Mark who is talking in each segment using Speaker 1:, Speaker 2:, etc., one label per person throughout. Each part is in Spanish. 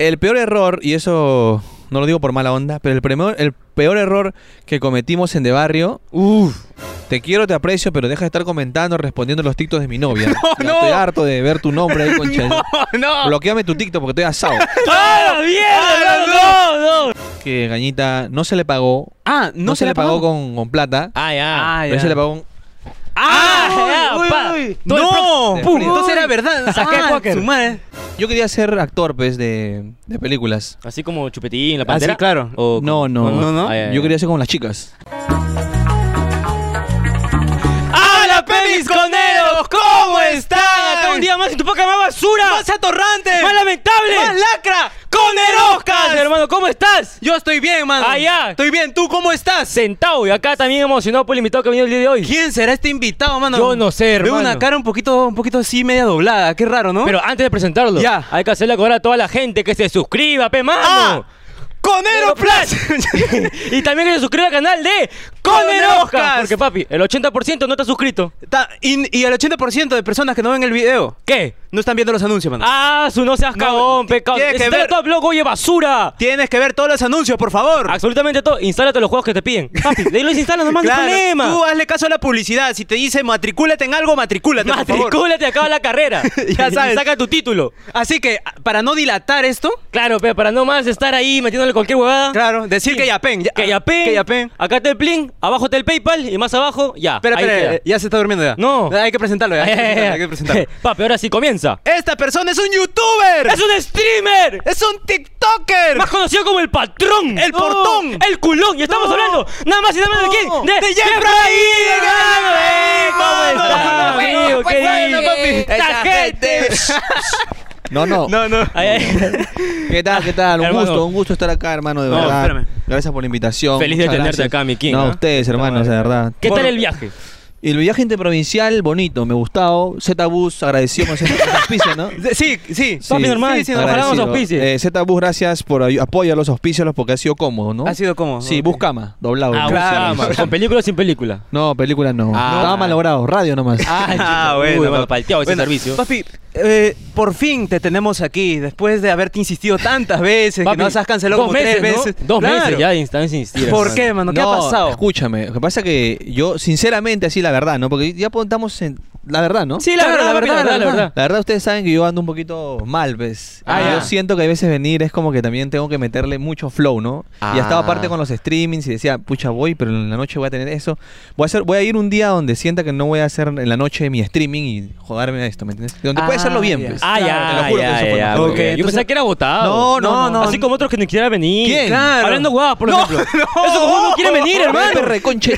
Speaker 1: El peor error, y eso no lo digo por mala onda, pero el, premo- el peor error que cometimos en De Barrio, uff, te quiero, te aprecio, pero deja de estar comentando, respondiendo los TikToks de mi novia. Ya
Speaker 2: no.
Speaker 1: Estoy harto de ver tu nombre ahí con
Speaker 2: no.
Speaker 1: Bloqueame tu TikTok porque estoy asado.
Speaker 2: ¡Ah, mierda! no, no, no.
Speaker 1: que Gañita no se le pagó.
Speaker 2: Ah,
Speaker 1: No, se, le pagó con, con plata,
Speaker 3: Ah, ya.
Speaker 2: Ah,
Speaker 1: pero
Speaker 2: ya.
Speaker 1: se le pagó con...
Speaker 2: ¡Ah!
Speaker 3: Ah,
Speaker 2: uy,
Speaker 3: pa.
Speaker 2: uy, uy.
Speaker 3: Todo el
Speaker 2: ¡No!
Speaker 1: pro-
Speaker 2: ¡Pum!
Speaker 1: Uy.
Speaker 2: Entonces era verdad.
Speaker 3: Saqué
Speaker 2: Ah,
Speaker 3: póker.
Speaker 2: su madre.
Speaker 1: Yo quería ser actor, pues, de, de películas.
Speaker 3: Así como chupetín, la
Speaker 2: Ah,
Speaker 3: pantera.
Speaker 2: sí, claro.
Speaker 3: O-
Speaker 1: No, no.
Speaker 2: No, no.
Speaker 3: Ah, ya, ya.
Speaker 1: Yo quería ser como las chicas.
Speaker 2: ¡Ah, la pelis coneros! ¿Cómo están? Acá un día más y tu poca más basura.
Speaker 3: ¡Más atorrante!
Speaker 2: ¡Más lamentable!
Speaker 3: ¡Más
Speaker 2: lacra! ¡Coneroscas! Hermano, ¿cómo estás?
Speaker 3: Yo estoy bien, mano.
Speaker 2: Ah, ya.
Speaker 3: Estoy bien. ¿Tú cómo estás? Sentado. Y acá también emocionado por el invitado que ha venido el día de hoy.
Speaker 2: ¿Quién será este invitado, mano?
Speaker 3: Yo no sé,
Speaker 2: Veo
Speaker 3: hermano.
Speaker 2: una cara un poquito, un poquito así media doblada. Qué raro, ¿no?
Speaker 3: Pero antes de presentarlo,
Speaker 2: Ya.
Speaker 3: hay que hacerle acordar a toda la gente que se suscriba, pe mano.
Speaker 2: ¡Ah! ¡Conero Plus!
Speaker 3: y también que se suscriba al canal de
Speaker 2: Oscars.
Speaker 3: Coneroscas. Porque papi, el 80% no está suscrito.
Speaker 2: Ta- y, y el 80% de personas que no ven el video
Speaker 3: ¿Qué?
Speaker 2: no están viendo los anuncios, mano.
Speaker 3: Ah, su no seas
Speaker 2: No,
Speaker 3: cagón,
Speaker 2: ti-
Speaker 3: pecado.
Speaker 2: tiene que
Speaker 3: Instala
Speaker 2: ver-
Speaker 3: todo el blog, oye, basura.
Speaker 2: Tienes que ver todos los anuncios, por favor.
Speaker 3: Absolutamente todo. Instálate los juegos que te piden. Papi, de ahí los instalas, nomás, no hay
Speaker 2: Claro,
Speaker 3: problema.
Speaker 2: Tú hazle caso a la publicidad. Si te dice matricúlate en algo, matricúlate. por favor.
Speaker 3: Matricúlate, acaba la carrera.
Speaker 2: Ya
Speaker 3: Y
Speaker 2: sabes.
Speaker 3: Saca tu título.
Speaker 2: Así que, para no dilatar esto,
Speaker 3: Claro, pero para no más estar ahí metiéndole cualquier huevada.
Speaker 2: claro, decir
Speaker 3: Sí.
Speaker 2: que ya pen. ya-
Speaker 3: Que ya pen.
Speaker 2: Que ya pen.
Speaker 3: Acá está el plin, abajo está el PayPal y más abajo, ya.
Speaker 2: Espera,
Speaker 3: ahí
Speaker 2: espera,
Speaker 3: queda.
Speaker 2: eh, ya se está durmiendo ya.
Speaker 3: No.
Speaker 2: Hay que presentarlo ya. Hay que presentarlo, hay que presentarlo.
Speaker 3: Papi, ahora sí comienza.
Speaker 2: Esta persona es un youtuber.
Speaker 3: ¡Es un streamer!
Speaker 2: Es un tiktoker.
Speaker 3: Más conocido como el patrón.
Speaker 2: ¡El
Speaker 3: No.
Speaker 2: portón!
Speaker 3: El culón. Y estamos
Speaker 2: No.
Speaker 3: hablando nada más y nada menos de quién.
Speaker 2: No.
Speaker 3: De,
Speaker 2: De Jeffrey
Speaker 3: Jeffrey. eh, ¿Cómo
Speaker 2: Mano,
Speaker 3: estás,
Speaker 2: bueno,
Speaker 3: amigo
Speaker 2: pues,
Speaker 3: querido?
Speaker 2: bueno, papi.
Speaker 3: Esta gente.
Speaker 1: No, no.
Speaker 2: No, no.
Speaker 3: Ay, ay.
Speaker 1: ¿Qué tal? ¿Qué tal? Un
Speaker 3: Hermano.
Speaker 1: gusto, un gusto estar acá, hermano, de
Speaker 2: No,
Speaker 1: verdad.
Speaker 2: espérame.
Speaker 1: Gracias por la invitación.
Speaker 3: Feliz de
Speaker 1: muchas
Speaker 3: tenerte
Speaker 1: gracias.
Speaker 3: acá, mi king,
Speaker 1: No, a
Speaker 3: ¿ah?
Speaker 1: ustedes, hermanos, de verdad.
Speaker 3: ¿Qué
Speaker 1: Por-
Speaker 3: tal el viaje?
Speaker 1: Y el viaje interprovincial, bonito, me gustado. Z-Bus, agradecemos esta esta auspicia, ¿no?
Speaker 2: Sí, sí.
Speaker 1: Sí,
Speaker 3: Papi, normal.
Speaker 2: sí, sí,
Speaker 1: agradecido.
Speaker 2: nos
Speaker 3: ojalá nos auspicie.
Speaker 1: Eh, Z-Bus, gracias por apoyar los auspicios porque ha sido cómodo, ¿no?
Speaker 2: Ha sido cómodo.
Speaker 1: Sí,
Speaker 2: Ok.
Speaker 1: Buscama, doblado.
Speaker 3: Ah,
Speaker 1: Buscama.
Speaker 2: claro.
Speaker 3: Buscama. Con película o sin película.
Speaker 1: No, película no.
Speaker 3: Ah.
Speaker 1: Estaba malogrado, radio nomás.
Speaker 2: Ah, bueno,
Speaker 3: Uy,
Speaker 2: papi.
Speaker 3: bueno, palteado ese
Speaker 2: Bueno,
Speaker 3: servicio.
Speaker 2: Papi, eh, por fin te tenemos aquí, después de haberte insistido tantas veces,
Speaker 3: Papi,
Speaker 2: que nos has cancelado
Speaker 3: dos
Speaker 2: como
Speaker 3: meses,
Speaker 2: tres
Speaker 3: ¿no?
Speaker 2: veces.
Speaker 3: Dos
Speaker 2: Claro.
Speaker 3: meses ya de instancia insistida.
Speaker 2: ¿Por qué, mano? ¿Qué ha
Speaker 1: No,
Speaker 2: pasado?
Speaker 1: Escúchame, lo que pasa que yo, sinceramente, así la verdad, ¿no? Porque ya estamos en. La verdad, ¿no?
Speaker 2: Sí, la
Speaker 3: Claro,
Speaker 2: verdad,
Speaker 3: papi,
Speaker 2: la verdad, la verdad.
Speaker 1: La verdad, ustedes saben que yo ando un poquito mal, ¿ves?
Speaker 3: Ah,
Speaker 1: Y
Speaker 3: ya.
Speaker 1: yo siento que a veces venir es como que también tengo que meterle mucho flow, ¿no? Y estaba aparte con los streamings y decía, pucha, voy, pero en la noche voy a tener eso. Voy a, hacer, voy a ir un día donde sienta que no voy a hacer en la noche mi streaming y joderme a esto, ¿me entiendes? Donde puede
Speaker 2: Ah,
Speaker 1: hacerlo bien,
Speaker 2: ya.
Speaker 1: pues.
Speaker 3: Ah, ya,
Speaker 1: Te lo juro que
Speaker 3: ya,
Speaker 1: eso fue
Speaker 3: ya,
Speaker 1: mal.
Speaker 3: muy
Speaker 2: Ok,
Speaker 3: bien. Yo
Speaker 2: entonces-
Speaker 3: pensé que era
Speaker 1: No,
Speaker 3: votado.
Speaker 1: no, no.
Speaker 3: Así como otros que no quieran venir.
Speaker 1: ¿Quién?
Speaker 2: Claro.
Speaker 3: Hablando guadas, por
Speaker 2: No,
Speaker 3: ejemplo.
Speaker 2: no.
Speaker 3: Eso como no quiere venir,
Speaker 1: Ven,
Speaker 3: hermano.
Speaker 1: perre, conche.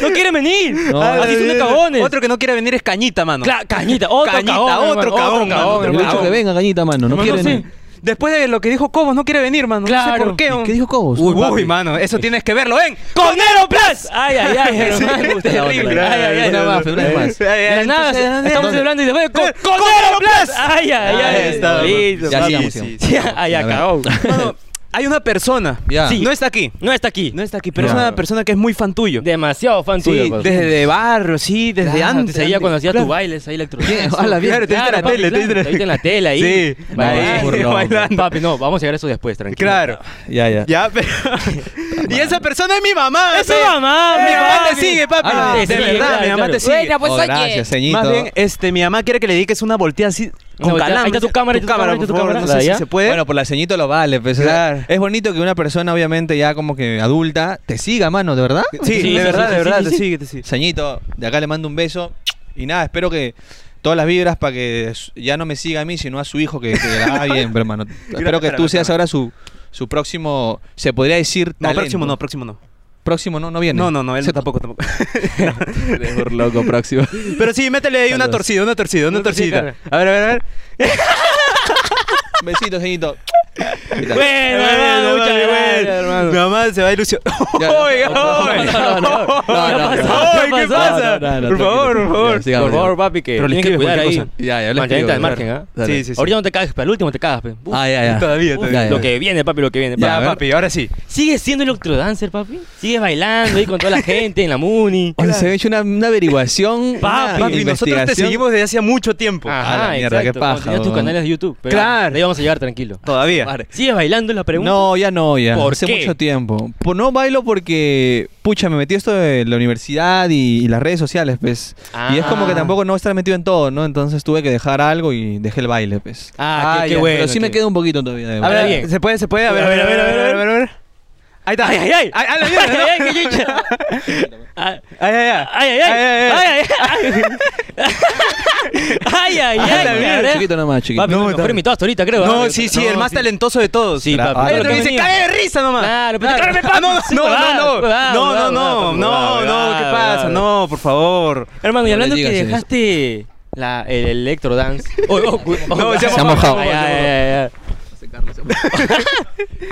Speaker 3: No quiere venir.
Speaker 1: No.
Speaker 3: Así son de cagones.
Speaker 2: Otro que no quiere venir es Cañita, mano.
Speaker 3: Cla- cañita, otro
Speaker 2: Cañita,
Speaker 3: cagón,
Speaker 2: otro
Speaker 3: hermano, otro
Speaker 2: cagón, mano,
Speaker 3: cagón,
Speaker 1: Te he
Speaker 2: hermano.
Speaker 1: dicho que venga, cañita, mano. No
Speaker 3: Hermano,
Speaker 1: quieren.
Speaker 3: sí.
Speaker 2: Después de lo que dijo Cobos, no quiere venir, mano. No sé
Speaker 3: Claro.
Speaker 2: por qué.
Speaker 1: ¿Y ¿Qué dijo Cobos?
Speaker 2: Uy,
Speaker 3: papi.
Speaker 2: uy, mano, eso tienes que verlo en
Speaker 3: ¡Conero Plus! Ay, ay, ay, hermano.
Speaker 2: terrible.
Speaker 3: Ay, ay, ay.
Speaker 1: Una
Speaker 3: no,
Speaker 1: más,
Speaker 3: no.
Speaker 1: una más.
Speaker 3: De la nada, estamos hablando y después
Speaker 2: Eh,
Speaker 3: ¡Con- ¡Conero Plus! Ay, ay, ay.
Speaker 2: Ahí está,
Speaker 3: Listo,
Speaker 2: mano.
Speaker 1: Ya
Speaker 3: papi.
Speaker 1: sigamos,
Speaker 3: Sí,
Speaker 1: sigamos.
Speaker 3: sí, Ay,
Speaker 1: A
Speaker 3: ya,
Speaker 1: ver.
Speaker 3: cagón.
Speaker 2: Mano, hay una persona.
Speaker 1: Ya.
Speaker 2: Sí. No está aquí.
Speaker 3: No está aquí.
Speaker 2: No está aquí, pero es
Speaker 1: Claro.
Speaker 2: una persona que es muy fan tuyo.
Speaker 3: Demasiado fan
Speaker 2: sí,
Speaker 3: tuyo. papi.
Speaker 2: desde barrio, sí, desde
Speaker 3: Claro,
Speaker 2: antes.
Speaker 3: te seguía cuando hacías
Speaker 2: Claro.
Speaker 3: tus bailes ahí electro.
Speaker 1: Bien, ala, bien.
Speaker 2: Claro, te viste en la
Speaker 3: papi,
Speaker 2: tele, te viste en la-
Speaker 3: claro, te viste en la tele ahí.
Speaker 2: Sí,
Speaker 1: ahí,
Speaker 3: Bailando.
Speaker 1: burlón.
Speaker 3: bailando. Papi, no, vamos a llegar a eso después, tranquilo.
Speaker 2: Claro.
Speaker 1: Ya, ya.
Speaker 2: Ya, pero. y esa persona es mi mamá.
Speaker 3: Eso
Speaker 2: pe.
Speaker 3: mamá,
Speaker 2: Eh, Mi
Speaker 3: mi
Speaker 2: mamá te
Speaker 3: papi.
Speaker 2: sigue, papi.
Speaker 1: Ah,
Speaker 2: de
Speaker 1: sí,
Speaker 2: verdad,
Speaker 3: claro,
Speaker 2: mi mamá
Speaker 3: claro.
Speaker 2: te sigue.
Speaker 4: Buena, pues
Speaker 1: Oh,
Speaker 4: oye.
Speaker 1: gracias, ceñito.
Speaker 2: Más bien, este, mi mamá quiere que le dediques una volteada así con
Speaker 3: volteada.
Speaker 2: calama.
Speaker 3: Ahí está tu cámara, ahí está tu cámara, ahí
Speaker 2: por
Speaker 3: está tu
Speaker 2: favor,
Speaker 3: cámara.
Speaker 2: No sé si
Speaker 3: ¿Ya?
Speaker 2: se puede.
Speaker 1: Bueno, por la ceñito lo vale, pues, o sea,
Speaker 2: Claro.
Speaker 1: es bonito que una persona, obviamente, ya como que adulta, te siga, mano, ¿de verdad?
Speaker 2: sí,
Speaker 3: sí,
Speaker 2: de
Speaker 3: sí,
Speaker 2: verdad,
Speaker 3: sí,
Speaker 2: de
Speaker 3: sí,
Speaker 2: verdad,
Speaker 3: sí,
Speaker 2: te
Speaker 3: sí.
Speaker 2: sigue, te sigue.
Speaker 1: Ceñito, de acá le mando un beso. Y nada, espero que todas las vibras para que su- ya no me siga a mí, sino a su hijo que, que graba bien, pero, hermano. Espero que tú
Speaker 2: espérame,
Speaker 1: seas
Speaker 2: espérame.
Speaker 1: ahora su, su próximo, se podría decir,
Speaker 2: No,
Speaker 1: talento.
Speaker 2: próximo no, próximo no.
Speaker 1: Próximo no, no viene.
Speaker 2: No, no, no, él
Speaker 1: Se-
Speaker 2: tampoco, tampoco.
Speaker 1: Por loco, próximo.
Speaker 2: Pero sí, métele ahí una
Speaker 1: Saludos.
Speaker 2: torcida, una torcida, una
Speaker 3: Una torcida,
Speaker 2: torcida. A ver, a ver, a ver.
Speaker 1: Besito, ceñito. ¿Qué tal?
Speaker 3: Bueno, hermano, muchas gracias, hermano.
Speaker 2: Mi mamá se va a ilusionar.
Speaker 1: Ya,
Speaker 2: Oiga,
Speaker 3: No, no, no, no.
Speaker 2: oiga.
Speaker 3: ¿Qué
Speaker 2: Oiga,
Speaker 3: pasa?
Speaker 2: ¿qué
Speaker 3: ¿Qué pasa?
Speaker 2: pasa?
Speaker 1: No, no, no, tranquilo,
Speaker 2: Por favor, por favor.
Speaker 1: tranquilo, sigamos,
Speaker 3: Por favor,
Speaker 1: sigamos.
Speaker 3: papi, que
Speaker 2: Pero le
Speaker 3: tienes que
Speaker 2: escribes
Speaker 3: cuidar ahí.
Speaker 2: cualquier
Speaker 1: Ya, ya, le
Speaker 3: Mantenerte al
Speaker 1: escribo,
Speaker 3: margen, ¿ah?
Speaker 1: dale.
Speaker 2: Sí, sí, sí.
Speaker 3: Ahorita no te cagas, para el último te cagas, pe. Uf,
Speaker 1: Ah, ya, ya.
Speaker 2: Todavía,
Speaker 3: uf,
Speaker 2: todavía.
Speaker 1: ya, ya.
Speaker 3: Lo que viene, papi, lo que viene.
Speaker 1: Ya,
Speaker 3: papi.
Speaker 1: a
Speaker 2: Ya,
Speaker 1: ver.
Speaker 2: papi, ahora sí.
Speaker 3: ¿Sigues siendo electrodancer, papi? ¿Sigues bailando ahí con toda la gente en la Muni?
Speaker 1: Oye, se había hecho una, una averiguación.
Speaker 3: Papi, Ah.
Speaker 1: una
Speaker 2: Papi, Ah, nosotros te
Speaker 1: Ah, investigación.
Speaker 2: seguimos desde hace mucho tiempo.
Speaker 1: la mierda, qué paja,
Speaker 3: Continúa tus
Speaker 1: weón.
Speaker 3: canales de YouTube. pero
Speaker 2: Claro.
Speaker 3: Ahí vamos a llegar tranquilo.
Speaker 2: Todavía.
Speaker 1: madre.
Speaker 3: ¿Sigues bailando es la pregunta?
Speaker 1: No, ya no, ya.
Speaker 3: ¿Por
Speaker 1: Hace
Speaker 3: qué?
Speaker 1: mucho tiempo. Pues no bailo porque, pucha, me metí esto de la universidad y, y las redes sociales, pues. Y es como que
Speaker 3: Ah.
Speaker 1: tampoco no estar metido en todo, ¿no? Entonces tuve que dejar algo y dejé el baile, pues.
Speaker 3: Ah, qué- qué
Speaker 1: ya,
Speaker 3: bueno,
Speaker 1: Pero sí
Speaker 3: qué
Speaker 1: me
Speaker 3: bueno.
Speaker 1: queda un poquito todavía. de Ah,
Speaker 3: A ver,
Speaker 1: baile.
Speaker 3: bien.
Speaker 2: ¿Se puede? ¿Se puede? A ver,
Speaker 3: A ver, a ver, a ver, a ver,
Speaker 2: Ahí está.
Speaker 3: ¡Ay, ay, ay!
Speaker 2: ¡Ay, ay,
Speaker 3: ay!
Speaker 2: ay!
Speaker 3: ay, qué chucha! Ah,
Speaker 2: ¡Ay, ay,
Speaker 3: ¡Ay, ay, ay! ¡Ay, ay, ay! ¡Ay, ay,
Speaker 1: Ah,
Speaker 3: ay!
Speaker 1: bien,
Speaker 3: cabrón.
Speaker 1: chiquito nomás, chiquito.
Speaker 3: Papi, no,
Speaker 2: No,
Speaker 3: el mejor
Speaker 2: está-
Speaker 3: invitado hasta ahorita, creo.
Speaker 2: No,
Speaker 3: ¿ah?
Speaker 2: sí, sí,
Speaker 3: No,
Speaker 2: el más talentoso de todos.
Speaker 3: Sí,
Speaker 1: Claro,
Speaker 3: papi.
Speaker 1: ah,
Speaker 2: Hay
Speaker 1: Pero
Speaker 2: otro que
Speaker 1: que
Speaker 2: dice,
Speaker 1: venía.
Speaker 2: cae de risa nomás.
Speaker 3: Claro, pues, pero
Speaker 2: Ah,
Speaker 3: cállame,
Speaker 2: ah, no,
Speaker 3: papi.
Speaker 2: no, no, no,
Speaker 3: Huevada,
Speaker 2: no, no,
Speaker 3: huevada,
Speaker 2: no,
Speaker 3: huevada,
Speaker 2: no, no, ¿qué
Speaker 3: huevada,
Speaker 2: pasa?
Speaker 3: huevada.
Speaker 2: No, por favor.
Speaker 3: Hermano, y
Speaker 1: No
Speaker 3: hablando
Speaker 1: le
Speaker 3: que
Speaker 1: digas eso.
Speaker 3: dejaste la, el electro dance. Oh,
Speaker 2: No, se ha
Speaker 1: Se ha mojado. mojado.
Speaker 3: Ay, ay, ay, ay.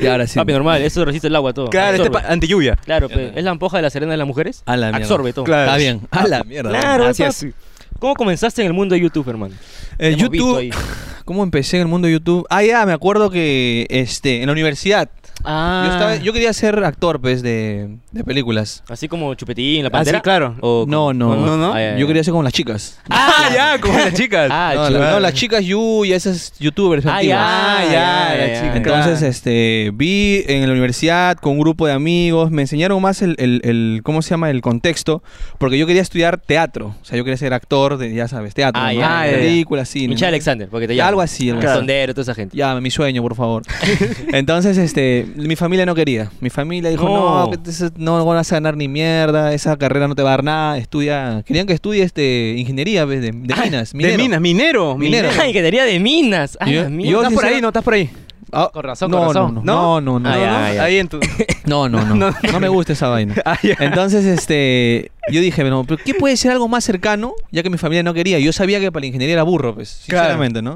Speaker 1: Y ahora sí.
Speaker 3: Papi, normal, eso resiste el agua todo.
Speaker 2: Claro, este
Speaker 3: Absorbe.
Speaker 2: pa- ante lluvia.
Speaker 3: Claro, pe, es la ampoja de la serena de las mujeres.
Speaker 1: A la mierda.
Speaker 3: Absorbe todo.
Speaker 2: Claro.
Speaker 1: Está bien. A la mierda.
Speaker 3: Claro,
Speaker 2: Así
Speaker 3: papi.
Speaker 2: es.
Speaker 3: ¿Cómo comenzaste en el mundo de YouTube, hermano?
Speaker 1: Eh,
Speaker 3: Hemos visto ahí.
Speaker 1: YouTube. ¿Cómo empecé en el mundo de YouTube? Ah, ya, me acuerdo que este, en la universidad.
Speaker 3: Ah.
Speaker 1: Yo, estaba- yo quería ser actor, pues, de, de películas.
Speaker 3: Así como chupetín, la
Speaker 2: Ah,
Speaker 3: pantera.
Speaker 2: sí, claro.
Speaker 3: ¿O
Speaker 1: No,
Speaker 3: como- Ah,
Speaker 1: no,
Speaker 2: No, no.
Speaker 3: Ay, ay,
Speaker 1: Yo
Speaker 3: ay.
Speaker 1: quería ser como las chicas.
Speaker 2: Ah, ya, como las chicas.
Speaker 3: Ah,
Speaker 1: no,
Speaker 3: chulo.
Speaker 1: la- no, las chicas Yu y esas youtubers
Speaker 3: Ah,
Speaker 1: antiguas.
Speaker 3: ya,
Speaker 2: Ah, ya,
Speaker 3: ya,
Speaker 2: la
Speaker 3: ya.
Speaker 2: chica.
Speaker 1: Entonces, este, vi en la universidad con un grupo de amigos, me enseñaron más el, el- el- ¿cómo se llama? El contexto, porque yo quería estudiar teatro, o sea, yo quería ser actor de, ya sabes, teatro,
Speaker 3: Ah,
Speaker 1: ¿no?
Speaker 3: ya,
Speaker 2: ya, ya.
Speaker 1: películas, cine.
Speaker 3: Michelle Alexander, porque te llama.
Speaker 1: Algo así, algo
Speaker 2: así.
Speaker 3: Sondero, toda esa gente.
Speaker 1: Ya, mi sueño, por favor. Entonces, este, mi familia no quería. Mi familia dijo,
Speaker 3: No.
Speaker 1: no, que te- eso- no, vas a ganar ni mierda, esa carrera no te va a dar nada, estudia, querían que estudie este, ingeniería pues, de, de
Speaker 3: Ah,
Speaker 1: minas, minero.
Speaker 2: De minas, minero.
Speaker 1: Minero.
Speaker 3: Ay, ingeniería de minas. Ah, Ay,
Speaker 1: Yo-
Speaker 3: las minas.
Speaker 1: yo-
Speaker 2: ¿Estás por
Speaker 1: sincero-
Speaker 2: ahí? ¿No estás por ahí?
Speaker 1: Ah,
Speaker 3: Con razón,
Speaker 1: no,
Speaker 3: con razón.
Speaker 1: No, no, no, no,
Speaker 3: Ah,
Speaker 1: no.
Speaker 3: ya,
Speaker 2: ¿No?
Speaker 3: ya.
Speaker 2: Ahí en tu...
Speaker 1: No, no, no.
Speaker 2: No,
Speaker 1: No, me gusta esa vaina.
Speaker 2: Ah, ya.
Speaker 1: Entonces, este, yo dije, bueno, ¿pero ¿qué puede ser algo más cercano? Ya que mi familia no quería. Yo sabía que para la ingeniería era burro, pues,
Speaker 2: Claro.
Speaker 1: sinceramente, ¿no?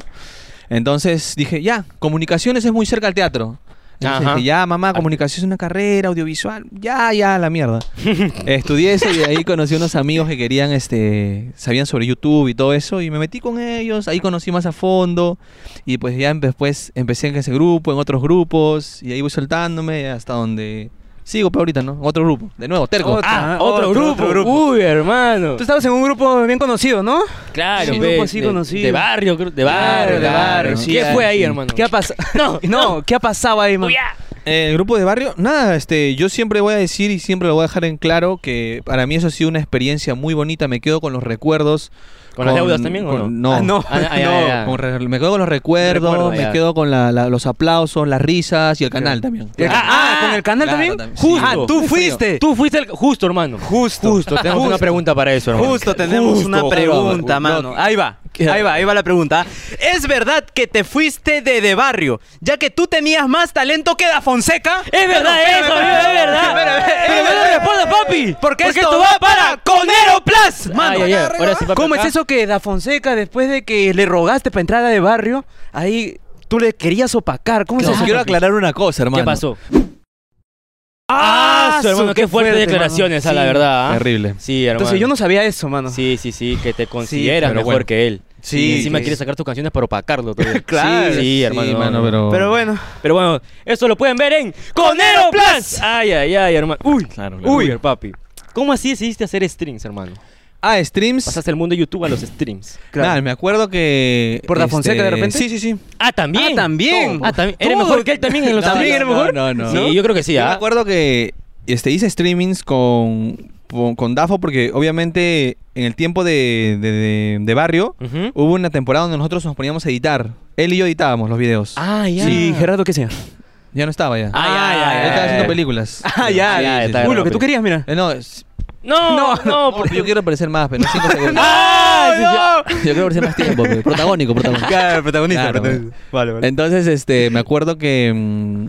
Speaker 1: Entonces dije, ya, comunicaciones es muy cerca al teatro. Entonces
Speaker 3: Ajá.
Speaker 1: dije, ya, mamá, comunicación es una carrera, audiovisual, ya, ya, la mierda. Estudié eso y ahí conocí unos amigos que querían, este, sabían sobre YouTube y todo eso, y me metí con ellos, ahí conocí más a fondo, y pues ya empe- después empecé en ese grupo, en otros grupos, y ahí voy soltándome hasta donde sigo, pero ahorita, ¿no? Otro grupo, de nuevo, terco.
Speaker 2: Otro.
Speaker 3: Ah,
Speaker 2: Ah,
Speaker 3: otro,
Speaker 2: otro,
Speaker 3: grupo.
Speaker 2: otro grupo.
Speaker 3: Uy, hermano.
Speaker 2: Tú estabas en un grupo bien conocido, ¿no?
Speaker 3: Claro,
Speaker 2: Sí,
Speaker 3: pe,
Speaker 2: grupo así
Speaker 3: de,
Speaker 2: conocido.
Speaker 3: de barrio, creo- de
Speaker 2: Claro,
Speaker 3: barrio,
Speaker 2: de barrio, sí,
Speaker 3: ¿Qué
Speaker 2: ah,
Speaker 3: fue ahí,
Speaker 2: sí.
Speaker 3: hermano?
Speaker 2: ¿Qué ha pasado?
Speaker 3: No,
Speaker 2: no, ¿qué ha pasado ahí, man?
Speaker 1: Eh, El grupo de barrio, nada, este, yo siempre voy a decir y siempre lo voy a dejar en claro que para mí eso ha sido una experiencia muy bonita, me quedo con los recuerdos.
Speaker 3: ¿Con las deudas también o
Speaker 1: con-
Speaker 2: Ah, no,
Speaker 3: Ah, ah, ya,
Speaker 2: no.
Speaker 3: ya, ya.
Speaker 1: con re- me quedo con los recuerdos,
Speaker 3: Recuerdo,
Speaker 1: me
Speaker 3: ya.
Speaker 1: quedo con la- la- los aplausos, las risas y el canal también.
Speaker 2: Ah, ah, ¿con el canal
Speaker 1: Claro,
Speaker 2: también?
Speaker 1: también, sí.
Speaker 2: Justo. Ah,
Speaker 1: Muy
Speaker 2: tú
Speaker 1: frío.
Speaker 2: fuiste.
Speaker 3: Tú fuiste el... Justo, hermano.
Speaker 2: Justo.
Speaker 3: Justo. Tenemos una pregunta para eso, hermano.
Speaker 2: Justo tenemos
Speaker 3: Justo,
Speaker 2: una
Speaker 3: justo.
Speaker 2: pregunta,
Speaker 3: Lo-
Speaker 2: mano. Ahí va, ahí va, ahí va la pregunta. ¿Es verdad que te fuiste de de barrio, ya que tú tenías más talento que Da Fonseca?
Speaker 3: Es verdad
Speaker 2: Pero,
Speaker 3: eso,
Speaker 2: espérame,
Speaker 3: amigo, es
Speaker 2: espérame, espérame,
Speaker 3: verdad. Pero me
Speaker 2: espérame,
Speaker 3: lo
Speaker 2: espérame.
Speaker 3: responda, papi.
Speaker 2: Porque, esto va para Conero Plus,
Speaker 3: Ay,
Speaker 2: mano.
Speaker 3: ay, ay. Ahora sí, papi,
Speaker 2: ¿Cómo es
Speaker 3: acá.
Speaker 2: eso que Da Fonseca, después de que le rogaste para entrar a de barrio, ahí tú le querías opacar? ¿Cómo es
Speaker 1: Entonces,
Speaker 2: eso?
Speaker 1: quiero aclarar una cosa, hermano.
Speaker 3: ¿Qué pasó? ¡Ah, su hermano! ¡Qué fuertes declaraciones, a la
Speaker 2: Sí.
Speaker 3: verdad! ¿ah?
Speaker 1: Terrible.
Speaker 3: Sí, hermano.
Speaker 2: Entonces yo no sabía eso, mano.
Speaker 3: Sí, sí, sí, que te consideras
Speaker 1: pero
Speaker 3: mejor
Speaker 1: bueno.
Speaker 3: que él.
Speaker 2: Sí,
Speaker 3: Y encima
Speaker 2: que-
Speaker 3: quieres sacar tus canciones para opacarlo todavía.
Speaker 2: Claro.
Speaker 3: Sí, hermano. no, no.
Speaker 1: pero...
Speaker 2: Pero bueno.
Speaker 3: Pero bueno, eso lo pueden ver en Conero Plus. Ay, ay, ay, hermano. Uy,
Speaker 1: Claro, claro.
Speaker 3: uy, papi. ¿Cómo así decidiste hacer streams, hermano?
Speaker 1: Ah, streams.
Speaker 3: Pasaste el mundo de YouTube a los streams.
Speaker 2: Claro.
Speaker 1: Nada, me acuerdo que... este,
Speaker 2: ¿Por Da Fonseca de repente?
Speaker 1: Sí, sí, sí.
Speaker 3: Ah, también.
Speaker 2: Ah, también.
Speaker 3: Ah, también. ¿Eres
Speaker 2: Todo.
Speaker 3: mejor que él también en los
Speaker 1: No,
Speaker 2: ¿También
Speaker 1: no,
Speaker 2: era
Speaker 1: no,
Speaker 2: mejor?
Speaker 1: No, no.
Speaker 3: Sí, yo creo que sí,
Speaker 1: Yo me
Speaker 3: ¿ah?
Speaker 1: acuerdo que este, hice streamings con, con, con Dafo porque obviamente en el tiempo de, de- de- de barrio
Speaker 3: Ujú.
Speaker 1: hubo una temporada donde nosotros nos poníamos a editar. Él y yo editábamos los videos.
Speaker 3: Ah, ya.
Speaker 2: Sí, Gerardo, ¿qué señor?
Speaker 1: Ya no estaba ya.
Speaker 3: Ah, ya, ya,
Speaker 1: Él
Speaker 3: ya,
Speaker 1: estaba
Speaker 3: ya,
Speaker 1: haciendo
Speaker 3: ya.
Speaker 1: películas.
Speaker 2: Ah, ya,
Speaker 1: Sí,
Speaker 3: ya,
Speaker 1: sí,
Speaker 3: está
Speaker 1: sí.
Speaker 2: Uy, lo que
Speaker 3: rápido.
Speaker 2: tú querías, mira.
Speaker 1: Eh, no, es-
Speaker 3: No, no,
Speaker 1: no,
Speaker 3: por-
Speaker 1: porque yo quiero aparecer más, pero no cinco segundos.
Speaker 3: Ah,
Speaker 1: Yo quiero aparecer más tiempo, pe. protagónico, protagónico.
Speaker 2: Claro, protagonista,
Speaker 1: Claro,
Speaker 2: protagonista. Vale, vale.
Speaker 1: Entonces, este, me acuerdo que... mm,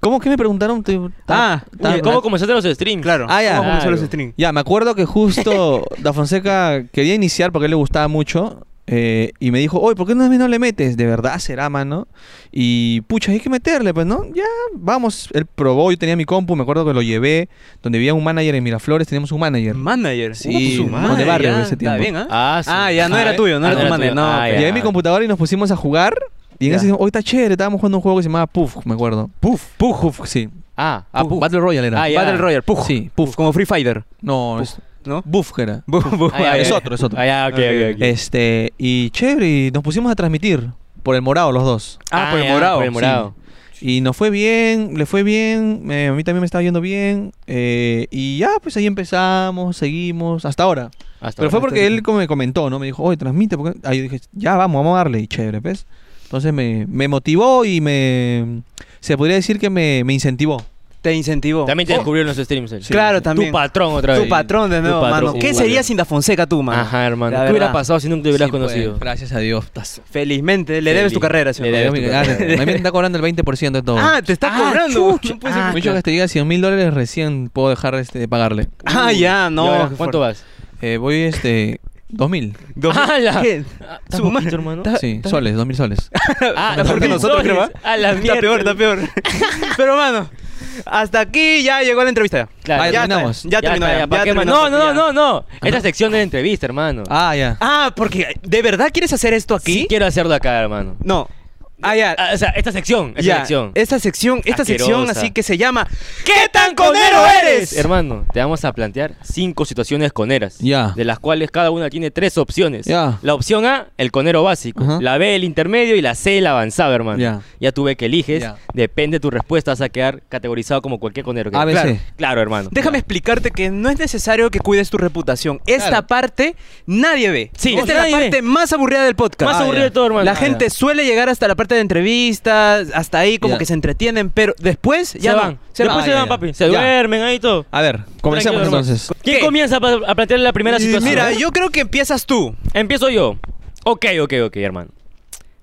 Speaker 1: ¿Cómo que me preguntaron? Te-
Speaker 2: Ah,
Speaker 1: ta-
Speaker 3: Oye, ¿Cómo comenzaste los streams?
Speaker 2: Claro.
Speaker 1: Ah, ya.
Speaker 2: ¿Cómo comenzó
Speaker 3: Claro.
Speaker 2: los streams?
Speaker 1: Ya, me acuerdo que justo Da Fonseca quería iniciar porque a él le gustaba mucho. eh, y me dijo, oye, ¿por qué no, no le metes? De verdad será, mano. Y pucha, hay que meterle, pues, ¿no? Ya, vamos. Él probó, yo tenía mi compu, me acuerdo que lo llevé. Donde había un manager en Miraflores, teníamos un manager.
Speaker 2: Manager.
Speaker 1: Sí,
Speaker 2: su
Speaker 1: un
Speaker 2: madre,
Speaker 1: de barrio
Speaker 2: ya.
Speaker 1: de ese tiempo.
Speaker 2: Está bien, ¿ah?
Speaker 3: Ah, sí.
Speaker 2: Ah, ya, no
Speaker 1: Ah,
Speaker 2: era
Speaker 1: eh.
Speaker 2: tuyo, no
Speaker 3: Ah,
Speaker 2: era
Speaker 3: no
Speaker 2: tu
Speaker 3: era
Speaker 2: manager.
Speaker 3: tuyo.
Speaker 2: No,
Speaker 3: Ah,
Speaker 2: pero-
Speaker 3: ya.
Speaker 1: Llevé mi computadora y nos pusimos a jugar. Y en
Speaker 2: Ya.
Speaker 1: ese tiempo, hoy está chévere, estábamos jugando un juego que se llamaba Puff, me acuerdo. Puff. Puff, sí.
Speaker 3: Ah, ah,
Speaker 1: Puff.
Speaker 3: pu-
Speaker 1: Battle Royale era.
Speaker 3: Ah, ya.
Speaker 2: Battle Royale, puf.
Speaker 1: Sí,
Speaker 2: puf. Como Free Fighter,
Speaker 1: No, es-
Speaker 2: ¿no?
Speaker 1: Buff era.
Speaker 2: Puf, puf.
Speaker 3: Ah, ya,
Speaker 1: es
Speaker 3: ya, ya.
Speaker 1: otro, es otro.
Speaker 3: Ah, ya, ok, ok, ok.
Speaker 1: Este, y chévere, y nos pusimos a transmitir por el morado los dos.
Speaker 2: Ah, por el
Speaker 3: ya,
Speaker 2: morado.
Speaker 3: Por el morado.
Speaker 1: Y nos fue bien, le fue bien, eh, a mí también me estaba yendo bien. eh, y ya, pues ahí empezamos, seguimos, hasta ahora.
Speaker 3: Hasta
Speaker 1: Pero fue
Speaker 3: ahora.
Speaker 1: porque él como me comentó, ¿no? Me dijo, oye, transmite. Porque... Ahí yo dije, ya, vamos, vamos a darle. Y chévere, pues. Entonces me, me motivó y me... Se podría decir que me, me incentivó.
Speaker 2: Te incentivó.
Speaker 3: También te
Speaker 2: Oh,
Speaker 3: descubrió en los streams. él.
Speaker 2: Sí. Claro, también.
Speaker 3: Tu patrón otra vez.
Speaker 2: Tu patrón de
Speaker 3: Tu
Speaker 2: nuevo,
Speaker 3: patrón.
Speaker 2: mano. ¿Qué
Speaker 3: Uh,
Speaker 2: sería
Speaker 3: vale.
Speaker 2: sin Da Fonseca tú, mano?
Speaker 3: Ajá, hermano.
Speaker 2: La
Speaker 3: ¿Qué hubiera
Speaker 2: verdad.
Speaker 3: pasado si nunca te hubieras conocido?
Speaker 1: gracias a Dios. Estás...
Speaker 2: Felizmente, le
Speaker 3: Feliz.
Speaker 2: debes tu carrera, señor.
Speaker 3: Le
Speaker 1: Me
Speaker 3: debes tu carrera.
Speaker 1: está cobrando el 20% de todo.
Speaker 2: Ah, te está
Speaker 3: Ah,
Speaker 2: cobrando.
Speaker 3: chucha.
Speaker 2: No puede ser.
Speaker 3: Ah,
Speaker 1: Me dijo que hasta llega a 100 mil dólares recién puedo dejar este, de pagarle.
Speaker 2: Ah, ya, no.
Speaker 3: ¿Y ahora
Speaker 2: qué
Speaker 3: ¿Cuánto
Speaker 2: fuerte.
Speaker 3: vas?
Speaker 1: Eh, voy este... 2000.
Speaker 2: Dos-
Speaker 3: ¡Hala!
Speaker 2: ¿Qué? Ah,
Speaker 3: ¿Estás
Speaker 2: Su
Speaker 3: Ah,
Speaker 2: ma-
Speaker 3: poquito, hermano?
Speaker 1: Sí, soles, 2000 soles.
Speaker 3: Ah,
Speaker 2: Está peor que nosotros, creo, ¿ah?
Speaker 3: A la mierda.
Speaker 2: Está peor, está peor. Pero, mano, hasta aquí ya llegó la entrevista.
Speaker 3: Claro.
Speaker 2: ya
Speaker 1: Ah,
Speaker 2: está,
Speaker 1: terminamos.
Speaker 2: Ya,
Speaker 3: está,
Speaker 2: terminó. ya
Speaker 3: ¿para qué más?
Speaker 2: terminó,
Speaker 3: no, no,
Speaker 2: ya.
Speaker 3: no, no, no. Esta sección de la entrevista, hermano.
Speaker 1: Ah, ya.
Speaker 2: Ah, porque ¿de verdad quieres hacer esto aquí?
Speaker 3: Sí quiero hacerlo acá, hermano.
Speaker 2: No. Ah, ya.
Speaker 3: Ah, o sea, esta sección, esta
Speaker 2: ya.
Speaker 3: sección.
Speaker 2: Esta sección, esta sección
Speaker 3: Asquerosa.
Speaker 2: así que se llama ¿Qué tan conero eres?
Speaker 3: Hermano, te vamos a plantear cinco situaciones coneras.
Speaker 1: Ya.
Speaker 3: De las cuales cada una tiene tres opciones.
Speaker 1: Ya.
Speaker 3: La opción A, el conero básico.
Speaker 1: Ajá.
Speaker 3: La B, el intermedio. Y la C, el avanzado, hermano.
Speaker 1: Ya.
Speaker 3: Ya tú ves que eliges.
Speaker 1: Ya.
Speaker 3: Depende de tu respuesta. Vas a quedar categorizado como cualquier conero. que-
Speaker 1: A, B,
Speaker 3: claro,
Speaker 1: C.
Speaker 3: claro, hermano.
Speaker 2: Déjame explicarte que no es necesario que cuides tu reputación. Esta
Speaker 1: Claro.
Speaker 2: parte nadie ve.
Speaker 3: Sí,
Speaker 2: Esta es
Speaker 3: nadie
Speaker 2: la
Speaker 3: ve.
Speaker 2: parte más aburrida del podcast.
Speaker 3: Más
Speaker 1: Ah,
Speaker 3: aburrido
Speaker 1: ya.
Speaker 3: de todo, hermano.
Speaker 2: La
Speaker 3: Ah,
Speaker 2: gente
Speaker 3: ya.
Speaker 2: suele llegar hasta la parte de entrevistas, hasta ahí como
Speaker 1: Ya.
Speaker 2: que se entretienen, pero después ya
Speaker 3: se
Speaker 2: no.
Speaker 3: van.
Speaker 2: Se
Speaker 3: Después
Speaker 1: Ah,
Speaker 3: se
Speaker 1: ya,
Speaker 3: van,
Speaker 1: ya.
Speaker 3: papi. Se
Speaker 1: Ya.
Speaker 3: duermen ahí y todo.
Speaker 1: A ver, comencemos
Speaker 3: Tranquilo,
Speaker 1: entonces.
Speaker 3: hermano. ¿Quién
Speaker 2: ¿Qué?
Speaker 3: comienza pa- a plantear la primera
Speaker 2: Y
Speaker 3: situación? ¿Eh?
Speaker 2: Mira, yo creo que empiezas tú.
Speaker 3: Empiezo yo. Ok, ok, ok, hermano.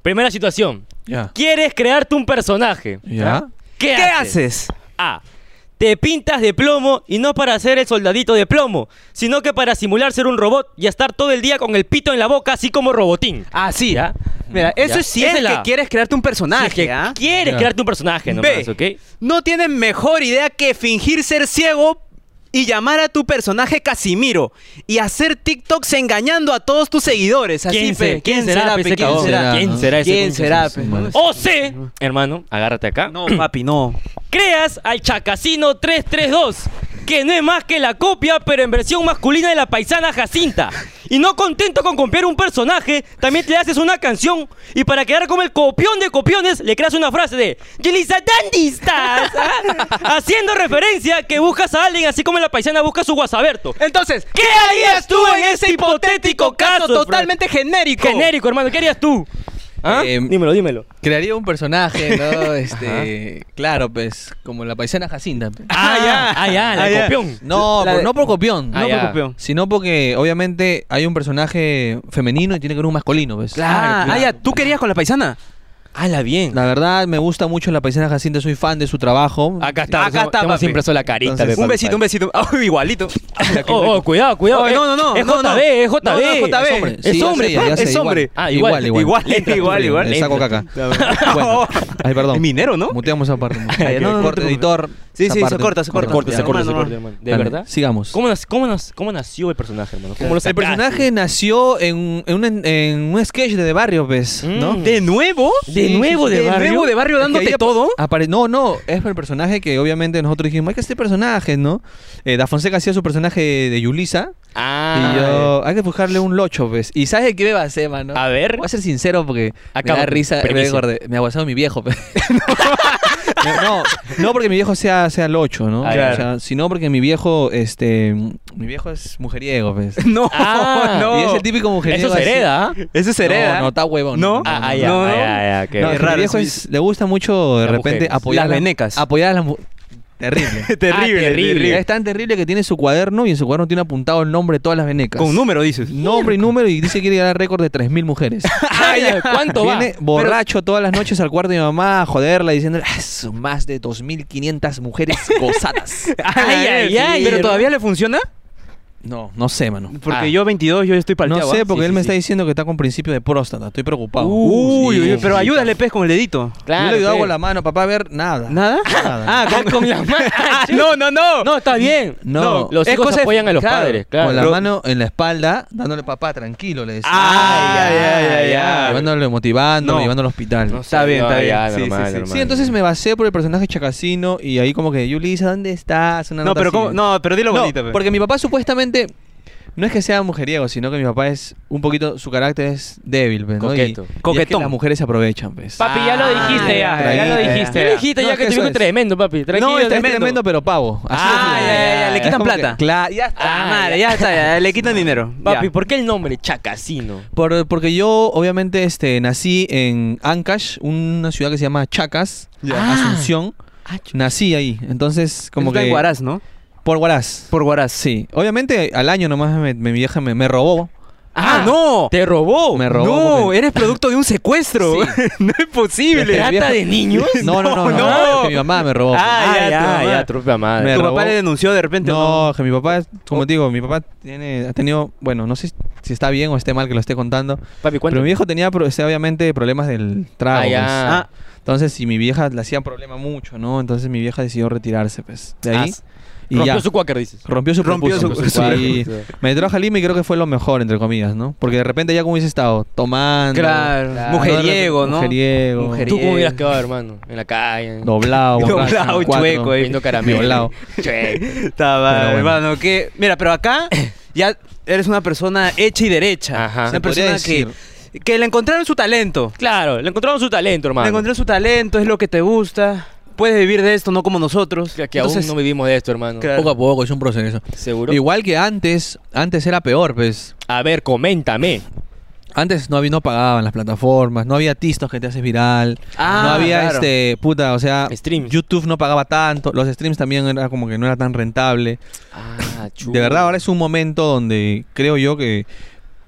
Speaker 3: Primera situación.
Speaker 1: Ya.
Speaker 3: ¿Quieres crearte un personaje?
Speaker 1: Ya.
Speaker 3: ¿Qué,
Speaker 2: ¿Qué,
Speaker 3: haces?
Speaker 2: haces?
Speaker 3: A. Te pintas de plomo y no para ser el soldadito de plomo, sino que para simular ser un robot y estar todo el día con el pito en la boca, así como robotín.
Speaker 2: Ah, sí.
Speaker 3: Ya.
Speaker 2: Mira, eso
Speaker 3: Ya.
Speaker 2: es si es
Speaker 3: Esa es
Speaker 2: que
Speaker 3: la-
Speaker 2: quieres crearte un personaje,
Speaker 3: Si es que
Speaker 2: ¿ah?
Speaker 3: quieres
Speaker 1: Ya.
Speaker 3: crearte un personaje nomás,
Speaker 2: B.
Speaker 3: ¿ok?
Speaker 2: No tienen mejor idea que fingir ser ciego y llamar a tu personaje Casimiro y hacer TikToks engañando a todos tus seguidores. Así,
Speaker 3: ¿Quién,
Speaker 2: pe,
Speaker 3: se- quién será, pe, ese
Speaker 2: ¿Quién
Speaker 3: cabrón?
Speaker 2: será?
Speaker 3: ¿Quién
Speaker 1: ¿no?
Speaker 3: será ese Oh,
Speaker 2: ¿Quién
Speaker 3: concha
Speaker 2: será,
Speaker 3: de su
Speaker 2: pe?
Speaker 1: madre?
Speaker 3: O C, hermano, agárrate acá.
Speaker 2: No, papi, no.
Speaker 3: Creas al Chacasino 332, que no es más que la copia, pero en versión masculina de la paisana Jacinta. Y no contento con copiar un personaje, también te haces una canción y para quedar como el copión de copiones, le creas una frase de Yelisa Dandistas, ¿ah? haciendo referencia que buscas a alguien así como la paisana busca a su guasaberto.
Speaker 2: Entonces,
Speaker 3: ¿Qué harías tú en ese hipotético caso, Fran?
Speaker 2: totalmente Em, genérico?
Speaker 3: Genérico, hermano, ¿qué harías tú? ¿Ah?
Speaker 1: Eh,
Speaker 3: dímelo, dímelo.
Speaker 1: Crearía un personaje, ¿no? Este, claro, pues, como la paisana Jacinta.
Speaker 3: Ah, ya, ah, ya, la
Speaker 2: Ah,
Speaker 3: de
Speaker 2: ya.
Speaker 3: copión.
Speaker 1: No,
Speaker 2: La
Speaker 1: por-
Speaker 2: de-
Speaker 1: no por copión,
Speaker 3: Ah,
Speaker 1: no
Speaker 3: ya.
Speaker 1: por copión, sino porque obviamente hay un personaje femenino y tiene que haber un masculino, pues. ¿ves?
Speaker 2: Claro, Ah, ya, ¿tú querías con la paisana?
Speaker 3: Hala, bien.
Speaker 1: La verdad me gusta mucho la paisana Jacinta, soy fan de su trabajo.
Speaker 3: Acá está,
Speaker 2: Acá está,
Speaker 3: te hemos
Speaker 2: papi.
Speaker 3: impreso la carita.
Speaker 1: Entonces,
Speaker 3: de
Speaker 2: Un
Speaker 3: papi.
Speaker 2: besito, un besito. Ah, igualito.
Speaker 3: Oh, oh, cuidado, cuidado.
Speaker 2: Oh, no, no, no,
Speaker 3: Es
Speaker 2: no,
Speaker 3: JB,
Speaker 2: no.
Speaker 3: es JB.
Speaker 2: No, no, es JB.
Speaker 1: Es hombre,
Speaker 3: Es
Speaker 1: sí, ya
Speaker 3: hombre,
Speaker 1: sé, ya
Speaker 3: pa,
Speaker 1: sé,
Speaker 2: es
Speaker 1: igual.
Speaker 2: hombre.
Speaker 3: Ah, igual,
Speaker 2: igual, igual, igual.
Speaker 1: Le saco caca. Bueno, ay, perdón.
Speaker 2: oh, Minero, ¿no?
Speaker 1: Muteamos esa parte.
Speaker 2: Ay, no, no, no
Speaker 1: Corte,
Speaker 2: te preocupes.
Speaker 1: editor.
Speaker 2: Sí,
Speaker 1: esa
Speaker 2: sí, se
Speaker 1: parte.
Speaker 2: corta, se corta.
Speaker 3: Corte, se
Speaker 2: Hermano,
Speaker 3: corta, se
Speaker 2: hermano.
Speaker 3: corta, hermano. ¿De
Speaker 1: Dale,
Speaker 3: verdad?
Speaker 1: Sigamos.
Speaker 3: ¿Cómo, nas- cómo nas- cómo nació el personaje, hermano? ¿Cómo lo
Speaker 1: El
Speaker 3: sacaste?
Speaker 1: personaje nació en, un- en un, en un sketch de, de barrio, ¿ves? ¿No?
Speaker 3: Mm.
Speaker 2: ¿De nuevo?
Speaker 3: ¿De nuevo de barrio?
Speaker 2: ¿De nuevo de barrio
Speaker 1: Es que
Speaker 2: dándote
Speaker 1: ahí ap-
Speaker 2: todo?
Speaker 1: apare- no, no, es el personaje que obviamente nosotros dijimos, hay que este personaje, ¿no? Eh, da Fonseca hacía su personaje de Yulisa.
Speaker 3: Ah,
Speaker 1: y yo, hay que buscarle un locho, ¿ves? ¿Y sabes qué me va a hacer, mano?
Speaker 3: A ver.
Speaker 1: Voy a ser sincero porque
Speaker 3: Acaba
Speaker 1: me da
Speaker 3: tu
Speaker 1: risa, me,
Speaker 3: primicia.
Speaker 1: acordé, me ha guasado mi viejo, pues. no, no, no porque mi viejo sea, sea locho, ¿no?
Speaker 3: Ah, claro.
Speaker 1: O sea, sino porque mi viejo, este, mi viejo es mujeriego, ¿ves?
Speaker 2: No,
Speaker 3: Ah,
Speaker 2: no.
Speaker 1: Y es el típico mujeriego.
Speaker 3: Eso se
Speaker 1: así.
Speaker 3: hereda. ¿ah?
Speaker 2: Eso es hereda.
Speaker 1: No, no, está huevón.
Speaker 2: ¿No?
Speaker 3: Ah, ah, ya,
Speaker 2: No,
Speaker 3: ah,
Speaker 2: no.
Speaker 3: ya, ya, qué
Speaker 1: No,
Speaker 2: es
Speaker 1: es que
Speaker 3: bueno.
Speaker 2: raro,
Speaker 1: mi viejo
Speaker 2: sí.
Speaker 1: es- le gusta mucho de
Speaker 3: Las
Speaker 1: repente
Speaker 3: mujeres.
Speaker 1: apoyar
Speaker 2: Las
Speaker 1: a la-
Speaker 2: venecas.
Speaker 1: Apoyar a las mu- terrible.
Speaker 2: terrible,
Speaker 3: Ah, terrible.
Speaker 1: Es tan terrible que tiene su cuaderno y en su cuaderno tiene apuntado el nombre de todas las venecas.
Speaker 2: Con número dices.
Speaker 1: Nombre y número y dice que quiere ganar récord de 3.000 mujeres.
Speaker 3: Ah, ya, ¿Cuánto va?
Speaker 1: Viene borracho todas las noches al cuarto de mi mamá a joderla diciéndole, "Ah, son más de 2.500 mujeres gozadas.
Speaker 3: Ay, ay, ay,
Speaker 2: ¿Pero
Speaker 3: hermano.
Speaker 2: todavía le funciona?
Speaker 1: no, no sé, mano.
Speaker 2: Porque
Speaker 3: Ah.
Speaker 2: yo 22, yo estoy
Speaker 1: No
Speaker 2: palteado. ¿ah?
Speaker 1: sé, porque
Speaker 2: Sí,
Speaker 1: él
Speaker 2: sí,
Speaker 1: me
Speaker 2: sí.
Speaker 1: está diciendo que está con principio de próstata. Estoy preocupado.
Speaker 2: Uy,
Speaker 1: Sí,
Speaker 2: uy, uy, pero
Speaker 1: sí.
Speaker 2: ayúdale, pez, con el
Speaker 1: Yo
Speaker 2: dedito.
Speaker 1: le
Speaker 3: Claro,
Speaker 1: ayudo
Speaker 3: pues.
Speaker 1: con la mano, papá, a ver, nada.
Speaker 2: ¿Nada?
Speaker 1: Nada.
Speaker 2: Ah, con,
Speaker 3: con la mano.
Speaker 2: Ah, no, no, no.
Speaker 3: No, está bien.
Speaker 1: No.
Speaker 3: Los
Speaker 2: Es
Speaker 3: hijos
Speaker 2: cosa de-
Speaker 3: apoyan a los
Speaker 2: claro.
Speaker 3: padres, claro.
Speaker 1: Con la
Speaker 2: Lo-
Speaker 1: mano en la espalda, dándole papá, tranquilo, le decía.
Speaker 2: Ay, ay, ay, ay, ay.
Speaker 1: Llevándolo, motivándolo,
Speaker 2: No.
Speaker 1: llevándolo al hospital.
Speaker 3: No sé,
Speaker 2: Está bien,
Speaker 3: no,
Speaker 2: está
Speaker 3: ya,
Speaker 2: bien. Sí,
Speaker 3: normal,
Speaker 2: sí, sí.
Speaker 3: normal.
Speaker 1: Sí, entonces me basé por el personaje Chacasino y ahí como que, Yulisa, ¿dónde estás? Una
Speaker 2: No,
Speaker 1: nota
Speaker 2: pero
Speaker 1: así.
Speaker 2: ¿cómo? No, pero dilo
Speaker 1: No,
Speaker 2: bonito. pe.
Speaker 1: porque mi papá supuestamente No es que sea mujeriego, sino que mi papá es un poquito, su carácter es débil, pues, ¿no? Y-
Speaker 5: Coqueto.
Speaker 1: y es que
Speaker 2: Coquetón.
Speaker 1: las mujeres se aprovechan, pues.
Speaker 5: Papi, ya lo dijiste, ya,
Speaker 1: Ah,
Speaker 5: ya lo
Speaker 1: ya.
Speaker 5: dijiste.
Speaker 3: Yo
Speaker 5: ya.
Speaker 3: le dijiste
Speaker 1: No,
Speaker 3: ya
Speaker 1: es
Speaker 3: que
Speaker 1: que
Speaker 3: tuvimos
Speaker 1: eso
Speaker 3: un
Speaker 1: es.
Speaker 3: tremendo, papi. Tranquilo,
Speaker 1: no, es tremendo.
Speaker 3: tremendo.
Speaker 1: pero pavo. Así
Speaker 2: Ah,
Speaker 1: es.
Speaker 2: ya, ya, ya, le
Speaker 1: Es
Speaker 2: quitan
Speaker 1: como que-
Speaker 2: plata.
Speaker 1: cla- ya está.
Speaker 2: Ah, madre, ya está, ya, le quitan dinero. ya.
Speaker 3: Papi, ¿por qué el nombre Chacasino?
Speaker 1: Por- porque yo, obviamente, este, nací en Ancash, una ciudad que se llama Chacas,
Speaker 2: Ya. Ah,
Speaker 1: Asunción. nací ahí. Entonces, como
Speaker 2: Está
Speaker 1: que.
Speaker 2: en Guaraz, ¿no?
Speaker 1: Por Guaraz.
Speaker 2: Por Guaraz.
Speaker 1: Sí. Obviamente, al año nomás me, me- mi vieja me, me robó.
Speaker 2: Ah, no.
Speaker 3: Te robó.
Speaker 1: Me robó.
Speaker 2: no,
Speaker 1: porque-
Speaker 2: eres producto de un secuestro. no es posible.
Speaker 1: Es que mi
Speaker 3: ¿Trata
Speaker 1: vieja-
Speaker 3: de niños?
Speaker 1: No, no, no. no,
Speaker 2: No.
Speaker 1: que mi mamá me robó.
Speaker 2: Ah, ya, tu mamá.
Speaker 3: trupa madre.
Speaker 1: Me
Speaker 2: tu
Speaker 1: robó.
Speaker 2: papá le denunció de repente.
Speaker 1: No, que mi papá, como te digo, mi papá tiene, ha tenido, bueno, no sé si está bien o esté mal que lo esté contando,
Speaker 3: Papi, ¿cuánto?
Speaker 1: pero mi viejo tenía, pro- o sea, obviamente, problemas del trago.
Speaker 3: Ah, ya.
Speaker 1: pues.
Speaker 2: Ah,
Speaker 1: Entonces, si mi vieja le hacía problema mucho, ¿no? Entonces mi vieja decidió retirarse, pues, de ahí.
Speaker 3: Ah,
Speaker 1: y
Speaker 3: rompió
Speaker 1: ya.
Speaker 3: su cuáquer, dices.
Speaker 1: Rompió su
Speaker 2: Rompió
Speaker 1: prepucio.
Speaker 2: su- su-
Speaker 1: Y me trajo a Lima y creo que fue lo mejor, entre comillas, ¿no? Porque de repente ya como hubiese estado tomando.
Speaker 2: claro.
Speaker 1: ¿no?
Speaker 2: Mujeriego, ¿no?
Speaker 1: Mujeriego.
Speaker 2: Mujeriego.
Speaker 3: ¿Tú cómo hubieras quedado, hermano? En la calle.
Speaker 1: Doblado. borracho,
Speaker 2: Doblado,
Speaker 1: cuatro,
Speaker 2: chueco, eh.
Speaker 3: Viendo caramelo.
Speaker 1: Violado.
Speaker 3: Che.
Speaker 2: Está mal,
Speaker 1: Pero bueno.
Speaker 2: hermano. Que, mira, pero acá ya eres una persona hecha y derecha.
Speaker 3: Ajá.
Speaker 1: Se
Speaker 2: Una
Speaker 1: podría
Speaker 2: persona que, que le encontraron su talento.
Speaker 3: Claro, le encontraron su talento, hermano.
Speaker 2: Le encontraron su talento, es lo que te gusta. Puedes vivir de esto, no como nosotros.
Speaker 3: Que, que aún no vivimos de esto, hermano.
Speaker 2: Claro.
Speaker 1: Poco a poco, es un proceso.
Speaker 3: ¿Seguro?
Speaker 1: Igual que antes, antes era peor, pues.
Speaker 3: A ver, coméntame.
Speaker 1: Antes no, había, no pagaban las plataformas, no había tistos que te haces viral,
Speaker 2: Ah,
Speaker 1: no había
Speaker 2: claro.
Speaker 1: este, puta, o sea,
Speaker 3: Streams.
Speaker 1: YouTube no pagaba tanto, los streams también era como que no era tan rentable.
Speaker 3: Ah, chulo.
Speaker 1: De verdad, ahora es un momento donde creo yo que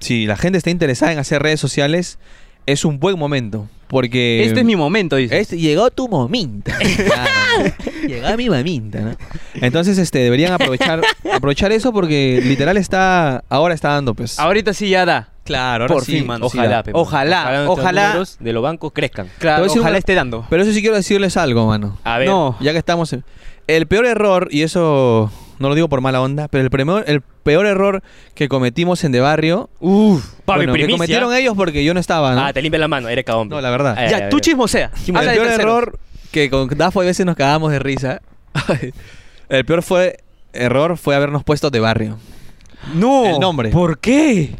Speaker 1: si la gente está interesada en hacer redes sociales, es un buen momento, porque...
Speaker 2: Este es mi momento, dice.
Speaker 1: Este- llegó tu momento. Claro. llegó mi mamita, ¿no? Entonces, este, deberían aprovechar, aprovechar eso porque literal está, ahora está dando, pues.
Speaker 2: Ahorita sí ya da.
Speaker 1: claro,
Speaker 2: por fin, mano.
Speaker 1: da.
Speaker 3: Ojalá, pe, mano.
Speaker 2: Ojalá,
Speaker 3: nuestros
Speaker 2: ojalá.
Speaker 3: números de los bancos crezcan.
Speaker 1: Te voy a
Speaker 2: Claro,
Speaker 1: decir
Speaker 2: ojalá
Speaker 1: una-
Speaker 2: esté dando.
Speaker 1: Pero eso sí quiero decirles algo, mano.
Speaker 3: A ver.
Speaker 2: No.
Speaker 1: Ya que estamos en- El peor error, y eso no lo digo por mala onda, pero el, premo- el peor error que cometimos en De Barrio...
Speaker 3: Uf, papi,
Speaker 1: bueno, que
Speaker 3: primicia.
Speaker 1: cometieron ellos porque yo no estaba, ¿no?
Speaker 3: Ah, te limpia la mano, eres cagón. Eh,
Speaker 1: No, la verdad.
Speaker 3: Ay, ay,
Speaker 2: ya, Ah,
Speaker 3: ay,
Speaker 2: tú
Speaker 3: ay.
Speaker 2: chismosea.
Speaker 1: El
Speaker 2: Habla de
Speaker 1: peor
Speaker 2: terceros.
Speaker 1: error que con Dafo a veces nos cagamos de risa. el peor fue error fue habernos puesto de barrio.
Speaker 2: No.
Speaker 1: El nombre.
Speaker 2: ¿Por qué?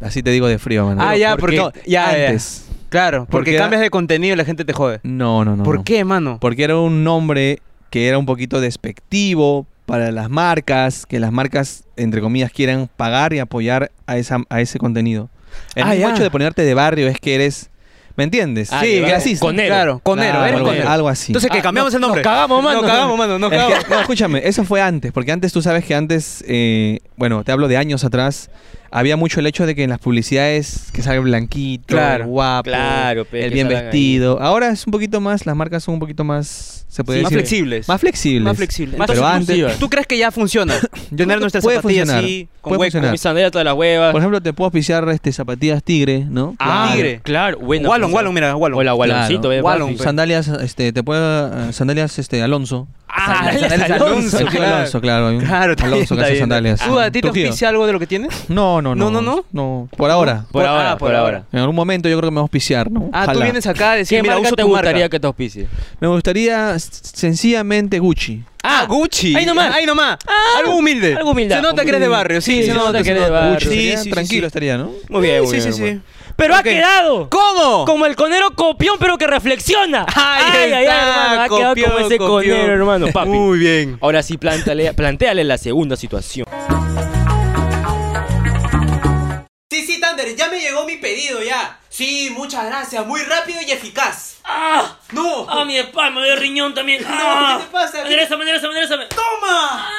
Speaker 1: Así te digo de frío, mano.
Speaker 2: Ah,
Speaker 1: Pero
Speaker 2: ya,
Speaker 1: ¿por
Speaker 2: porque.
Speaker 1: qué
Speaker 2: ya, ya.
Speaker 1: antes.
Speaker 2: Claro, porque
Speaker 1: Porque era-
Speaker 2: cambias de contenido y la gente te jode.
Speaker 1: No, no, no.
Speaker 2: ¿Por
Speaker 1: no.
Speaker 2: qué, mano?
Speaker 1: Porque era un nombre que era un poquito despectivo para las marcas, que las marcas, entre comillas, quieran pagar y apoyar a, esa, a ese contenido. El
Speaker 2: Ah,
Speaker 1: mismo
Speaker 2: ya.
Speaker 1: hecho de ponerte de barrio es que eres. ¿Me entiendes?
Speaker 3: Ah, de barrio.
Speaker 1: clasista.
Speaker 3: Conero.
Speaker 2: Claro, conero,
Speaker 1: Claro,
Speaker 2: eres
Speaker 1: algo-
Speaker 2: conero.
Speaker 1: Algo así.
Speaker 2: Entonces que
Speaker 3: Ah,
Speaker 2: cambiamos
Speaker 3: no-
Speaker 2: el nombre.
Speaker 3: nos cagamos, mano.
Speaker 2: Nos cagamos, mano. Nos
Speaker 1: Es
Speaker 2: cagamos.
Speaker 1: que- no, escúchame, eso fue antes, porque antes tú sabes que antes, eh, bueno, te hablo de años atrás, había mucho el hecho de que en las publicidades que sale el blanquito,
Speaker 2: Claro,
Speaker 1: el guapo,
Speaker 3: claro, pe,
Speaker 1: el
Speaker 3: que
Speaker 1: bien
Speaker 3: salgan
Speaker 1: vestido. Ahora es un poquito más, las marcas son un poquito más, se puede
Speaker 2: más
Speaker 1: decir,
Speaker 2: flexibles.
Speaker 1: Más flexibles.
Speaker 2: Más flexibles.
Speaker 1: Pero
Speaker 2: Más
Speaker 1: antes,
Speaker 3: inclusivas.
Speaker 2: ¿Tú crees que ya funciona? Llenar nuestras
Speaker 1: puede
Speaker 2: zapatillas
Speaker 1: funcionar,
Speaker 2: así, con
Speaker 1: puede
Speaker 2: hueco.
Speaker 1: funcionar.
Speaker 3: Mis sandalias todas las huevas.
Speaker 1: por ejemplo, te puedo auspiciar este, zapatillas tigre, ¿no?
Speaker 2: Ah,
Speaker 3: Claro,
Speaker 2: tigre.
Speaker 3: Claro, bueno. pues,
Speaker 2: Wallon, Wallon, mira, Wallon.
Speaker 3: Hola, Walloncito, ve,
Speaker 2: Wallon,
Speaker 3: papi.
Speaker 2: pe.
Speaker 1: Sandalias, este, te puedo, eh, sandalias, este, Alonso.
Speaker 3: Ah,
Speaker 1: Sandalias
Speaker 3: sandalias Alonso,
Speaker 1: el tío
Speaker 2: claro.
Speaker 1: Alonso, claro. hay un
Speaker 2: Claro, está
Speaker 1: Alonso
Speaker 2: bien,
Speaker 1: que
Speaker 2: está
Speaker 1: hace
Speaker 2: bien.
Speaker 1: sandalias.
Speaker 2: ¿Tú a ti te
Speaker 1: ¿Tú, Gio?
Speaker 2: auspicia algo de lo que tienes?
Speaker 1: No, no, no.
Speaker 2: No, no, no.
Speaker 1: Por ahora.
Speaker 3: Por
Speaker 2: Por-
Speaker 3: ahora,
Speaker 2: ah,
Speaker 3: por
Speaker 2: por
Speaker 3: ahora.
Speaker 1: En algún momento yo creo que me va a auspiciar, ¿no?
Speaker 2: Ah, tú
Speaker 1: Ojalá.
Speaker 2: vienes acá a decir,
Speaker 3: ¿Qué
Speaker 2: mira,
Speaker 3: marca
Speaker 2: uso
Speaker 3: te
Speaker 2: tu marca.
Speaker 3: gustaría que te auspicie?
Speaker 1: Me gustaría s- sencillamente Gucci.
Speaker 2: Ah, Gucci.
Speaker 3: Ahí nomás.
Speaker 2: Ahí nomás. algo humilde.
Speaker 3: algo humildad.
Speaker 2: Se nota que eres de barrio, sí.
Speaker 3: Sí, se nota que eres de barrio.
Speaker 1: Gucci.
Speaker 2: Sí,
Speaker 1: sería
Speaker 2: sí, sí,
Speaker 1: tranquilo
Speaker 2: sí.
Speaker 1: estaría, ¿no?
Speaker 3: Muy bien, muy
Speaker 2: Sí, sí,
Speaker 3: bien,
Speaker 2: sí.
Speaker 3: hermano. Pero
Speaker 2: Ok.
Speaker 3: ha quedado.
Speaker 2: ¿Cómo?
Speaker 3: Como el conero copión, pero que reflexiona.
Speaker 2: Ahí
Speaker 3: hermano,
Speaker 2: está,
Speaker 3: ha quedado
Speaker 2: copió,
Speaker 3: como ese
Speaker 2: copió.
Speaker 3: conero, hermano, papi.
Speaker 2: Muy bien.
Speaker 3: Ahora sí, planteale, planteale la segunda situación.
Speaker 2: Sí, sí, Thunder, ya me llegó mi pedido ya. Sí, muchas gracias, muy rápido y eficaz.
Speaker 6: ¡Ah!
Speaker 2: ¡No!
Speaker 6: ¡Ah, mi espalda! Me doy riñón también. ¡Ah!
Speaker 2: ¿qué te pasa?
Speaker 6: Enderezame, enderezame, enderezame.
Speaker 2: ¡Toma!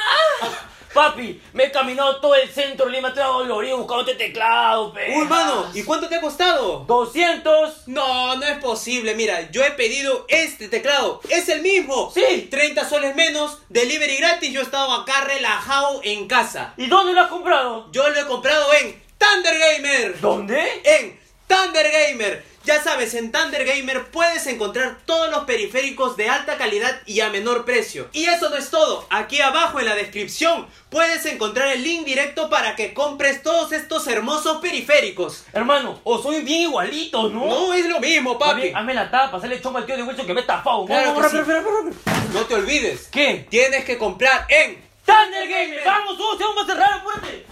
Speaker 6: Papi, me he caminado todo el centro de Lima, te hago dolorido buscando este teclado, pe. Ah,
Speaker 2: ¡Uy, mano! ¿Y cuánto te ha costado?
Speaker 6: 200.
Speaker 2: No, no es posible, mira, yo he pedido este teclado, es el mismo.
Speaker 6: Sí.
Speaker 2: 30 soles menos, delivery gratis, yo he estado acá relajado en casa.
Speaker 6: ¿Y dónde lo has comprado?
Speaker 2: Yo lo he comprado en Thunder Gamer.
Speaker 6: ¿Dónde?
Speaker 2: en Thunder Gamer. Ya sabes, en Thunder Gamer puedes encontrar todos los periféricos de alta calidad y a menor precio. Y eso no es todo. Aquí abajo en la descripción puedes encontrar el link directo para que compres todos estos hermosos periféricos.
Speaker 6: Hermano, o soy bien igualito, ¿no?
Speaker 2: No es lo mismo,
Speaker 6: Más
Speaker 2: papi.
Speaker 6: bien, Hazme la tapa, hazle chongo al tío de Wilson que me ha estafado.
Speaker 2: Claro
Speaker 6: Vamos,
Speaker 2: que
Speaker 6: rápido,
Speaker 2: sí.
Speaker 6: rápido, rápido, rápido.
Speaker 2: No te olvides.
Speaker 6: ¿Qué?
Speaker 2: Tienes que comprar en
Speaker 6: Thunder Gamer, vamos, oh, se vamos a cerrar, apúrate.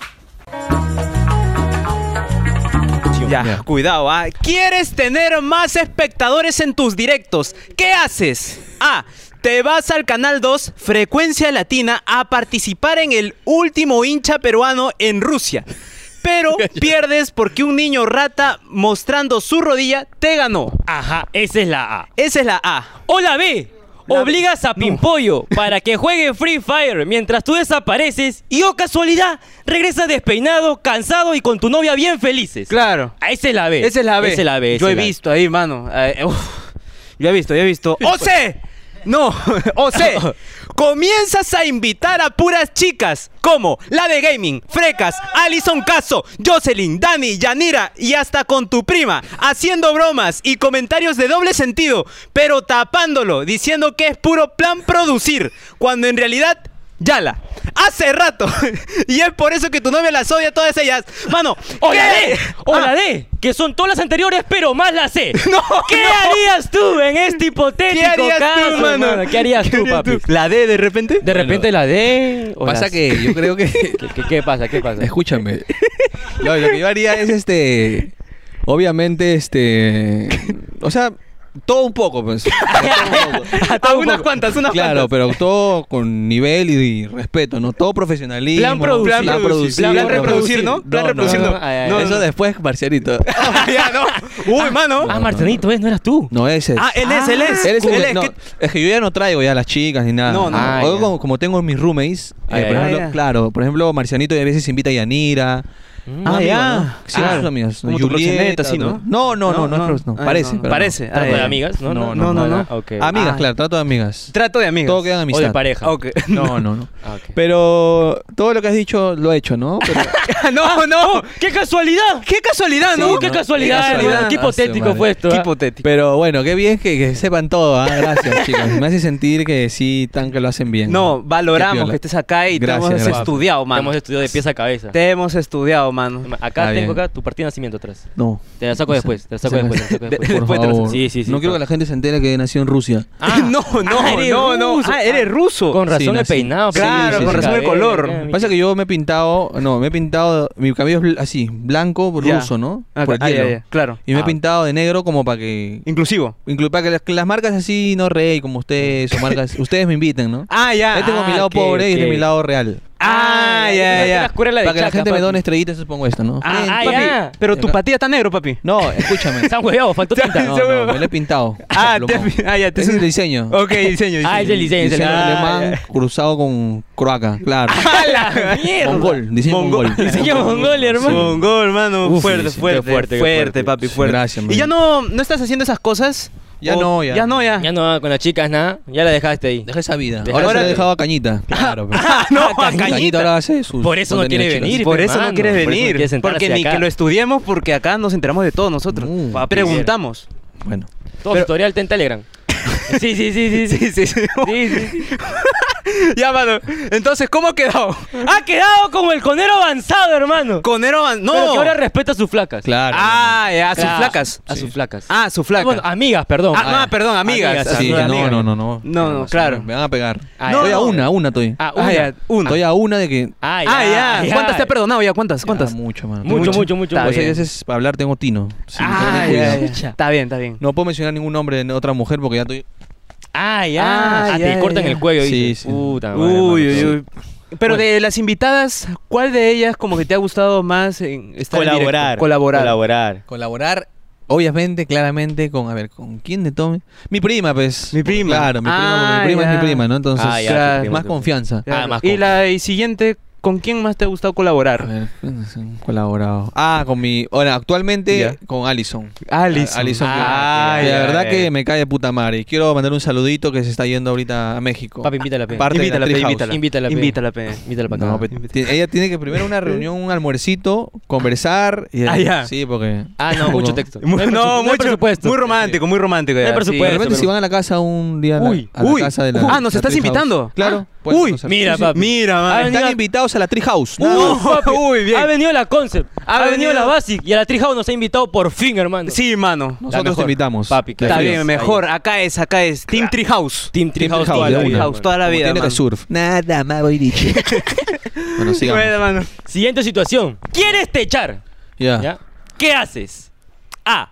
Speaker 2: Ya, cuidado, ¿ah? ¿Quieres tener más espectadores en tus directos? ¿Qué haces? A. Te vas al canal 2, Frecuencia Latina, a participar en el último hincha peruano en Rusia. Pero pierdes porque un niño rata mostrando su rodilla te ganó.
Speaker 3: Ajá, esa es la A.
Speaker 2: Esa es la A.
Speaker 3: O la B. Obligas a Pimpollo para que juegue Free Fire mientras tú desapareces y, oh casualidad, regresas despeinado, cansado y con tu novia bien felices.
Speaker 2: Claro.
Speaker 3: Ah, Esa es la B.
Speaker 2: Esa es la B.
Speaker 3: Esa es la B. esa
Speaker 2: Yo he
Speaker 3: es la B.
Speaker 2: visto ahí, mano. Eh, uf. Yo he visto, yo he visto. ¡OC! No, OC. Comienzas a invitar a puras chicas como la de Gaming, Frecas, Alison Caso, Jocelyn, Dani, Yanira y hasta con tu prima, haciendo bromas y comentarios de doble sentido, pero tapándolo, diciendo que es puro plan producir, cuando en realidad Yala, hace rato. y es por eso que tu novia las odia a todas ellas. Mano,
Speaker 3: O la
Speaker 2: ¿qué?
Speaker 3: D. O
Speaker 2: Ah.
Speaker 3: la D. Que son todas las anteriores, pero más la C.
Speaker 2: No,
Speaker 3: ¿Qué
Speaker 2: no.
Speaker 3: harías tú en este hipotético
Speaker 2: ¿Qué harías
Speaker 3: caso,
Speaker 2: tú, mano?
Speaker 3: hermano? ¿Qué harías tú, papi?
Speaker 2: ¿La D de repente?
Speaker 3: De repente la D. o la
Speaker 1: Pasa
Speaker 3: C.
Speaker 1: que yo creo que...
Speaker 3: ¿Qué, qué- qué pasa? ¿Qué pasa?
Speaker 1: Escúchame. No, lo que yo haría es este. Obviamente, este. O sea, todo un poco, pues. Todo un poco.
Speaker 2: Ah, unas cuantas, unas
Speaker 1: Claro, pero todo con nivel y, y respeto, ¿no? Todo profesionalismo.
Speaker 3: Plan producir.
Speaker 1: Plan
Speaker 3: Plan
Speaker 1: producir.
Speaker 2: producir,
Speaker 1: Plan
Speaker 2: plan reproducir, ¿no? Plan reproducir,
Speaker 1: no.
Speaker 2: no.
Speaker 1: Ah, ya, ya.
Speaker 2: No,
Speaker 1: Eso
Speaker 2: no.
Speaker 1: después, Marcianito.
Speaker 2: Ya, no. Uy, mano.
Speaker 3: Ah, Marcelito, ¿ves? No eras tú.
Speaker 1: No, ese es.
Speaker 2: Ah, él es, él es.
Speaker 1: Él es, el
Speaker 2: él
Speaker 1: que-
Speaker 2: es
Speaker 1: no,
Speaker 2: que-
Speaker 1: es que yo ya no traigo ya las chicas ni nada.
Speaker 2: No, no,
Speaker 1: Ah,
Speaker 3: no.
Speaker 1: Yo como, como tengo mis roommates,
Speaker 3: Ah,
Speaker 1: eh,
Speaker 3: ya,
Speaker 1: por
Speaker 3: ya.
Speaker 1: ejemplo,
Speaker 2: Ah, ya.
Speaker 1: claro, por ejemplo, Marcianito a veces invita a Yanira.
Speaker 2: Ah,
Speaker 1: Amigo,
Speaker 2: ya.
Speaker 1: ¿no? Sí,
Speaker 2: Ah,
Speaker 1: sus amigas.
Speaker 2: como tu
Speaker 1: Julieta,
Speaker 2: proxeneta, sí,
Speaker 1: todo.
Speaker 2: ¿no?
Speaker 1: No, no, no, no,
Speaker 2: No,
Speaker 1: es prox- no,
Speaker 2: no. Ah,
Speaker 1: parece.
Speaker 2: no,
Speaker 1: pero
Speaker 2: parece. Ah,
Speaker 3: ¿Trato de
Speaker 2: ya.
Speaker 3: amigas? No, no,
Speaker 1: No,
Speaker 2: no,
Speaker 3: ah,
Speaker 2: no.
Speaker 3: ok.
Speaker 1: Amigas,
Speaker 2: Ah.
Speaker 1: claro, trato de amigas.
Speaker 2: Trato de amigos.
Speaker 1: Todo queda en
Speaker 3: O
Speaker 1: amistad.
Speaker 3: de pareja.
Speaker 2: Ok.
Speaker 1: No, no, no.
Speaker 3: Ah, ok.
Speaker 1: Pero todo lo que has dicho lo he hecho, ¿no? Pero-
Speaker 2: no, no.
Speaker 3: ¡Qué casualidad!
Speaker 2: Qué casualidad,
Speaker 3: No,
Speaker 2: ¿no?
Speaker 3: qué
Speaker 1: ¿no?
Speaker 3: casualidad,
Speaker 1: Qué
Speaker 3: hermano.
Speaker 1: casualidad.
Speaker 3: Qué hipotético
Speaker 1: Ah, su
Speaker 3: fue
Speaker 1: madre.
Speaker 3: esto.
Speaker 2: Qué
Speaker 3: ¿ah?
Speaker 2: hipotético.
Speaker 1: Pero bueno, qué bien que, que sepan todo. ¿ah? Gracias, chicas. Me hace sentir que sí, tan que lo hacen bien.
Speaker 2: No,
Speaker 1: Qué
Speaker 2: valoramos
Speaker 1: piola.
Speaker 2: que estés acá y
Speaker 1: Gracias,
Speaker 2: te hemos
Speaker 1: gracias.
Speaker 2: estudiado,
Speaker 3: Te
Speaker 2: mano.
Speaker 3: Hemos estudiado de pieza a cabeza.
Speaker 2: Te hemos estudiado, mano.
Speaker 1: Está
Speaker 3: Acá tengo
Speaker 1: bien.
Speaker 3: acá tu partida de nacimiento atrás.
Speaker 1: No.
Speaker 3: Ah, Te la saco
Speaker 1: Esa-
Speaker 3: después, te la saco
Speaker 1: esa-
Speaker 3: después, te la saco
Speaker 1: de-
Speaker 3: después.
Speaker 1: por
Speaker 3: Por
Speaker 1: favor.
Speaker 3: favor. Sí, sí, sí,
Speaker 1: No quiero
Speaker 3: claro.
Speaker 1: que la gente se entere que nació en Rusia.
Speaker 2: no, no,
Speaker 3: Ah, eres
Speaker 2: no, no.
Speaker 3: ruso.
Speaker 2: Ah, eres ruso.
Speaker 3: Con razón
Speaker 1: Sí,
Speaker 3: el
Speaker 1: nací.
Speaker 3: peinado.
Speaker 1: Sí,
Speaker 2: Claro,
Speaker 1: sí,
Speaker 2: con
Speaker 1: sí.
Speaker 2: razón el color.
Speaker 1: Pasa que yo me he pintado, no, me he pintado, mi cabello es bl- así, blanco,
Speaker 2: Ya.
Speaker 1: ruso, ¿no?
Speaker 2: Ah,
Speaker 1: Por el
Speaker 2: ah, ya,
Speaker 1: hielo.
Speaker 2: ya, Claro.
Speaker 1: Y me he
Speaker 3: Ah.
Speaker 1: pintado de negro como para que...
Speaker 2: Inclusivo.
Speaker 1: Incluso para que las, que las marcas así, no rey, como ustedes, o marcas... ustedes me inviten, ¿no?
Speaker 2: Ah, ya.
Speaker 1: Yo tengo mi
Speaker 3: ah,
Speaker 1: lado
Speaker 3: ok,
Speaker 1: pobre y
Speaker 3: ok.
Speaker 1: de mi lado real.
Speaker 2: Ah, ya, ya.
Speaker 1: Para que la gente me done estrellitas, entonces pongo esto, ¿no?
Speaker 3: Ah,
Speaker 1: Gente,
Speaker 3: ah,
Speaker 2: Papi,
Speaker 3: ya.
Speaker 2: Pero tu patilla está negro, papi.
Speaker 1: No, escúchame.
Speaker 3: Están huevados, faltó tinta.
Speaker 1: No,
Speaker 2: este- se
Speaker 1: no,
Speaker 2: me-
Speaker 1: me lo he pintado.
Speaker 2: Ah, te-
Speaker 1: Plumón.
Speaker 2: ah, ya, te
Speaker 1: Ese es el
Speaker 2: un-
Speaker 1: diseño.
Speaker 2: Ok, diseño.
Speaker 3: Ah, es el diseño, es el
Speaker 1: Diseño
Speaker 3: diseño.
Speaker 1: alemán cruzado con croaca, claro.
Speaker 3: ¡A la Ah, mierda!
Speaker 1: Mongol, diseño
Speaker 2: Mongol.
Speaker 1: mongol.
Speaker 3: Diseño mongol, hermano.
Speaker 2: Un gol, hermano.
Speaker 1: Uf,
Speaker 2: fuerte,
Speaker 1: sí,
Speaker 2: fuerte,
Speaker 1: qué fuerte,
Speaker 2: fuerte,
Speaker 1: qué fuerte.
Speaker 2: papi,
Speaker 1: Sí,
Speaker 2: fuerte.
Speaker 1: gracias,
Speaker 2: ¿Y
Speaker 1: man.
Speaker 2: ya no, no estás haciendo esas cosas?
Speaker 1: Ya
Speaker 2: ¿O-
Speaker 1: no, ya.
Speaker 2: Ya no, ya.
Speaker 3: Ya no, con las chicas, nada. Ya la dejaste ahí.
Speaker 1: Deja esa vida.
Speaker 3: Deja pues.
Speaker 1: Ahora se lo
Speaker 3: esa
Speaker 1: he
Speaker 3: vida.
Speaker 1: dejado a Cañita. Claro. pero-
Speaker 2: Ah, no, a
Speaker 3: Cañita.
Speaker 1: Cañita ahora hace sus...
Speaker 3: Por eso no
Speaker 1: contenido,
Speaker 3: quiere
Speaker 1: chicas.
Speaker 3: venir.
Speaker 2: Por eso
Speaker 3: hermano,
Speaker 2: no quieres
Speaker 3: por eso no
Speaker 2: venir.
Speaker 3: quieres sentarse
Speaker 2: porque ni
Speaker 3: acá. Uh,
Speaker 2: que lo estudiemos, porque acá nos enteramos de todos nosotros.
Speaker 1: Mm,
Speaker 2: Pa- Preguntamos.
Speaker 1: Bueno.
Speaker 3: Todo
Speaker 2: Pero-
Speaker 3: tutorial está en Telegram. Sí, sí, sí, sí, sí.
Speaker 2: sí, sí.
Speaker 3: Sí, sí, sí.
Speaker 2: ya, mano. Entonces, ¿cómo ha quedado?
Speaker 3: Ha quedado como el conero avanzado, hermano.
Speaker 2: Conero, van- no.
Speaker 3: Pero que ahora respeta a sus flacas.
Speaker 1: Claro.
Speaker 2: ah, ya, sus
Speaker 3: Claro,
Speaker 2: flacas.
Speaker 3: A sus flacas.
Speaker 2: Ah, sus
Speaker 3: Ah,
Speaker 2: flacas.
Speaker 3: Bueno, amigas, perdón.
Speaker 2: Ah, ah, perdón, amigas.
Speaker 1: Sí,
Speaker 3: amigas.
Speaker 1: no, no, no, no.
Speaker 2: No, no, claro.
Speaker 1: Me van a pegar.
Speaker 3: Ah,
Speaker 1: Estoy
Speaker 2: ya.
Speaker 1: a una, a una estoy.
Speaker 3: Ah, una.
Speaker 2: Ah, ya, una.
Speaker 1: Estoy a una de que...
Speaker 3: Ah, ya.
Speaker 2: Ah, ya. ¿Cuántas te ha perdonado ya? ¿Cuántas? ¿Cuántas?
Speaker 1: Ya, Mucho, mano.
Speaker 3: Mucho, mucho, mucho.
Speaker 1: A
Speaker 3: mucho.
Speaker 1: veces para hablar tengo tino. Sí, tengo
Speaker 2: Ah,
Speaker 1: que tener
Speaker 2: ya,
Speaker 1: cuidado.
Speaker 2: ya.
Speaker 3: Chucha.
Speaker 2: Está bien, está bien.
Speaker 1: No puedo mencionar ningún nombre de otra mujer porque ya estoy...
Speaker 3: Ah, ya.
Speaker 2: Ah,
Speaker 3: Ah,
Speaker 2: ya,
Speaker 3: te
Speaker 2: ya,
Speaker 3: cortan
Speaker 2: ya.
Speaker 3: el cuello.
Speaker 1: Sí,
Speaker 3: dices.
Speaker 1: sí.
Speaker 3: Puta madre,
Speaker 2: Uy,
Speaker 3: hermano.
Speaker 2: uy, uy. Pero de las invitadas, ¿cuál de ellas como que te ha gustado más en estar en directo?
Speaker 7: colaborar,
Speaker 2: Colaborar.
Speaker 7: Colaborar.
Speaker 1: Colaborar, obviamente, claramente, con... A ver, ¿con quién de todo? Mi prima, pues.
Speaker 2: Mi prima.
Speaker 1: Claro, mi
Speaker 2: Ah,
Speaker 1: prima, porque mi prima
Speaker 2: ya.
Speaker 1: es mi prima, ¿no? Entonces,
Speaker 7: Ah, ya,
Speaker 1: claro,
Speaker 2: tu prima,
Speaker 1: más
Speaker 7: tu prima.
Speaker 1: confianza.
Speaker 2: Claro.
Speaker 3: Ah, más
Speaker 2: y
Speaker 3: con-
Speaker 2: la y siguiente, ¿con quién más te ha gustado
Speaker 1: A
Speaker 2: colaborar?
Speaker 1: ver, un colaborado. Ah, con mi... Ahora, actualmente,
Speaker 2: Ya.
Speaker 1: con Alison.
Speaker 2: Alison.
Speaker 1: Alison.
Speaker 2: Ah,
Speaker 1: que- que
Speaker 2: ya,
Speaker 1: la verdad
Speaker 2: ya, ya.
Speaker 1: que me cae de puta madre. Y Quiero mandar un saludito que se está yendo ahorita a México.
Speaker 3: Papi, invítala, pe.
Speaker 1: Parte
Speaker 2: Invítala,
Speaker 1: de
Speaker 2: pe,
Speaker 1: la Treehouse.
Speaker 2: invítala.
Speaker 3: Invítala, pe.
Speaker 2: Invítala, pe.
Speaker 3: Invítala para acá.
Speaker 1: No, pe- ti- ella tiene que primero una reunión, un almuercito, conversar. Y,
Speaker 2: Ah, ya.
Speaker 1: Sí, porque.
Speaker 3: Ah, no, mucho texto.
Speaker 2: Mu-
Speaker 3: hay presupu-
Speaker 2: No,
Speaker 3: hay
Speaker 2: mucho,
Speaker 3: presupuesto.
Speaker 2: muy romántico, muy romántico.
Speaker 3: No hay
Speaker 2: ya, sí.
Speaker 1: De
Speaker 3: presupuesto.
Speaker 1: repente,
Speaker 3: pero-
Speaker 1: si van a la casa un día a la,
Speaker 2: Uy,
Speaker 1: a la
Speaker 2: uy.
Speaker 1: casa de la.
Speaker 2: Ah, ¿nos
Speaker 1: la
Speaker 2: estás
Speaker 1: Treehouse.
Speaker 2: invitando? Ah,
Speaker 1: Claro. pueden
Speaker 2: Uy,
Speaker 1: conocer.
Speaker 3: mira,
Speaker 1: Sí, sí.
Speaker 3: papi.
Speaker 2: Mira, man.
Speaker 3: Ah,
Speaker 1: Están
Speaker 3: venido-
Speaker 1: invitados a la
Speaker 2: Uh,
Speaker 1: Treehouse.
Speaker 3: Uy,
Speaker 1: nada más.
Speaker 3: papi,
Speaker 2: Uy, bien.
Speaker 3: Ha venido la Concept, ha,
Speaker 2: Ha
Speaker 3: venido,
Speaker 2: venido-
Speaker 3: la Basic y a la Treehouse nos ha invitado por fin, hermano.
Speaker 2: Sí, mano.
Speaker 3: La
Speaker 1: Nosotros
Speaker 3: mejor.
Speaker 1: te invitamos.
Speaker 3: Papi,
Speaker 1: De
Speaker 2: Está
Speaker 3: Ahí
Speaker 1: frío.
Speaker 3: es,
Speaker 2: bien, mejor. Acá es, acá es. Team Treehouse.
Speaker 3: Team Treehouse toda la
Speaker 1: de
Speaker 3: vida.
Speaker 1: una.
Speaker 2: Treehouse, toda la
Speaker 1: Como
Speaker 2: vida,
Speaker 1: Tiene que
Speaker 2: mano.
Speaker 1: surf. Nada más voy dicho. bueno, sigamos.
Speaker 2: Bueno, mano.
Speaker 3: Siguiente situación. ¿Quieres techar?
Speaker 2: Ah.
Speaker 1: Ya.
Speaker 3: ¿Ya? ¿Qué haces? A.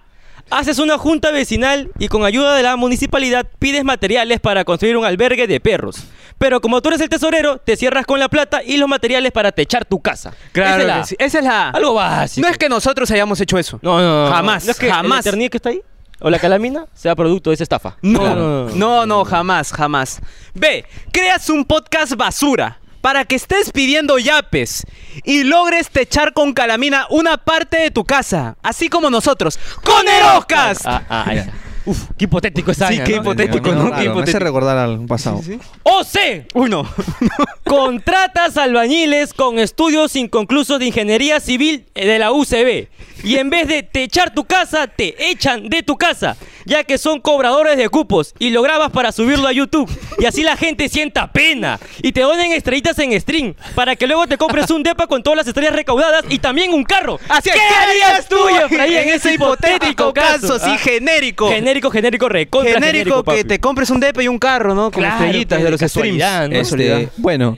Speaker 3: Haces una junta vecinal y con ayuda de la municipalidad pides materiales para construir un albergue de perros. Pero como tú eres el tesorero, te cierras con la plata y los materiales para techar tu casa. Esa
Speaker 2: Claro.
Speaker 3: es la
Speaker 2: que sí. Esa es la.
Speaker 3: Algo básico.
Speaker 2: No es que nosotros hayamos hecho eso.
Speaker 3: No, no, no, no.
Speaker 2: Jamás,
Speaker 3: No es que
Speaker 2: jamás.
Speaker 3: el eternil que está ahí o la calamina sea producto de esa estafa.
Speaker 2: No, no, no, jamás, jamás. B, creas un podcast basura para que estés pidiendo yapes y logres techar con calamina una parte de tu casa, así como nosotros, con Eroscas.
Speaker 3: Ah, ah, ahí está. Uf, qué hipotético está.
Speaker 2: Sí, qué hipotético, ¿no?
Speaker 1: Claro,
Speaker 2: Qué
Speaker 1: me hace
Speaker 2: hipotético.
Speaker 1: recordar al pasado.
Speaker 3: O C.
Speaker 2: Uno.
Speaker 3: ¡Oh, Contratas albañiles con estudios inconclusos de ingeniería civil eh, de la UCB. Y en vez de te echar tu casa, te echan de tu casa, ya que son cobradores de cupos y lo grabas para subirlo a YouTube. Y así la gente sienta pena. Y te donen estrellitas en stream para que luego te compres un depa con todas las estrellas recaudadas y también un carro.
Speaker 2: Así es.
Speaker 3: ¿Qué harías tú, Efraín, en ese hipotético caso?
Speaker 2: Sí,
Speaker 3: ah?
Speaker 2: genérico.
Speaker 3: Genérico, genérico, recontra
Speaker 2: Genérico,
Speaker 3: genérico,
Speaker 2: que
Speaker 3: papi.
Speaker 2: te compres un DP y un carro, ¿no? Con
Speaker 3: Claro,
Speaker 2: estrellitas
Speaker 3: que de
Speaker 2: de los streams.
Speaker 3: casualidad, ¿no?
Speaker 1: Este, bueno,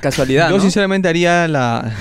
Speaker 2: Casualidad,
Speaker 1: yo
Speaker 2: ¿no?
Speaker 1: sinceramente haría la.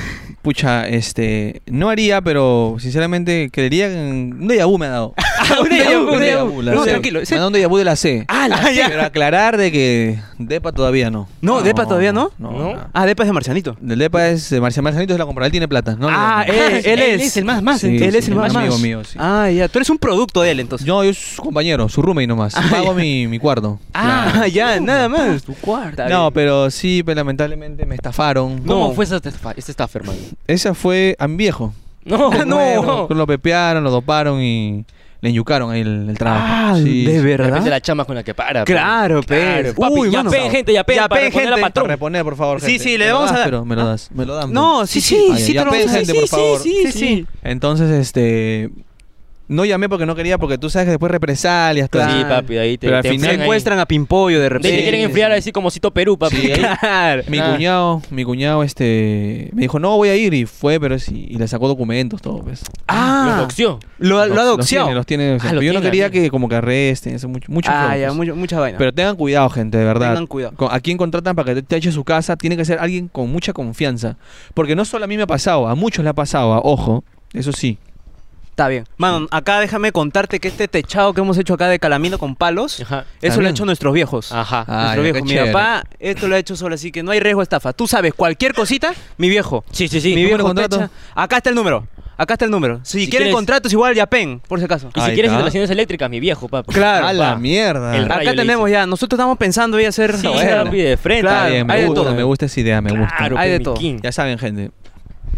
Speaker 1: Pucha, este. No haría, pero sinceramente creería que. Un déjà vu me ha dado.
Speaker 3: Un déjà vu, un déjà vu.
Speaker 1: la
Speaker 2: No,
Speaker 1: C.
Speaker 2: tranquilo, ese-
Speaker 1: Me ha dado un déjà vu de la C.
Speaker 2: Ah, la C.
Speaker 1: Pero aclarar de que. Depa todavía no.
Speaker 2: No, Depa todavía no.
Speaker 1: No.
Speaker 3: No.
Speaker 1: no.
Speaker 2: Ah, DEPA es de Marcianito.
Speaker 1: El Depa es. eh, Marcial Marcianito es la compra. Él tiene plata. No,
Speaker 2: Ah,
Speaker 1: no, no.
Speaker 2: él, él es.
Speaker 3: el más más.
Speaker 1: Sí,
Speaker 3: entonces.
Speaker 2: Él es el
Speaker 1: sí,
Speaker 2: más
Speaker 1: amigo
Speaker 2: más.
Speaker 1: mío, sí.
Speaker 2: Ah, ya. Tú eres un producto de él, entonces.
Speaker 1: No, yo soy su compañero, su roommate nomás. Pago mi, mi cuarto.
Speaker 2: Ah, ya, nada más. Tu cuarta.
Speaker 1: No, pero sí, pero lamentablemente me estafaron.
Speaker 3: ¿Cómo
Speaker 2: No.
Speaker 3: fue esa estafa, esa estafa, hermano?
Speaker 1: Esa fue a mi viejo.
Speaker 3: No,
Speaker 1: Nuevo. Lo pepearon, lo doparon y le enyucaron ahí el, el trabajo.
Speaker 2: Ah,
Speaker 1: Sí,
Speaker 2: de
Speaker 1: sí.
Speaker 2: verdad.
Speaker 3: Es de la chama con la que para. pe.
Speaker 2: Claro, pe.
Speaker 3: papi,
Speaker 2: Uy,
Speaker 3: ya
Speaker 2: mano.
Speaker 3: peen, gente, ya peen, para
Speaker 2: peen,
Speaker 3: reponer a
Speaker 2: gente.
Speaker 1: Para
Speaker 3: patrón.
Speaker 1: reponer, por favor,
Speaker 2: Sí,
Speaker 1: gente.
Speaker 2: sí,
Speaker 1: Me
Speaker 2: le
Speaker 1: lo das,
Speaker 2: vamos a dar- Ah.
Speaker 1: Pero me lo das, me lo dan.
Speaker 2: No, sí, sí,
Speaker 1: Ay,
Speaker 2: sí,
Speaker 1: ya
Speaker 2: te lo
Speaker 1: peen,
Speaker 2: vamos a
Speaker 1: gente,
Speaker 2: sí,
Speaker 1: por
Speaker 2: sí,
Speaker 1: favor.
Speaker 2: sí, sí, sí.
Speaker 1: Entonces, este... No llamé porque no quería, porque tú sabes que después represalias. todo.
Speaker 3: Sí, papi, ahí te-
Speaker 1: Pero al
Speaker 3: te
Speaker 2: Se
Speaker 1: final...
Speaker 3: Ahí.
Speaker 2: encuentran a Pimpollo de
Speaker 3: Te
Speaker 2: repente.
Speaker 3: te quieren enfriar así como Cito Perú, papi.
Speaker 1: Sí, ahí-
Speaker 2: Claro.
Speaker 1: Mi
Speaker 3: Nada.
Speaker 1: cuñado, mi cuñado, este... Me dijo, no, voy a ir. Y fue, pero sí. Y le sacó documentos, todo, pues.
Speaker 2: Ah,
Speaker 3: Lo boxeó.
Speaker 2: Lo, lo ha
Speaker 1: Los-
Speaker 2: doxiado.
Speaker 1: Los tiene, los tiene.
Speaker 3: Ah, lo
Speaker 1: Pero yo no
Speaker 3: tiene,
Speaker 1: quería
Speaker 3: bien.
Speaker 1: que como que arresten, eso mucho, mucho
Speaker 2: Ah,
Speaker 1: feo,
Speaker 2: ya,
Speaker 1: pues.
Speaker 2: mucho- mucha vaina.
Speaker 1: Pero tengan cuidado, gente, de verdad.
Speaker 2: Tengan cuidado.
Speaker 1: Con- a quien contratan para que te, te eche su casa, tiene que ser alguien con mucha confianza. Porque no solo a mí me ha pasado, a muchos le ha pasado, a- ojo, eso sí.
Speaker 2: Está bien. Mano, acá déjame contarte que este techado que hemos hecho acá de calamino con palos,
Speaker 3: Ajá.
Speaker 2: eso lo han
Speaker 1: bien.
Speaker 2: hecho nuestros viejos.
Speaker 3: Ajá.
Speaker 1: Ah, ya,
Speaker 2: Nuestro viejo,
Speaker 1: qué
Speaker 2: mi
Speaker 1: chévere.
Speaker 2: papá, esto lo ha hecho solo, así que no hay riesgo de estafa. Tú sabes, cualquier cosita, mi viejo.
Speaker 3: Sí, sí, sí.
Speaker 2: mi
Speaker 1: número de
Speaker 2: viejo
Speaker 1: contrato.
Speaker 2: techa. Acá está el número. Acá está el número. Si,
Speaker 3: Si
Speaker 2: quieren
Speaker 3: quieres-
Speaker 2: contratos, igual ya pen, por si acaso.
Speaker 3: Y si
Speaker 1: Ahí
Speaker 3: quieres
Speaker 1: está.
Speaker 3: instalaciones eléctricas, mi viejo, papi.
Speaker 2: Claro.
Speaker 1: a
Speaker 2: pa.
Speaker 1: la mierda.
Speaker 3: El rayo
Speaker 2: Acá
Speaker 3: le
Speaker 2: tenemos ya. Nosotros estamos pensando hoy hacer.
Speaker 3: Sí,
Speaker 2: Está bueno.
Speaker 3: papi, de frente.
Speaker 1: Está
Speaker 2: Claro,
Speaker 1: bien,
Speaker 2: hay
Speaker 1: me
Speaker 2: de
Speaker 1: gusta,
Speaker 2: todo.
Speaker 1: me gusta esa idea, me gusta.
Speaker 3: Claro,
Speaker 2: Hay
Speaker 3: pe,
Speaker 2: de
Speaker 3: mi
Speaker 2: todo.
Speaker 3: king.
Speaker 1: Ya saben, gente.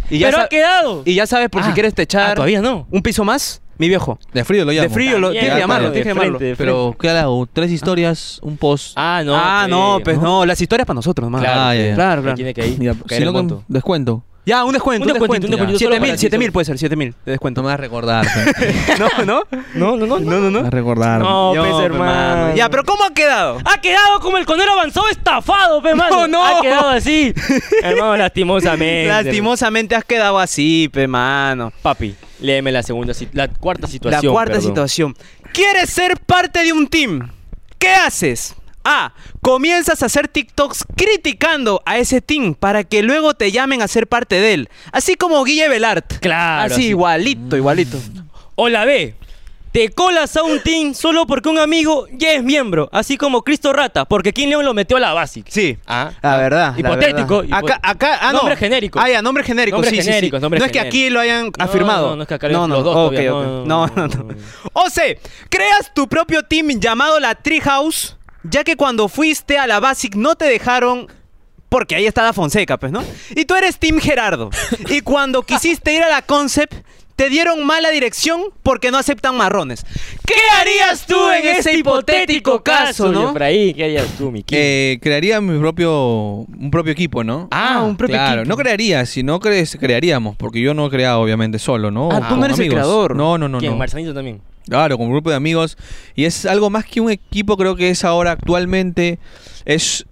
Speaker 2: Y ya
Speaker 3: Pero ha
Speaker 2: sa-
Speaker 3: quedado.
Speaker 2: y ya sabes, por si
Speaker 3: Ah,
Speaker 2: quieres techar.
Speaker 3: ah, todavía no.
Speaker 2: ¿Un piso más? Mi viejo.
Speaker 1: De frío lo llamo.
Speaker 2: De frío, lo,
Speaker 3: También,
Speaker 2: tienes que
Speaker 1: ya,
Speaker 2: llamarlo,
Speaker 1: de
Speaker 2: tienes que
Speaker 3: frente,
Speaker 2: llamarlo.
Speaker 3: de frente.
Speaker 1: Pero, ¿qué hago? Tres historias, un post.
Speaker 3: Ah, no.
Speaker 2: ah, no,
Speaker 3: pe,
Speaker 2: pues no. las historias para nosotros, nomás.
Speaker 1: Claro, Ah, ya, ya.
Speaker 2: claro,
Speaker 3: Ahí
Speaker 2: claro.
Speaker 3: Tiene que ir.
Speaker 1: Ya,
Speaker 3: caer
Speaker 1: si
Speaker 3: el
Speaker 1: no,
Speaker 3: monto.
Speaker 1: con descuento.
Speaker 2: Ya, un descuento,
Speaker 3: Un
Speaker 2: un
Speaker 3: descuentito,
Speaker 2: descuento.
Speaker 3: un descuentito solo
Speaker 2: Siete
Speaker 3: para
Speaker 2: mil,
Speaker 3: ti,
Speaker 2: siete
Speaker 3: solo.
Speaker 2: mil puede ser, siete mil de
Speaker 1: No
Speaker 2: descuento.
Speaker 1: me vas a recordar. pe.
Speaker 2: No, no.
Speaker 3: No, no, no.
Speaker 2: No, no,
Speaker 1: me vas a
Speaker 2: no.
Speaker 1: recordar.
Speaker 3: No, pues, Ah, hermano.
Speaker 2: Ya, pero ¿cómo ha quedado?
Speaker 3: Ha quedado como el conero avanzó estafado, pe, mano.
Speaker 2: No, no.
Speaker 3: Ha quedado así. hermano, lastimosamente.
Speaker 2: Lastimosamente has quedado así, pe mano.
Speaker 3: Papi, léeme la segunda, si- la cuarta
Speaker 2: La
Speaker 3: situación.
Speaker 2: cuarta
Speaker 3: perdón.
Speaker 2: situación. ¿Quieres ser parte de un team? ¿Qué haces? A. Comienzas a hacer TikToks criticando a ese team para que luego te llamen a ser parte de él. Así como Guille Belart.
Speaker 3: Claro,
Speaker 2: Así,
Speaker 3: así.
Speaker 2: igualito, igualito.
Speaker 3: O la B. Te colas a un team solo porque un amigo ya es miembro, así como Cristo Rata, porque King León lo metió a la basic.
Speaker 2: Sí.
Speaker 3: Ah,
Speaker 2: La verdad. la
Speaker 3: Hipotético,
Speaker 2: verdad.
Speaker 3: hipo-
Speaker 2: Acá, acá, ah, no.
Speaker 3: Nombre genérico.
Speaker 2: Ah, ya, nombre genérico.
Speaker 3: Nombre
Speaker 2: sí, sí, sí.
Speaker 3: genérico, nombre
Speaker 2: no es que
Speaker 3: genérico.
Speaker 2: aquí lo hayan afirmado.
Speaker 3: no, no es que acá
Speaker 2: no, no,
Speaker 3: los dos
Speaker 2: ok,
Speaker 3: todavía,
Speaker 2: ok.
Speaker 3: no,
Speaker 2: No,
Speaker 3: no,
Speaker 2: no,
Speaker 3: no.
Speaker 2: no. O sea, creas tu propio team llamado la Treehouse, ya que cuando fuiste a la Basic no te dejaron. Porque ahí está la Fonseca, pues, ¿no? Y tú eres Team Gerardo. Y cuando quisiste ir a la Concept, te dieron mala dirección porque no aceptan marrones. ¿Qué harías tú en ese hipotético caso, no?
Speaker 3: Efraín, ¿qué harías tú, mi King?
Speaker 1: Eh, crearía mi propio un propio equipo, ¿no?
Speaker 2: Ah, un propio
Speaker 1: claro,
Speaker 2: equipo.
Speaker 1: no crearía, si no crees, crearíamos, porque yo no he creado obviamente solo, ¿no?
Speaker 2: Ah,
Speaker 1: Con
Speaker 2: tú no eres el creador.
Speaker 1: No, no, no,
Speaker 3: ¿Quién?
Speaker 1: no.
Speaker 3: Marcelito también.
Speaker 1: Claro, con un grupo de amigos y es algo más que un equipo, creo que es ahora actualmente es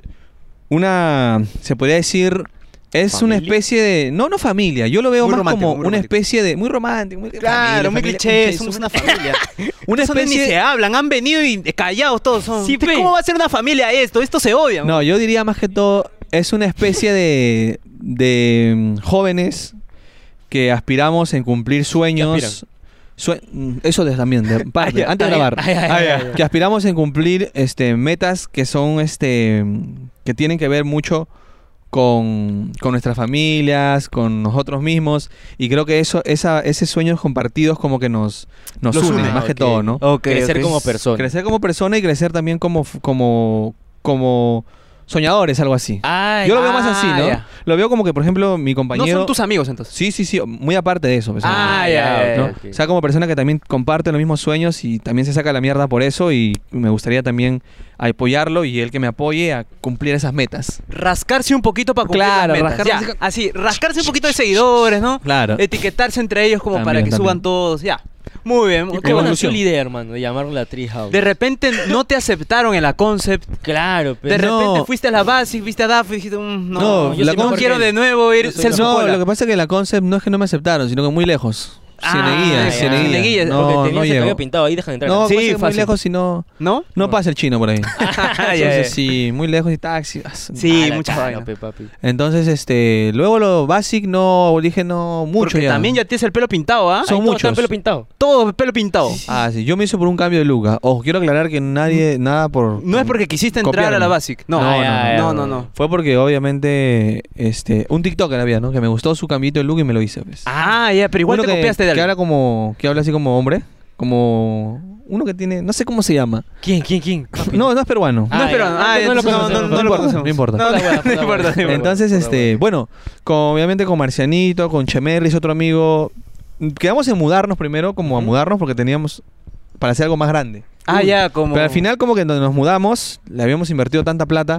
Speaker 1: una, se podría decir, es una
Speaker 2: ¿Familia?
Speaker 1: especie de, no, no familia, yo lo veo
Speaker 2: Muy
Speaker 1: más
Speaker 2: romántico,
Speaker 1: como
Speaker 2: muy
Speaker 1: una
Speaker 2: romántico.
Speaker 1: especie de, muy romántico, muy familia,
Speaker 2: Claro, muy
Speaker 1: familia,
Speaker 2: cliché,
Speaker 1: cliché,
Speaker 2: somos
Speaker 1: somos-
Speaker 2: una familia.
Speaker 1: Una
Speaker 2: Una especie... ni
Speaker 1: especie-
Speaker 2: se hablan, han venido y callados todos son.
Speaker 3: Sí,
Speaker 2: Ustedes,
Speaker 3: pe.
Speaker 2: ¿Cómo va a ser una familia esto? Esto se odia.
Speaker 1: No, yo diría más que todo, es una especie de, de mm, jóvenes que aspiramos en cumplir sueños. sue- mm, eso de- también, de- parte,
Speaker 2: ya,
Speaker 1: antes de
Speaker 3: ah, ya,
Speaker 1: grabar.
Speaker 3: ah, ya,
Speaker 1: Ah,
Speaker 3: ya,
Speaker 1: ya.
Speaker 3: ya, ya.
Speaker 1: Que aspiramos en cumplir este, metas que son este mm, que tienen que ver mucho con, con nuestras familias, con nosotros mismos. Y creo que eso, esa, esos sueños compartidos como que nos, nos
Speaker 2: Los
Speaker 1: unen,
Speaker 2: une,
Speaker 1: más que
Speaker 2: ok.
Speaker 1: todo, ¿no?
Speaker 2: Ok,
Speaker 3: Crecer
Speaker 2: ok.
Speaker 3: como persona.
Speaker 1: Crecer como persona y crecer también como, f- como, como soñadores, algo así.
Speaker 3: Ay,
Speaker 1: Yo lo veo más
Speaker 3: ah,
Speaker 1: así, ¿no?
Speaker 3: ya.
Speaker 1: Lo veo como que, por ejemplo, mi
Speaker 2: No
Speaker 1: compañero...
Speaker 2: son tus amigos entonces.
Speaker 1: Sí, sí, sí, muy aparte de eso. pues,
Speaker 3: Ah,
Speaker 1: ¿no?
Speaker 3: ya, ya,
Speaker 1: ¿no?
Speaker 3: ya, ok.
Speaker 1: O sea, como persona que también comparte los mismos sueños y también se saca la mierda por eso y me gustaría también apoyarlo y él que me apoye a cumplir esas metas.
Speaker 2: Rascarse un poquito para cumplir
Speaker 1: Claro,
Speaker 2: las metas.
Speaker 1: rascarse-
Speaker 2: Ya, así, rascarse un poquito de seguidores, ¿no?
Speaker 1: Claro.
Speaker 2: Etiquetarse entre ellos como
Speaker 1: También,
Speaker 2: para que
Speaker 1: también.
Speaker 2: suban todos, ya. Muy bien.
Speaker 3: ¿Y
Speaker 2: qué
Speaker 3: cómo
Speaker 2: bueno.
Speaker 3: nació
Speaker 1: evolución.
Speaker 3: la idea, hermano, de llamarlo la Treehouse?
Speaker 2: De repente no te aceptaron en la concept.
Speaker 3: Pues Claro,
Speaker 2: De
Speaker 3: pero...
Speaker 1: no.
Speaker 2: repente fuiste a la base, viste a Daf y dijiste, mm, no,
Speaker 1: No,
Speaker 2: yo
Speaker 1: la
Speaker 2: sí mejor
Speaker 1: Concept-
Speaker 2: quiero de nuevo ir. Celso
Speaker 1: no,
Speaker 2: Cola.
Speaker 1: lo que pasa es que la concept no es que no me aceptaron, sino que muy lejos.
Speaker 2: Ah,
Speaker 1: Cieneguilla,
Speaker 2: ya.
Speaker 1: Cieneguilla.
Speaker 2: Cieneguilla,
Speaker 1: No,
Speaker 3: porque
Speaker 1: no
Speaker 3: tenías el
Speaker 1: llego.
Speaker 3: cabello pintado ahí, dejan entrar.
Speaker 1: No,
Speaker 2: Sí,
Speaker 1: sí, muy
Speaker 2: fácil.
Speaker 1: lejos y no...
Speaker 2: ¿No?
Speaker 1: No pasa el chino por ahí.
Speaker 2: Ah, ya,
Speaker 1: Entonces,
Speaker 2: ya.
Speaker 1: sí, muy lejos y taxi. Ah,
Speaker 2: Sí,
Speaker 3: muchas
Speaker 2: mucha vaina.
Speaker 3: papi.
Speaker 1: Entonces, este, luego lo basic no, dije no mucho
Speaker 2: Porque
Speaker 1: ya.
Speaker 2: también ya tienes el pelo pintado, ¿ah?
Speaker 1: Son
Speaker 3: Ahí todos están
Speaker 1: muchos.
Speaker 3: pelo pintado.
Speaker 2: Todo pelo pintado.
Speaker 1: Ah, sí, yo me hice por un cambio de look. ah. Ojo, quiero aclarar que nadie, nada por...
Speaker 2: Mm. No es porque quisiste entrar
Speaker 1: Copiarme.
Speaker 2: a la Basic. No,
Speaker 1: No,
Speaker 2: no,
Speaker 1: no,
Speaker 2: no.
Speaker 3: no.
Speaker 2: no, no.
Speaker 1: Fue porque obviamente, este, un TikToker había, ¿no? Que me gustó su cambiito de look y me lo hice, pues.
Speaker 2: Ah, ya, pero igual
Speaker 1: Uno
Speaker 2: te
Speaker 1: que,
Speaker 2: copiaste de
Speaker 1: Que
Speaker 2: algo.
Speaker 1: habla como, que habla así como hombre, como... Uno que tiene, no sé cómo se llama.
Speaker 2: ¿Quién, quién, quién?
Speaker 1: No, no es peruano.
Speaker 3: Ah,
Speaker 2: No, pero
Speaker 3: ya.
Speaker 2: ah,
Speaker 3: No, no lo
Speaker 2: entonces no, no,
Speaker 3: conocemos,
Speaker 2: no
Speaker 1: no
Speaker 2: lo
Speaker 1: importa,
Speaker 2: conocemos.
Speaker 1: no importa.
Speaker 2: No,
Speaker 3: Hola,
Speaker 2: no,
Speaker 3: hola,
Speaker 2: no
Speaker 3: hola,
Speaker 2: importa. no
Speaker 3: hola.
Speaker 2: importa.
Speaker 1: Entonces,
Speaker 3: bueno,
Speaker 1: este, bueno, con, obviamente con Marcianito, con Chemerris, otro amigo, quedamos en mudarnos primero, como a mudarnos porque teníamos para hacer algo más grande.
Speaker 2: Ah, ya, como.
Speaker 1: Pero al final como que donde nos mudamos, le habíamos invertido tanta plata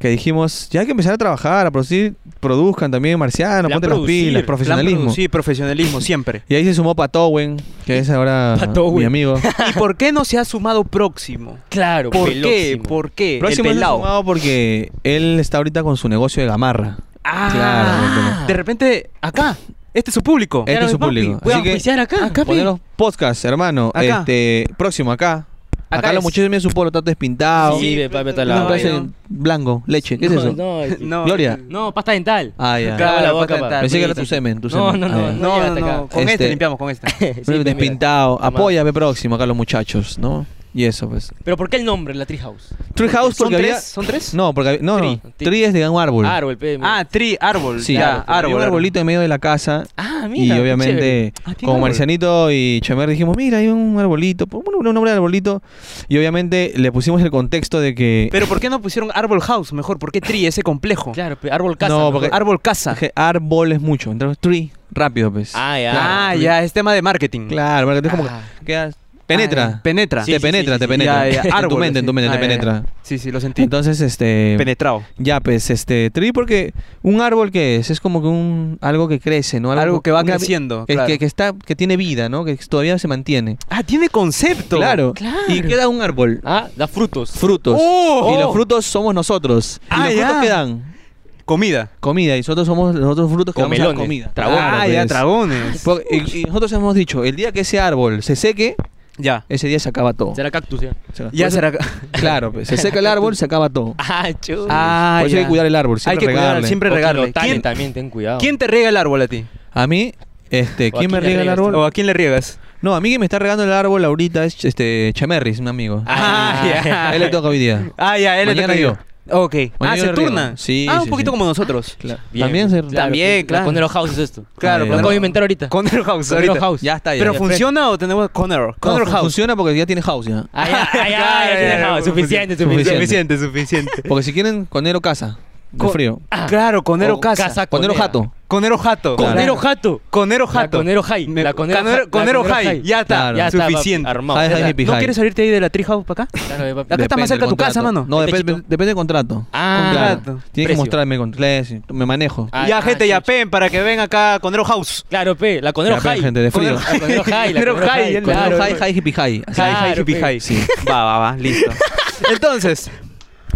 Speaker 1: que dijimos, ya hay que empezar a trabajar, a producir, produzcan también Marciano,
Speaker 3: Plan
Speaker 1: ponte
Speaker 3: producir,
Speaker 1: las pilas,
Speaker 3: plan
Speaker 1: profesionalismo.
Speaker 2: Sí, profesionalismo, siempre.
Speaker 1: Y ahí se sumó Patowen, que es ahora
Speaker 3: Patowen.
Speaker 1: mi amigo.
Speaker 2: ¿Y por qué no se ha sumado próximo?
Speaker 3: Claro,
Speaker 2: ¿Por qué?
Speaker 3: pelóximo.
Speaker 2: ¿Por qué?
Speaker 1: Próximo
Speaker 2: el
Speaker 1: se ha
Speaker 2: pelao.
Speaker 1: sumado porque él está ahorita con su negocio de gamarra.
Speaker 2: Ah,
Speaker 1: Claro, porque-
Speaker 2: de repente, acá. Este es su público.
Speaker 1: Este es su
Speaker 3: papi,
Speaker 1: público.
Speaker 3: voy a
Speaker 1: Así que-
Speaker 3: auspiciar acá.
Speaker 2: Acá, pi.
Speaker 1: Poneros podcast, hermano.
Speaker 2: Acá.
Speaker 1: Este, próximo acá.
Speaker 2: Acá
Speaker 1: Acá, los
Speaker 2: es.
Speaker 1: muchachos tienen su polo, todo despintado.
Speaker 3: Sí, ve, papi, está
Speaker 1: No,
Speaker 3: la
Speaker 2: no,
Speaker 1: parece
Speaker 2: no.
Speaker 1: blanco, leche. ¿Qué es
Speaker 3: No,
Speaker 1: eso?
Speaker 3: No, es-
Speaker 2: No,
Speaker 1: Gloria.
Speaker 3: No, pasta dental.
Speaker 1: Ah, ya.
Speaker 2: Claro,
Speaker 3: Lava la
Speaker 2: la
Speaker 3: boca,
Speaker 2: pata-
Speaker 3: papi.
Speaker 1: Pensé que era tu semen, tu
Speaker 3: No,
Speaker 1: semen.
Speaker 3: no,
Speaker 1: Ah,
Speaker 3: no.
Speaker 1: ya.
Speaker 2: No,
Speaker 3: llega
Speaker 2: no,
Speaker 3: hasta
Speaker 2: no.
Speaker 3: acá.
Speaker 2: Con este,
Speaker 1: Este-
Speaker 2: limpiamos, con este.
Speaker 3: Sí,
Speaker 1: Pero
Speaker 3: mira.
Speaker 1: despintado.
Speaker 3: Mamá.
Speaker 1: Apóyame próximo acá los muchachos, ¿no? Y eso, pues.
Speaker 3: Pero ¿por qué el nombre, la Treehouse?
Speaker 1: Tree House
Speaker 2: ¿Son
Speaker 1: porque había...
Speaker 2: tres? ¿Son tres?
Speaker 1: No, porque había... No, no.
Speaker 3: Tree.
Speaker 1: Tree es de un árbol.
Speaker 3: Árbol, pe. mira.
Speaker 2: Ah, tri, árbol.
Speaker 1: Sí,
Speaker 2: ya,
Speaker 1: Había
Speaker 2: árbol.
Speaker 1: un
Speaker 2: árbol.
Speaker 1: arbolito en medio de la casa.
Speaker 3: Ah, mira,
Speaker 1: y
Speaker 3: qué
Speaker 1: obviamente,
Speaker 3: chévere.
Speaker 2: Ah, tiene
Speaker 1: como
Speaker 2: árbol.
Speaker 1: Marcianito y Chemer dijimos, mira, hay un arbolito, ponle un nombre de arbolito. Y obviamente le pusimos el contexto de que
Speaker 2: Pero ¿por qué no pusieron árbol house mejor? ¿Por qué tri, ese complejo?
Speaker 3: Claro, pe, árbol casa.
Speaker 1: No,
Speaker 3: mejor.
Speaker 1: porque-
Speaker 2: Árbol casa.
Speaker 1: que árbol es mucho. Entonces, tree, rápido, pues.
Speaker 3: Ah, ya.
Speaker 2: Ah,
Speaker 3: Tree.
Speaker 2: ya, es tema de marketing.
Speaker 1: Claro, porque es como
Speaker 3: Ah.
Speaker 1: que quedas- penetra.
Speaker 2: Ah, penetra.
Speaker 1: te
Speaker 3: Sí, sí,
Speaker 1: penetra,
Speaker 3: sí,
Speaker 1: te
Speaker 3: sí,
Speaker 1: penetra.
Speaker 2: Ya, ya,
Speaker 1: en tu
Speaker 2: árbol,
Speaker 1: mente, en tu
Speaker 2: sí.
Speaker 1: mente,
Speaker 2: Ah,
Speaker 1: te
Speaker 2: ya, ya.
Speaker 1: penetra.
Speaker 2: Sí, sí, lo sentí.
Speaker 1: Entonces, este.
Speaker 2: Penetrado.
Speaker 1: Ya, pues, este. Tree, porque un árbol que es, es como que un. Algo que crece, ¿no?
Speaker 2: Algo que va
Speaker 1: una vi-
Speaker 2: creciendo,
Speaker 1: Que,
Speaker 2: claro.
Speaker 1: que- que está, que tiene vida, ¿no? Que todavía se mantiene.
Speaker 2: Ah, tiene concepto.
Speaker 1: Claro.
Speaker 3: Claro.
Speaker 1: Y queda un árbol.
Speaker 3: Ah, da frutos.
Speaker 1: Frutos.
Speaker 2: Oh,
Speaker 1: y
Speaker 2: oh.
Speaker 1: los frutos somos nosotros.
Speaker 2: Ah,
Speaker 1: y los
Speaker 2: ya.
Speaker 1: frutos quedan
Speaker 2: Comida.
Speaker 1: comida. Y nosotros somos los otros frutos que vamos a la
Speaker 3: Comelones.
Speaker 1: comida.
Speaker 3: Dragones,
Speaker 2: ah, ya,
Speaker 1: pues.
Speaker 2: dragones.
Speaker 1: Porque- y, y nosotros hemos dicho, el día que ese árbol se seque,
Speaker 2: Ya.
Speaker 1: ese día se acaba todo.
Speaker 3: Será cactus ya.
Speaker 1: Se acaba-
Speaker 2: Ya
Speaker 1: Por
Speaker 2: será.
Speaker 1: eso- Claro, pues, se seca el árbol, se acaba todo.
Speaker 3: Ah, chulo.
Speaker 2: Ah,
Speaker 1: Por eso pues hay
Speaker 2: ya.
Speaker 1: que cuidar el árbol, siempre
Speaker 2: Hay que cuidar,
Speaker 1: regarle.
Speaker 2: siempre regarle.
Speaker 3: ¿Quién?
Speaker 2: ¿Quién,
Speaker 3: también, ten cuidado.
Speaker 2: quién te riega el árbol a ti?
Speaker 1: A mí, este,
Speaker 3: ¿O a
Speaker 1: ¿quién me
Speaker 3: quién le
Speaker 1: riega el
Speaker 3: riegas
Speaker 1: árbol?
Speaker 2: ¿O a quién le riegas?
Speaker 1: No, a mí que me está regando el árbol ahorita es este Chamerris, un amigo.
Speaker 2: Ah, ya.
Speaker 1: A él le toca hoy día.
Speaker 2: Ah, ya, él le
Speaker 1: Mañana
Speaker 2: toca
Speaker 1: yo.
Speaker 2: Ok.
Speaker 1: Mañana
Speaker 2: ah,
Speaker 1: yo
Speaker 2: se
Speaker 1: le riego.
Speaker 2: turna.
Speaker 1: Sí,
Speaker 2: Ah, un
Speaker 1: sí,
Speaker 2: poquito
Speaker 1: sí.
Speaker 2: como nosotros.
Speaker 3: Bien,
Speaker 1: También se-
Speaker 2: También,
Speaker 3: pues,
Speaker 2: claro.
Speaker 3: la Conero House es esto.
Speaker 2: Claro,
Speaker 1: Ah,
Speaker 3: Lo
Speaker 1: Conero-
Speaker 3: acabo de inventar ahorita.
Speaker 2: Conner House
Speaker 3: Conero
Speaker 2: ahorita.
Speaker 3: House.
Speaker 1: Ah, Ya está, ya.
Speaker 2: ¿Pero
Speaker 1: ya.
Speaker 2: funciona o tenemos Conner?
Speaker 1: No,
Speaker 2: Conner
Speaker 1: fun-
Speaker 2: House.
Speaker 1: Funciona porque ya tiene house ya.
Speaker 3: Ah, ya, ah, ya, ya,
Speaker 2: Claro,
Speaker 3: tiene
Speaker 2: ya,
Speaker 3: house.
Speaker 2: ya,
Speaker 3: Suficiente,
Speaker 1: suficiente.
Speaker 3: suficiente.
Speaker 2: Suficiente, suficiente.
Speaker 1: Porque si quieren, conero casa. De
Speaker 2: Con-
Speaker 1: frío.
Speaker 3: Ah.
Speaker 2: Claro, Conero
Speaker 3: O
Speaker 2: Casa.
Speaker 3: casa
Speaker 1: Conero
Speaker 3: conera.
Speaker 1: jato.
Speaker 2: Conero Jato.
Speaker 3: Conero
Speaker 2: Claro.
Speaker 3: Jato.
Speaker 2: Conero
Speaker 3: La
Speaker 2: Jato.
Speaker 3: Conero High.
Speaker 2: Me-
Speaker 3: La Conero
Speaker 2: Conero-
Speaker 3: High. La
Speaker 2: Conero
Speaker 3: Conero
Speaker 2: High.
Speaker 3: High.
Speaker 2: Ya está.
Speaker 1: Claro.
Speaker 3: Ya está, papi,
Speaker 2: suficiente.
Speaker 3: armado.
Speaker 1: Ah, es
Speaker 3: Ya
Speaker 1: ahí,
Speaker 3: está.
Speaker 1: pi-
Speaker 2: ¿No
Speaker 1: Pijay.
Speaker 2: quieres salirte ahí de la Tree House para acá?
Speaker 3: Claro, eh, papi.
Speaker 2: Acá está más cerca
Speaker 1: del
Speaker 2: tu casa,
Speaker 1: contrato.
Speaker 2: mano.
Speaker 1: No,
Speaker 3: Está
Speaker 1: depende,
Speaker 3: chiquito.
Speaker 1: depende del contrato.
Speaker 3: Ah,
Speaker 1: Claro.
Speaker 2: contrato.
Speaker 1: Tienes que
Speaker 3: Precio.
Speaker 1: mostrarme con clase, me manejo.
Speaker 3: Ah,
Speaker 2: ya, gente, ya
Speaker 3: chucha.
Speaker 2: pen para que vengan acá a Conero House.
Speaker 3: Claro, pe. La Conero
Speaker 1: Ya, pe,
Speaker 3: High.
Speaker 1: gente, de frío.
Speaker 3: La Conero High. La
Speaker 2: Conero
Speaker 3: Conero
Speaker 2: High,
Speaker 3: High.
Speaker 2: el-
Speaker 1: Conero
Speaker 3: claro,
Speaker 1: high,
Speaker 3: pe.
Speaker 1: high, hippie, high. Así.
Speaker 3: Claro,
Speaker 2: Hi, hi, hippie,
Speaker 3: pe.
Speaker 2: hi. Va, va, va, listo. Entonces,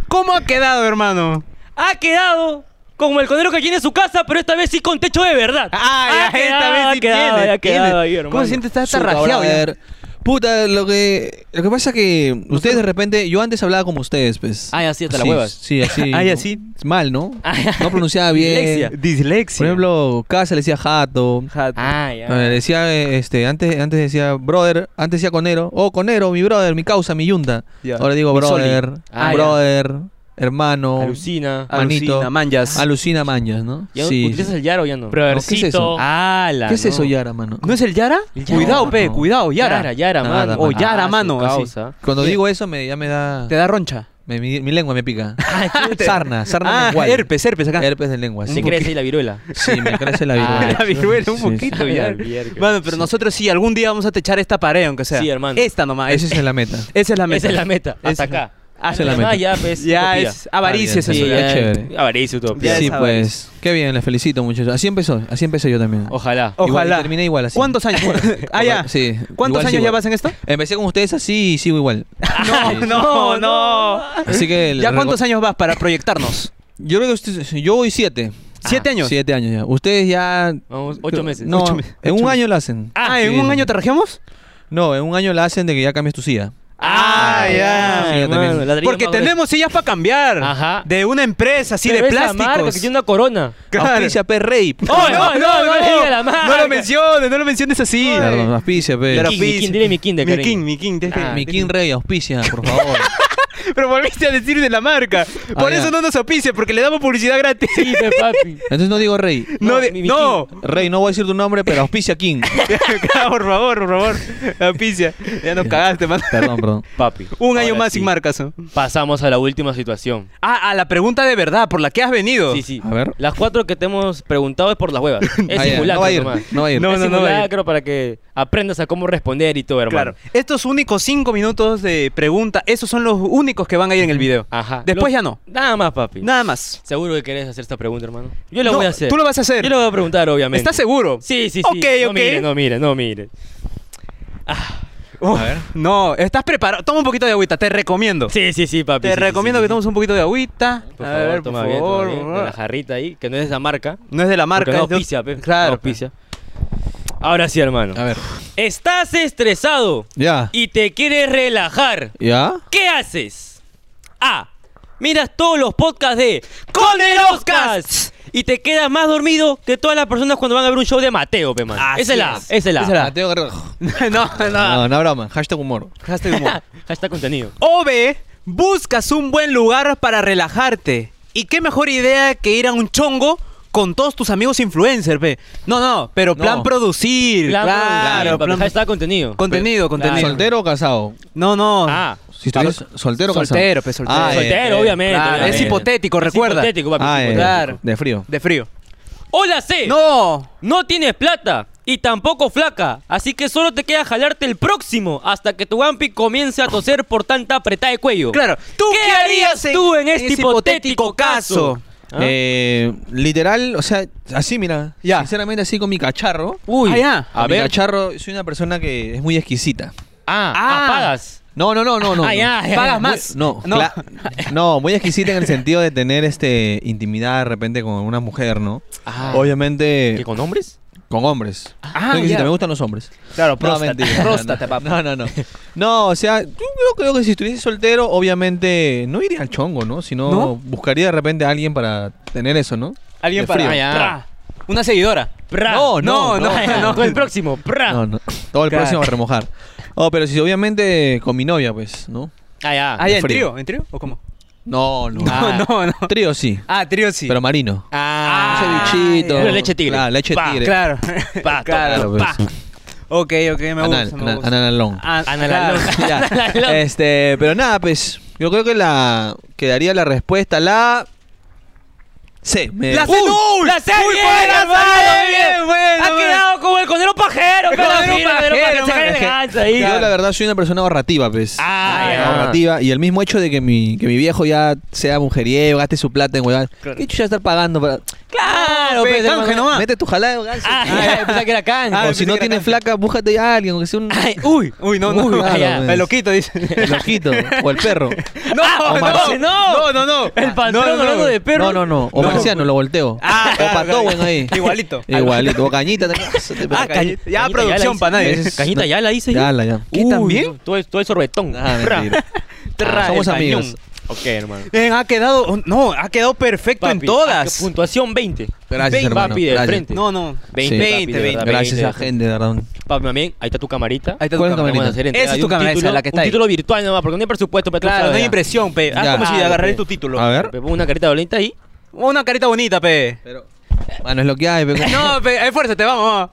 Speaker 2: ¿cómo ha quedado, hermano?
Speaker 3: ha quedado como el conero que tiene su casa, pero esta vez sí con techo de verdad.
Speaker 2: Ah,
Speaker 3: Ha
Speaker 2: ya, esta
Speaker 3: quedado,
Speaker 2: vez
Speaker 3: ha
Speaker 2: sí
Speaker 3: quedado,
Speaker 2: tiene,
Speaker 3: ha quedado
Speaker 2: tiene.
Speaker 3: ahí,
Speaker 2: ¿Cómo
Speaker 3: hermano.
Speaker 2: se siente? Está, está
Speaker 1: Su
Speaker 2: rajeado
Speaker 1: cabrón, a
Speaker 2: ya.
Speaker 1: ver. Puta, lo que, lo que pasa que ustedes de repente, yo antes hablaba como ustedes, pues.
Speaker 3: Ah, así hasta la
Speaker 1: Sí,
Speaker 3: huevas.
Speaker 1: Sí, así.
Speaker 2: Ah, y así.
Speaker 1: Mal, ¿no?
Speaker 3: Ah, ya.
Speaker 1: No pronunciaba bien.
Speaker 3: Dislexia.
Speaker 2: Dislexia.
Speaker 1: Por ejemplo, casa le decía jato.
Speaker 2: Jato.
Speaker 3: Ah, ya.
Speaker 1: Eh, decía, eh, este, antes, antes decía brother, antes decía conero. Oh, conero, mi brother, mi causa, mi yunta.
Speaker 2: Ya.
Speaker 1: Ahora digo
Speaker 2: Mi
Speaker 1: brother,
Speaker 2: soli.
Speaker 3: Ah, ya.
Speaker 1: brother, hermano.
Speaker 3: Alucina.
Speaker 1: Ah, manito.
Speaker 2: Alucina, manjas.
Speaker 1: Alucina mañas, ¿no?
Speaker 3: ¿Ya utilizas el yaro o ya no?
Speaker 1: ¿qué es eso?
Speaker 8: Brodercito.
Speaker 3: Ah, la.
Speaker 1: ¿Qué es eso, Yara, mano?
Speaker 2: ¿No es el Yara?
Speaker 3: El Yara,
Speaker 2: cuidado, pe,
Speaker 1: no.
Speaker 2: cuidado, Yara.
Speaker 3: Yara, Yara,
Speaker 1: Nada,
Speaker 3: mano.
Speaker 1: mano.
Speaker 2: O Yara,
Speaker 3: Ah, su
Speaker 2: mano, así.
Speaker 3: causa.
Speaker 1: Cuando digo eso, me, ya me da.
Speaker 2: Te da roncha.
Speaker 1: me- mi, mi lengua me pica. sarna, sarna
Speaker 2: Ah,
Speaker 1: mengual.
Speaker 2: herpes, herpes acá.
Speaker 1: Herpes de lengua.
Speaker 3: Se
Speaker 1: sí.
Speaker 3: crece ahí la viruela.
Speaker 1: Sí, me crece la
Speaker 3: Ah,
Speaker 1: viruela.
Speaker 2: La viruela, un
Speaker 1: Sí,
Speaker 2: poquito
Speaker 3: sí.
Speaker 2: ya.
Speaker 3: La mierda.
Speaker 2: Mano, pero nosotros sí, algún día vamos a techar esta pared, aunque sea.
Speaker 3: Sí, hermano.
Speaker 2: Esta nomás.
Speaker 1: Ah, Esa es la meta.
Speaker 2: Esa es la meta.
Speaker 3: Esa es la meta.
Speaker 2: Esa-
Speaker 3: Hasta acá.
Speaker 2: Esa es
Speaker 1: la
Speaker 3: Ah,
Speaker 1: meta.
Speaker 3: Ya, pues.
Speaker 2: Ya
Speaker 3: utopía.
Speaker 2: es avaricia es
Speaker 1: Está
Speaker 2: eso.
Speaker 1: bien,
Speaker 3: Sí,
Speaker 1: Eso
Speaker 2: ya.
Speaker 1: ya. chévere.
Speaker 3: Avaricia utopía.
Speaker 2: Ya
Speaker 1: Sí,
Speaker 2: es
Speaker 1: pues. Qué bien, les felicito, muchachos. Así empezó, así empecé yo también.
Speaker 3: Ojalá.
Speaker 1: Igual,
Speaker 2: Ojalá.
Speaker 1: y terminé igual así.
Speaker 2: ¿Cuántos años? ah, ya.
Speaker 1: Sí. Igual
Speaker 2: ¿Cuántos años
Speaker 1: sigo.
Speaker 2: ya vas en esto?
Speaker 1: Empecé con ustedes así y sigo igual.
Speaker 2: No,
Speaker 1: Sí.
Speaker 2: no, no.
Speaker 1: Así que. el
Speaker 2: ¿Ya
Speaker 1: reco-
Speaker 2: cuántos años vas para proyectarnos?
Speaker 1: Yo creo que ustedes- yo voy siete.
Speaker 2: Ah, ¿Siete años?
Speaker 1: Siete años ya. Ustedes ya.
Speaker 3: Vamos, ocho meses.
Speaker 1: No,
Speaker 2: Ocho meses.
Speaker 1: en un
Speaker 2: Ocho
Speaker 1: año lo hacen.
Speaker 2: Ah, ¿en
Speaker 1: Sí.
Speaker 2: un año te rajemos?
Speaker 1: No, en un año la hacen de que ya cambies tu silla.
Speaker 2: Ah, ya.
Speaker 1: Sí, yo también.
Speaker 3: mano, ladrillo
Speaker 2: Porque
Speaker 3: más grueso.
Speaker 2: tenemos sillas para cambiar.
Speaker 3: Ajá.
Speaker 2: De una empresa así
Speaker 3: Pero
Speaker 2: de
Speaker 3: esa marca
Speaker 2: plásticos.
Speaker 3: que tiene una corona.
Speaker 2: Claro.
Speaker 1: Auspicia P-Rape.
Speaker 3: ¡Oh, no, no, no, le diga la marca!
Speaker 2: no lo menciones, no lo menciones así.
Speaker 1: Perdón, auspicia, pe.
Speaker 2: Claro,
Speaker 3: King, mi
Speaker 2: please.
Speaker 3: King, dile mi King de
Speaker 2: mi
Speaker 3: cariño.
Speaker 2: king, mi king. tienes que-
Speaker 3: Ah,
Speaker 1: Mi King Rey, auspicia, por favor.
Speaker 2: Pero volviste a decir de la marca. Por
Speaker 1: ya.
Speaker 2: eso no nos opicia, porque le damos publicidad gratis.
Speaker 3: Sí, pe, papi.
Speaker 1: Entonces no digo Rey.
Speaker 2: No,
Speaker 3: No,
Speaker 2: de-
Speaker 3: mi- mi
Speaker 2: no.
Speaker 1: Rey, no voy a decir tu nombre, pero auspicia King.
Speaker 2: Claro, por favor, por favor. Opicia. Ya nos cagaste, man.
Speaker 1: Perdón, perdón.
Speaker 3: Papi.
Speaker 2: Un año
Speaker 3: ahora
Speaker 2: más
Speaker 3: sí,
Speaker 2: sin marcas. ¿no?
Speaker 3: Pasamos a la última situación.
Speaker 2: Ah, a la pregunta de verdad, por la que has venido.
Speaker 3: Sí, sí.
Speaker 1: A ver.
Speaker 3: Las cuatro que te hemos preguntado es por las huevas. Es
Speaker 1: Ah, ya.
Speaker 3: simulacro
Speaker 1: No va a ir,
Speaker 3: nomás.
Speaker 1: no va a ir.
Speaker 2: No,
Speaker 3: es
Speaker 2: no, no va a ir.
Speaker 3: simulacro para que aprendas a cómo responder y todo, hermano.
Speaker 2: Claro. Estos únicos cinco minutos de pregunta, esos son los únicos que van a ir en el video.
Speaker 3: Ajá.
Speaker 2: Después
Speaker 3: Lo-
Speaker 2: ya no.
Speaker 3: Nada más, papi.
Speaker 2: Nada más.
Speaker 3: Seguro que querés hacer esta pregunta, hermano. Yo la
Speaker 2: No,
Speaker 3: voy a hacer.
Speaker 2: Tú lo vas a hacer.
Speaker 3: Yo la voy a preguntar, obviamente.
Speaker 2: ¿Estás seguro?
Speaker 3: Sí, sí, sí.
Speaker 2: Ok,
Speaker 3: no
Speaker 2: ok.
Speaker 3: mire, no mire, no mire.
Speaker 2: Oh,
Speaker 1: A ver.
Speaker 2: No, estás preparado. Toma un poquito de agüita, te recomiendo.
Speaker 3: Sí, sí, sí, papi.
Speaker 2: Te
Speaker 3: sí, sí,
Speaker 2: recomiendo
Speaker 3: sí,
Speaker 2: que
Speaker 3: sí.
Speaker 2: tomes un poquito de agüita.
Speaker 3: Por
Speaker 2: a
Speaker 3: favor,
Speaker 2: ver,
Speaker 3: toma
Speaker 2: por
Speaker 3: bien, toma
Speaker 2: favor.
Speaker 3: bien.
Speaker 2: por
Speaker 3: De La
Speaker 2: favor.
Speaker 3: jarrita ahí, que no es esa marca.
Speaker 2: No es de la marca.
Speaker 3: Porque no
Speaker 2: es de-
Speaker 3: auspicia, pe.
Speaker 2: Claro.
Speaker 3: No auspicia. Ahora sí, hermano.
Speaker 1: A ver.
Speaker 3: Estás estresado
Speaker 1: Ya.
Speaker 3: y te quieres relajar.
Speaker 1: ¿Ya?
Speaker 3: ¿Qué haces? A. Miras todos los podcasts de Con el Oscars y te quedas más dormido que todas las personas cuando van a ver un show de Mateo, pe man.
Speaker 2: Así
Speaker 3: Esa es la,
Speaker 2: es.
Speaker 3: esa es la.
Speaker 2: Esa es la-
Speaker 1: Mateo Guerrero.
Speaker 2: pe. no, no.
Speaker 1: No, no broma. Hashtag humor.
Speaker 2: Dejaste de humor.
Speaker 3: Hashtag contenido.
Speaker 2: O B, buscas un buen lugar para relajarte. ¿Y qué mejor idea que ir a un chongo con todos tus amigos influencers, pe? No, no, pero plan
Speaker 1: No.
Speaker 2: producir.
Speaker 3: Plan
Speaker 2: claro,
Speaker 3: productivo, papi.
Speaker 2: plan-
Speaker 3: Hashtag contenido.
Speaker 2: Contenido, contenido.
Speaker 1: ¿Soltero o casado?
Speaker 2: No, no.
Speaker 3: Ah.
Speaker 1: Si estuvieras soltero o casado.
Speaker 2: Soltero, pe, soltero.
Speaker 1: Ah, eh,
Speaker 3: Soltero,
Speaker 1: eh,
Speaker 3: obviamente,
Speaker 2: claro,
Speaker 3: obviamente.
Speaker 2: es hipotético, recuerda.
Speaker 3: Es hipotético, papi.
Speaker 1: Ah,
Speaker 3: es
Speaker 1: eh,
Speaker 3: hipotético.
Speaker 2: Claro.
Speaker 1: de frío.
Speaker 2: De frío.
Speaker 3: Hola, C.
Speaker 2: No.
Speaker 3: No tienes plata y tampoco flaca, así que solo te queda jalarte el próximo hasta que tu Gampi comience a toser por tanta apretada de cuello.
Speaker 2: Claro. ¿Tú
Speaker 3: ¿Qué
Speaker 2: qué harías
Speaker 3: harías
Speaker 2: en-
Speaker 3: tú en
Speaker 2: en
Speaker 3: este
Speaker 2: ese
Speaker 3: hipotético
Speaker 2: hipotético
Speaker 3: caso?
Speaker 2: caso?
Speaker 3: ¿Ah?
Speaker 1: Eh, literal, o sea, así, mira.
Speaker 2: Ya.
Speaker 1: Sinceramente, así con mi cacharro.
Speaker 3: Uy,
Speaker 2: Ah, ya.
Speaker 1: A
Speaker 3: a
Speaker 1: mi
Speaker 3: ver.
Speaker 1: cacharro, soy una persona que es muy exquisita.
Speaker 3: Ah,
Speaker 2: Ah.
Speaker 3: apagas.
Speaker 1: No, no, no, no, no. no.
Speaker 3: Ah, ya, ya, ya.
Speaker 2: Pagas
Speaker 1: Muy-
Speaker 2: más.
Speaker 1: No,
Speaker 2: No.
Speaker 1: cla- no, muy exquisita en el sentido de tener este intimidad de repente con una mujer, ¿no?
Speaker 3: Ah.
Speaker 1: Obviamente
Speaker 3: ¿Qué con hombres?
Speaker 1: con hombres.
Speaker 2: Ah,
Speaker 1: Soy exquisita,
Speaker 2: ya.
Speaker 1: me gustan los hombres.
Speaker 2: Claro,
Speaker 1: no, mentira. no, no, no, no. No, o sea, yo creo- creo que si estuviese soltero, obviamente no iría al chongo, ¿no? Sino
Speaker 2: ¿No?
Speaker 1: buscaría de repente a alguien para tener eso, ¿no?
Speaker 2: Alguien
Speaker 1: De
Speaker 2: para.
Speaker 1: frío.
Speaker 2: Ah, ya. Una seguidora.
Speaker 3: Pra.
Speaker 1: No, no,
Speaker 2: no,
Speaker 3: Ah, ya,
Speaker 2: no.
Speaker 3: con el próximo, pra.
Speaker 1: No, no. Todo el
Speaker 2: Claro.
Speaker 1: próximo a remojar. Oh, pero si obviamente con mi novia, pues, ¿no?
Speaker 3: Ah, ya.
Speaker 2: Ah, ya, ¿en
Speaker 1: frío.
Speaker 2: trío? ¿En trío? ¿O cómo?
Speaker 1: No, no.
Speaker 3: Ah.
Speaker 2: No, no, no.
Speaker 1: Trío sí,
Speaker 2: Ah, trío sí.
Speaker 1: pero marino.
Speaker 3: Ah,
Speaker 1: ese bichito.
Speaker 3: Pura leche tigre.
Speaker 1: Claro, leche
Speaker 3: Pa,
Speaker 1: tigre.
Speaker 2: Claro.
Speaker 3: Pa,
Speaker 2: claro.
Speaker 1: pues.
Speaker 3: pa.
Speaker 2: Ok, ok, me
Speaker 1: Anal-
Speaker 2: gusta. me
Speaker 1: anal-
Speaker 2: gusta.
Speaker 1: analón.
Speaker 2: Ah,
Speaker 3: Analalón.
Speaker 2: claro.
Speaker 1: Ya.
Speaker 3: Analalón.
Speaker 1: Este, pero nada, pues, yo creo que la quedaría la respuesta la C. Me-
Speaker 2: La
Speaker 1: Uh,
Speaker 2: C. ¡Nul!
Speaker 3: ¡La sé
Speaker 2: ¡Muy
Speaker 3: bien,
Speaker 2: buena,
Speaker 3: la sé
Speaker 2: hermano!
Speaker 3: bien!
Speaker 2: Bien, bueno,
Speaker 3: Ha
Speaker 2: bueno.
Speaker 3: quedado como el conero pajero,
Speaker 2: El
Speaker 3: pero
Speaker 2: conero
Speaker 3: sí, el conero
Speaker 2: pajero,
Speaker 3: pajero, se cae
Speaker 2: mano,
Speaker 3: de
Speaker 2: que-
Speaker 3: ganso ahí.
Speaker 1: Yo la verdad soy una persona ahorrativa, pues.
Speaker 2: Ah,
Speaker 1: Ah,
Speaker 2: ya.
Speaker 1: ahorrativa. Y el mismo hecho de que mi, que mi viejo ya sea mujeriego, gaste su plata en huevón. ¿Qué chucha estar pagando? para-
Speaker 3: Claro,
Speaker 2: Pe,
Speaker 3: pues,
Speaker 2: canje
Speaker 3: hermano.
Speaker 2: nomás.
Speaker 1: Mete tu jalada, huevón.
Speaker 3: Ah, ya, pensaba que era can.
Speaker 2: Ah,
Speaker 1: pues, o si
Speaker 2: pensé
Speaker 1: no
Speaker 2: que era
Speaker 1: tienes
Speaker 2: canje.
Speaker 1: flaca, búscate a alguien, aunque sea un
Speaker 3: Ay, uy,
Speaker 2: Uy, no, no.
Speaker 3: Uy,
Speaker 1: claro,
Speaker 2: Ah,
Speaker 1: pues.
Speaker 2: El loquito dice.
Speaker 1: loquito o el perro.
Speaker 2: No,
Speaker 3: Ah,
Speaker 2: no,
Speaker 3: Marciano.
Speaker 2: no, no, no.
Speaker 3: El
Speaker 2: Ah, no,
Speaker 3: patrón
Speaker 2: no, no.
Speaker 3: hablando de perro.
Speaker 1: No, no, no. O
Speaker 2: No.
Speaker 1: marciano, lo volteo.
Speaker 2: Ah,
Speaker 1: o
Speaker 2: claro,
Speaker 1: patowen
Speaker 2: claro.
Speaker 1: ahí.
Speaker 2: Igualito.
Speaker 1: Igualito. O cañita. te-
Speaker 2: Ah, cañita. Ya, producción para nadie.
Speaker 1: Es-
Speaker 3: Cañita ya la
Speaker 2: Ah,
Speaker 3: hice yo.
Speaker 1: Ya, la ya.
Speaker 2: ¿Qué,
Speaker 3: Uy,
Speaker 2: también?
Speaker 3: Tú eres, tú eres sorbetón.
Speaker 1: Ah,
Speaker 3: Tra.
Speaker 1: mentira.
Speaker 3: Tra,
Speaker 1: Somos
Speaker 3: el cañón.
Speaker 1: amigos.
Speaker 3: Ok, hermano.
Speaker 2: Eh, ha quedado, no, ha quedado perfecto en
Speaker 3: Papi,
Speaker 2: todas.
Speaker 3: Puntuación 20.
Speaker 1: Gracias,
Speaker 3: Veinte,
Speaker 1: hermano.
Speaker 3: Papi, de
Speaker 1: Gracias.
Speaker 3: frente.
Speaker 2: No, no.
Speaker 3: 20,
Speaker 1: Sí.
Speaker 3: papi, de
Speaker 2: 20,
Speaker 3: verdad,
Speaker 1: Gracias a
Speaker 3: 20.
Speaker 1: gente, de verdad.
Speaker 3: Papi, también, ahí está tu camarita.
Speaker 2: Ahí está
Speaker 1: ¿Cuál
Speaker 2: tu
Speaker 1: es la
Speaker 2: cámara.
Speaker 3: Vamos
Speaker 1: camarita?
Speaker 3: a hacer entrega
Speaker 2: Esa es
Speaker 3: de
Speaker 2: tu
Speaker 3: un
Speaker 2: cámara, esa,
Speaker 3: título-
Speaker 2: la que
Speaker 3: Un
Speaker 2: está ahí.
Speaker 3: título virtual nomás, porque no hay presupuesto. Pero
Speaker 2: Claro, no hay impresión, pe. Haz
Speaker 1: Ya.
Speaker 2: como si
Speaker 3: Ah,
Speaker 2: agarraras
Speaker 3: ok.
Speaker 2: tu título.
Speaker 1: A ver.
Speaker 3: Pon una carita dolenta ahí.
Speaker 2: Una carita bonita, pe.
Speaker 1: Pero, mano, es lo que hay. pe, ¿cómo?
Speaker 2: No, pe, esfuérzate, vamos, vamos.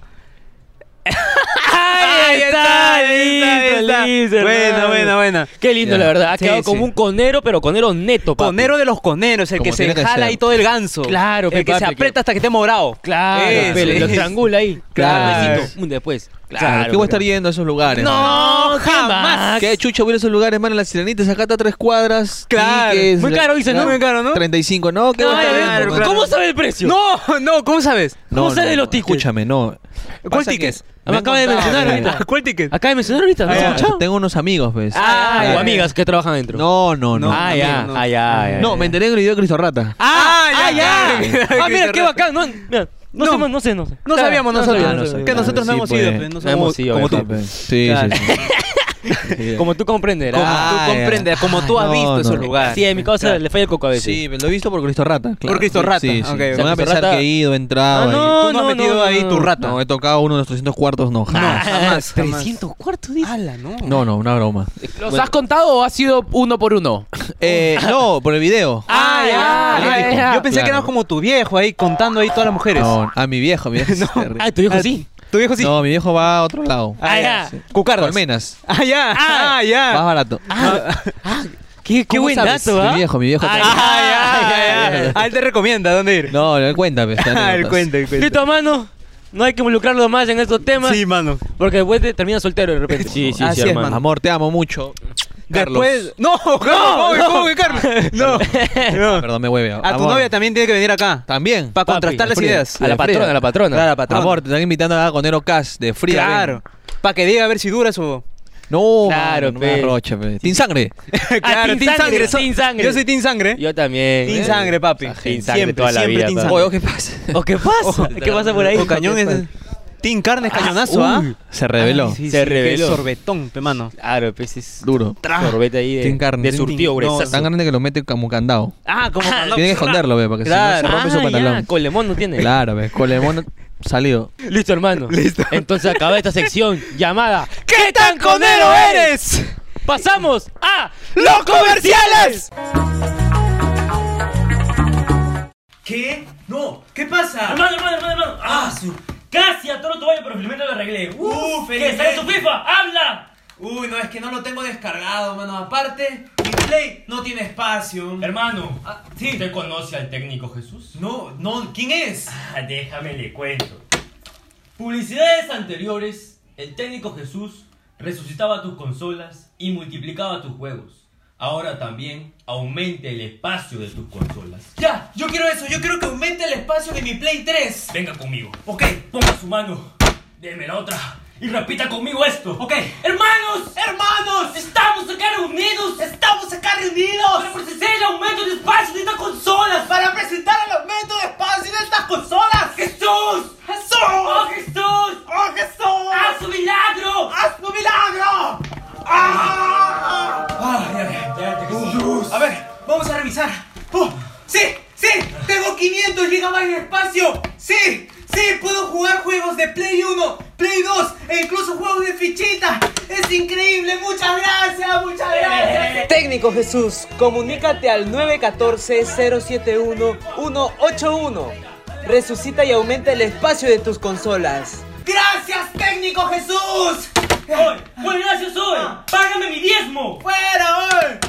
Speaker 3: Ah, Ahí está, listo, listo,
Speaker 2: Buena,
Speaker 3: hermano.
Speaker 2: buena, buena.
Speaker 3: Qué lindo,
Speaker 1: Ya.
Speaker 3: la verdad. Ha
Speaker 2: Sí,
Speaker 3: quedado
Speaker 2: sí.
Speaker 3: como un conero, pero conero neto, papi.
Speaker 2: Conero de los coneros, el
Speaker 1: Como
Speaker 2: que se
Speaker 1: tiene que
Speaker 2: jala
Speaker 1: ser.
Speaker 2: ahí todo el ganso.
Speaker 3: Claro,
Speaker 2: el
Speaker 3: pe,
Speaker 2: que se
Speaker 3: papi,
Speaker 2: aprieta
Speaker 3: que-
Speaker 2: hasta que esté morado.
Speaker 3: Claro,
Speaker 2: Eso
Speaker 3: pero lo
Speaker 2: es.
Speaker 3: triangula ahí.
Speaker 1: Claro.
Speaker 3: Besito, Un después.
Speaker 1: Claro, ¿Qué voy a estar
Speaker 3: pero-
Speaker 1: yendo a esos lugares?
Speaker 2: No,
Speaker 3: ¿qué
Speaker 2: jamás.
Speaker 3: más?
Speaker 1: ¿Qué chucho voy a esos lugares, hermano? Las sirenitas acá está a tres cuadras.
Speaker 2: Claro.
Speaker 1: Tickets,
Speaker 3: Muy caro, dice, ¿no?
Speaker 1: claro.
Speaker 2: Muy caro, ¿no?
Speaker 1: 35, ¿no? ¿Qué
Speaker 3: No,
Speaker 1: voy a estar
Speaker 3: ay,
Speaker 2: claro,
Speaker 1: viendo,
Speaker 3: ay,
Speaker 1: hermano?
Speaker 3: ¿Cómo sabe el precio?
Speaker 2: No, no, ¿cómo sabes?
Speaker 3: ¿Cómo sabes de los tickets?
Speaker 1: Escúchame, no.
Speaker 2: ¿Cuál
Speaker 1: Pasa que
Speaker 2: tickets?
Speaker 1: me
Speaker 3: Me acaba de
Speaker 1: han contado,
Speaker 3: mencionar
Speaker 1: eh,
Speaker 3: ahorita.
Speaker 2: ¿Cuál ticket?
Speaker 3: Acá de mencionar ahorita, ¿no
Speaker 2: Ah,
Speaker 3: has
Speaker 2: ya.
Speaker 3: escuchado?
Speaker 1: Tengo unos amigos, pues.
Speaker 2: Ah,
Speaker 3: Ah,
Speaker 2: ya.
Speaker 3: o amigas que trabajan dentro.
Speaker 1: No, no, no.
Speaker 2: No.
Speaker 3: Ah, ya,
Speaker 2: amigo, no.
Speaker 3: ah, ya, ya,
Speaker 1: No,
Speaker 3: ya.
Speaker 1: me enteré en el video de Cristo Rata.
Speaker 2: Ah,
Speaker 3: Ah, ya.
Speaker 2: claro.
Speaker 3: Ah, mira, qué
Speaker 2: raro.
Speaker 3: bacán. No, mira, no,
Speaker 2: No.
Speaker 3: sé, no sé, no sé.
Speaker 2: No
Speaker 3: Claro,
Speaker 2: sabíamos, no
Speaker 3: sabía,
Speaker 2: sabíamos.
Speaker 3: sabía.
Speaker 2: Que nosotros no
Speaker 1: Sí,
Speaker 2: hemos
Speaker 1: pues.
Speaker 2: ido, pe, no
Speaker 3: No
Speaker 2: somos
Speaker 3: hemos ido,
Speaker 2: como
Speaker 3: oveja,
Speaker 2: tú.
Speaker 1: Sí, sí,
Speaker 2: Claro.
Speaker 1: sí. Sí.
Speaker 3: Como tú comprenderás.
Speaker 2: Como
Speaker 1: Ah,
Speaker 2: tú
Speaker 1: ya.
Speaker 2: comprendes, como
Speaker 1: Ah,
Speaker 2: tú has
Speaker 1: no,
Speaker 2: visto
Speaker 1: no.
Speaker 2: esos lugares.
Speaker 3: Sí, en mi causa le falla el coco a veces.
Speaker 1: Sí, lo he visto por Cristo Rata. claro.
Speaker 2: Cristo Rata,
Speaker 1: Sí, sí.
Speaker 2: ok.
Speaker 1: Van a
Speaker 3: Cristo
Speaker 1: pensar
Speaker 3: Rata-
Speaker 1: que he ido, he entrado.
Speaker 3: Ah,
Speaker 1: ahí.
Speaker 3: no,
Speaker 2: Tú no has metido ahí tu rata.
Speaker 1: No, he tocado uno de los 300 cuartos, no. jamás.
Speaker 2: jamás, jamás.
Speaker 3: 300 cuartos, dice.
Speaker 2: Ala, no.
Speaker 1: No, no, una broma.
Speaker 8: ¿Los has contado o ha sido uno por uno?
Speaker 1: Eh, no, por el video.
Speaker 2: Ah, ya,
Speaker 8: Ah,
Speaker 2: ya,
Speaker 8: ya, ya.
Speaker 2: Yo pensé que
Speaker 1: Claro.
Speaker 2: eras como tu viejo ahí contando ahí todas las mujeres.
Speaker 1: No, a mi viejo, mi viejo. es terrible.
Speaker 3: Ah, tu hijo
Speaker 2: Ah,
Speaker 3: sí.
Speaker 2: Tu viejo sí.
Speaker 1: No, mi viejo va a otro lado.
Speaker 2: Ah, ya.
Speaker 1: Sí.
Speaker 2: Cucardas.
Speaker 1: Colmenas.
Speaker 2: Ah, ya. Ah,
Speaker 1: Más
Speaker 2: ya.
Speaker 1: barato.
Speaker 3: Qué, qué
Speaker 8: ¿Cómo
Speaker 3: buen
Speaker 8: sabes?
Speaker 3: dato, ¿ah?
Speaker 1: Mi viejo, mi viejo.
Speaker 3: Ah,
Speaker 2: Ah, ya, ya, ya. Ah, él te recomienda dónde ir.
Speaker 1: No, él cuenta. pues,
Speaker 2: Ah, él
Speaker 1: anécdotas.
Speaker 2: cuenta, él cuenta.
Speaker 3: Listo, mano. No hay que involucrarlo más en estos temas.
Speaker 2: Sí, mano.
Speaker 3: Porque después te termina soltero de repente. Sí,
Speaker 1: Así es, mano. Amor, te amo mucho.
Speaker 2: Después. No, no, no, ¿cómo que Carlos? No.
Speaker 1: Ah,
Speaker 2: no.
Speaker 1: Perdón, me hueve.
Speaker 2: A tu novia también tiene que venir acá.
Speaker 1: también.
Speaker 2: Para contrastar las
Speaker 1: Frida.
Speaker 2: ideas.
Speaker 3: A la patrona, a la patrona.
Speaker 2: Claro, a la patrona.
Speaker 1: Amor, te están invitando a Conero Cash de Frida.
Speaker 2: Claro.
Speaker 1: ven.
Speaker 2: Para que diga a ver si dura su.
Speaker 1: No,
Speaker 3: Claro,
Speaker 1: mano, no me
Speaker 3: pe.
Speaker 1: arrocha, pe. Tin sangre.
Speaker 3: Team Sangre,
Speaker 2: so-
Speaker 3: Team Sangre.
Speaker 2: Yo soy Ah, Team Sangre.
Speaker 3: Yo también. eh.
Speaker 2: Team Sangre, papi.
Speaker 3: Team Sangre toda la vida,
Speaker 2: Team
Speaker 3: papi.
Speaker 2: Sangre.
Speaker 1: Oye, ¿qué pasa?
Speaker 3: ¿O qué pasa? ¿Qué pasa por ahí?
Speaker 2: O cañón es. Team Carne es cañonazo, ¿ah?
Speaker 3: uy.
Speaker 1: Se reveló.
Speaker 2: Ay, sí,
Speaker 3: Se
Speaker 2: sí, qué
Speaker 3: reveló.
Speaker 2: Sorbetón, pe mano.
Speaker 3: Claro, pues es...
Speaker 1: Duro.
Speaker 3: Sorbete ahí de,
Speaker 1: Tiene carne.
Speaker 3: de surtido,
Speaker 2: Tiene- no,
Speaker 3: gruesazo.
Speaker 1: Tan grande que lo mete como candado.
Speaker 2: Ah, como cuando-
Speaker 1: Tiene que esconderlo, ve, porque si no se
Speaker 2: Claro.
Speaker 1: rompe su
Speaker 3: Ah, ya,
Speaker 1: pantalón.
Speaker 3: Con limón no tiene.
Speaker 1: Claro, ve. Colemón salido.
Speaker 3: Listo, hermano. Listo. Entonces acaba esta sección llamada
Speaker 2: ¿Qué tan conero eres?
Speaker 3: Pasamos a
Speaker 2: ¡Los comerciales!
Speaker 4: ¿Qué? No, ¿qué pasa?
Speaker 9: Hermano, hermano, hermano, hermano. Ah, su. Casi atoro tu baño, pero felizmente lo arreglé.
Speaker 4: Uh,
Speaker 9: Uf,
Speaker 4: felizmente.
Speaker 9: que sale su FIFA. ¡Habla!
Speaker 4: Uy, no, es que no lo tengo descargado, mano. Aparte, mi Play no tiene espacio.
Speaker 9: Hermano,
Speaker 4: Ah, sí.
Speaker 9: ¿usted conoce al técnico Jesús?
Speaker 4: No, no, ¿quién es?
Speaker 9: Ah, déjame le cuento. Publicidades anteriores, el técnico Jesús resucitaba tus consolas y multiplicaba tus juegos. Ahora también aumenta el espacio de tus consolas.
Speaker 4: Ya, yo quiero eso, yo quiero que aumente el espacio de mi Play 3.
Speaker 9: Venga conmigo.
Speaker 4: Ok,
Speaker 9: Ponga su mano, deme la otra y repita conmigo esto.
Speaker 4: ok.
Speaker 9: Hermanos,
Speaker 4: ¡Hermanos!
Speaker 9: estamos acá reunidos
Speaker 4: ¡Estamos acá reunidos!
Speaker 9: para presenciar el aumento de espacio de estas consolas.
Speaker 4: ¡Para presentar el aumento de espacio de estas consolas! ¡Jesús! ¡Jesús!
Speaker 9: ¡Oh Jesús!
Speaker 4: ¡Oh, Jesús!
Speaker 9: ¡Haz su milagro!
Speaker 4: ¡Haz tu milagro! ¡Ah! Ay, ay, ay. A ver, vamos a revisar. ¡Oh! ¡Sí! ¡Sí! ¡Tengo 500 GB más de espacio! ¡Sí! ¡Sí! ¡Puedo jugar juegos de Play 1, Play 2 e incluso juegos de fichita! ¡Es increíble! ¡Muchas gracias! ¡Muchas gracias!
Speaker 2: Técnico Jesús, comunícate al 914-071-181. Resucita y aumenta el espacio de tus consolas.
Speaker 4: ¡Gracias, técnico Jesús!
Speaker 9: Hoy, pues gracias hoy. Págame mi diezmo.
Speaker 4: ¡Fuera hoy!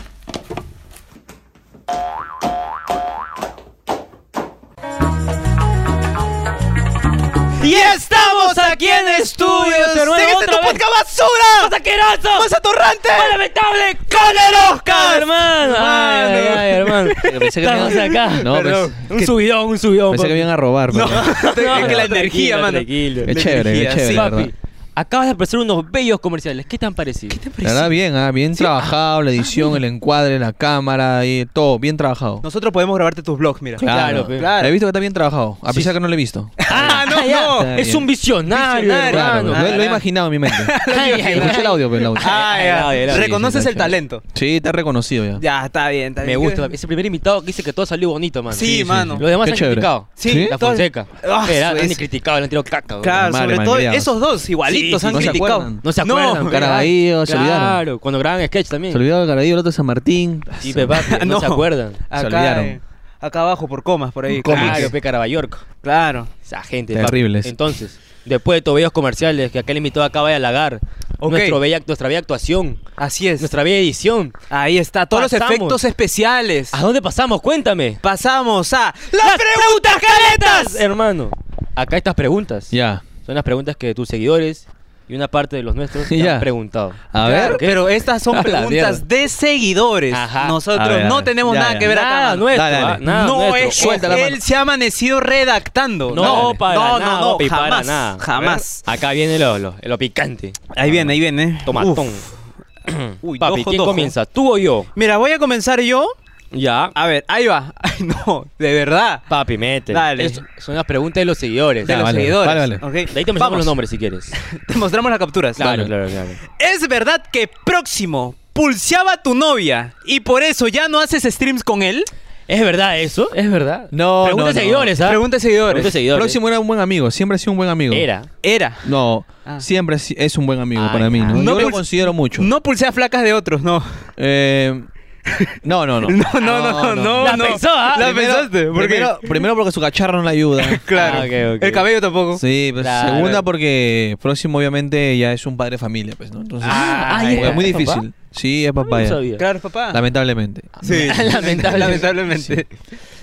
Speaker 2: Y estamos aquí en estudios.
Speaker 3: hermano,
Speaker 2: ¡Sigue
Speaker 3: otra
Speaker 2: este tu
Speaker 3: vez.
Speaker 2: podcast basura!
Speaker 3: ¡Más asqueroso!
Speaker 2: ¡Más atorrante!
Speaker 3: ¡Más lamentable!
Speaker 2: ¡Con el Oscar!
Speaker 3: hermano! Ay, ay, ay, hermano.
Speaker 1: Pensé que me
Speaker 3: Estamos
Speaker 1: iban-
Speaker 3: acá.
Speaker 1: No,
Speaker 2: Perdón.
Speaker 1: pensé-
Speaker 3: Un subidón, un subidón.
Speaker 1: pensé que
Speaker 3: papi.
Speaker 1: me iban a robar.
Speaker 2: No,
Speaker 1: pero-
Speaker 2: es que la
Speaker 3: Tranquilo,
Speaker 2: energía, mano.
Speaker 3: tranquilo.
Speaker 1: Es chévere,
Speaker 2: energía,
Speaker 1: es chévere,
Speaker 2: sí.
Speaker 1: la
Speaker 3: Papi,
Speaker 1: verdad.
Speaker 3: acabas de aparecer unos bellos comerciales. ¿Qué te han parecido?
Speaker 1: La verdad, bien, ah, bien trabajado, la edición, el encuadre, la cámara, y todo, bien trabajado.
Speaker 2: Nosotros podemos grabarte tus vlogs, mira.
Speaker 3: claro, pe.
Speaker 1: He visto que está bien trabajado, a pesar que no lo he visto.
Speaker 3: ¡Ah,
Speaker 2: no, no.
Speaker 1: Está
Speaker 3: Es
Speaker 1: bien.
Speaker 3: un visionario,
Speaker 2: Visionario,
Speaker 1: Claro,
Speaker 3: hermano.
Speaker 1: lo, he- lo he imaginado en mi mente.
Speaker 3: Ay, ay,
Speaker 1: Escuché el
Speaker 3: ay.
Speaker 1: audio, pero el audio.
Speaker 2: Ah,
Speaker 3: Ay,
Speaker 2: ya.
Speaker 3: el audio, el audio.
Speaker 2: Reconoces
Speaker 1: Sí, sí,
Speaker 2: el
Speaker 1: sí.
Speaker 2: talento.
Speaker 1: Sí, está reconocido ya.
Speaker 2: Ya, está bien, está
Speaker 3: Me
Speaker 2: bien.
Speaker 3: gusta. Ese primer invitado que dice que todo salió bonito, mano.
Speaker 2: Sí, mano.
Speaker 3: Los demás
Speaker 1: Qué
Speaker 3: han
Speaker 1: chévere.
Speaker 3: criticado.
Speaker 2: Sí,
Speaker 3: La
Speaker 2: todo-
Speaker 3: Fonseca.
Speaker 2: Ah,
Speaker 3: Era-
Speaker 2: su-
Speaker 3: han
Speaker 2: es-
Speaker 3: criticado, le han tirado caca. bro.
Speaker 2: Claro,
Speaker 1: Madre,
Speaker 2: sobre todo
Speaker 1: malcriados.
Speaker 2: esos dos, igualitos,
Speaker 1: Sí, sí,
Speaker 2: han
Speaker 1: no se
Speaker 2: criticado.
Speaker 1: acuerdan.
Speaker 3: No se acuerdan.
Speaker 2: No,
Speaker 3: pe.
Speaker 1: Caraballo, se olvidaron.
Speaker 3: Claro, cuando graban sketch también.
Speaker 1: Se olvidó el Garadillo, el otro de San Martín.
Speaker 3: Sí, pe, papi, no.
Speaker 2: No.
Speaker 3: se acuerdan.
Speaker 2: Acá,
Speaker 1: olvidaron.
Speaker 2: eh, acá abajo, por comas, por ahí.
Speaker 3: Claro,
Speaker 2: Claro.
Speaker 3: pe, Carabalorco.
Speaker 2: claro.
Speaker 3: Esa gente.
Speaker 1: Terribles.
Speaker 3: papi. Entonces, después de todos bellos comerciales que aquel invitado acaba de halagar,
Speaker 2: Ok.
Speaker 3: nuestro bella, nuestra bella actuación,
Speaker 2: Así es.
Speaker 3: nuestra bella edición.
Speaker 2: Ahí está, todos los
Speaker 3: Pasamos. Ah.
Speaker 2: efectos especiales.
Speaker 3: ¿A dónde pasamos? Cuéntame.
Speaker 2: Pasamos a las, preguntas caretas.
Speaker 3: Hermano, acá estas preguntas
Speaker 1: Ya.
Speaker 3: son las preguntas que tus seguidores y una parte de los nuestros te
Speaker 1: Ya.
Speaker 3: han preguntado.
Speaker 1: A
Speaker 2: Claro,
Speaker 1: ver.
Speaker 2: pero estas
Speaker 1: A
Speaker 2: son
Speaker 1: la
Speaker 2: preguntas de seguidores.
Speaker 3: Ajá.
Speaker 2: Nosotros
Speaker 1: A ver, a
Speaker 2: no
Speaker 1: ver.
Speaker 2: tenemos
Speaker 1: Ya,
Speaker 2: nada
Speaker 1: ya.
Speaker 2: que ver acá.
Speaker 3: Nada
Speaker 2: mano.
Speaker 3: nuestro,
Speaker 1: Dale, dale.
Speaker 3: ah, nada
Speaker 2: no
Speaker 3: nuestro.
Speaker 2: es
Speaker 1: Suelta la
Speaker 2: él
Speaker 1: mano.
Speaker 2: se ha amanecido redactando.
Speaker 3: No, para
Speaker 2: no,
Speaker 3: nada,
Speaker 2: no, no,
Speaker 3: papi,
Speaker 2: jamás,
Speaker 3: para nada.
Speaker 2: jamás.
Speaker 3: Acá viene lo, lo, lo picante.
Speaker 2: Ahí viene, ahí viene.
Speaker 3: Tomatón.
Speaker 2: Uf. Uy,
Speaker 3: Papi,
Speaker 2: dojo,
Speaker 3: ¿quién
Speaker 2: dojo.
Speaker 3: comienza? ¿Tú o yo?
Speaker 2: Mira, voy a comenzar yo.
Speaker 3: Ya.
Speaker 2: A ver, ahí va. Ay, no, de verdad.
Speaker 3: Papi, mete.
Speaker 2: Dale.
Speaker 3: son las preguntas de los seguidores.
Speaker 2: De
Speaker 1: Ah,
Speaker 2: los
Speaker 1: vale,
Speaker 2: seguidores.
Speaker 1: vale, vale.
Speaker 2: ok.
Speaker 3: De ahí te mostramos
Speaker 2: Vamos,
Speaker 3: los nombres si quieres.
Speaker 2: Te mostramos las capturas.
Speaker 3: Claro, claro, claro.
Speaker 2: ¿Es verdad que próximo pulseaba a tu novia y por eso ya no haces streams con él?
Speaker 3: ¿Es verdad eso? ¿Es verdad?
Speaker 1: No,
Speaker 3: Pregunta
Speaker 1: no,
Speaker 3: de
Speaker 1: no.
Speaker 3: seguidores, ¿ah?
Speaker 2: Pregunta de seguidores.
Speaker 3: Pregunta de seguidores.
Speaker 1: Próximo era un buen amigo, siempre ha sido un buen amigo.
Speaker 3: Era.
Speaker 2: Era.
Speaker 1: No,
Speaker 2: Ah.
Speaker 1: siempre es- es un buen amigo
Speaker 3: Ah,
Speaker 1: para mí,
Speaker 3: ya.
Speaker 1: ¿no?
Speaker 2: No
Speaker 1: Yo lo
Speaker 2: pul-
Speaker 1: considero mucho.
Speaker 2: No pulsea flacas de otros, no.
Speaker 1: Eh, no, no, no.
Speaker 2: No, no, no, no, no.
Speaker 3: La pensó, ¿ah?
Speaker 2: La
Speaker 1: Primero-
Speaker 2: pensaste. Porque,
Speaker 1: Primero, primero porque su cacharro no le ayuda.
Speaker 2: claro.
Speaker 3: Ah, ok, ok.
Speaker 2: El cabello tampoco.
Speaker 1: Sí, pues,
Speaker 3: Claro.
Speaker 1: segunda porque próximo obviamente ya es un padre de familia, pues, ¿no? Entonces,
Speaker 3: Ah, ah, ya.
Speaker 1: es muy
Speaker 3: ¿Es papá?
Speaker 1: difícil. Sí, es papá
Speaker 3: Ah, No
Speaker 1: ya.
Speaker 3: sabía.
Speaker 2: Claro, papá.
Speaker 1: Lamentablemente.
Speaker 2: Sí.
Speaker 3: Lamentablemente.
Speaker 2: Lamentablemente.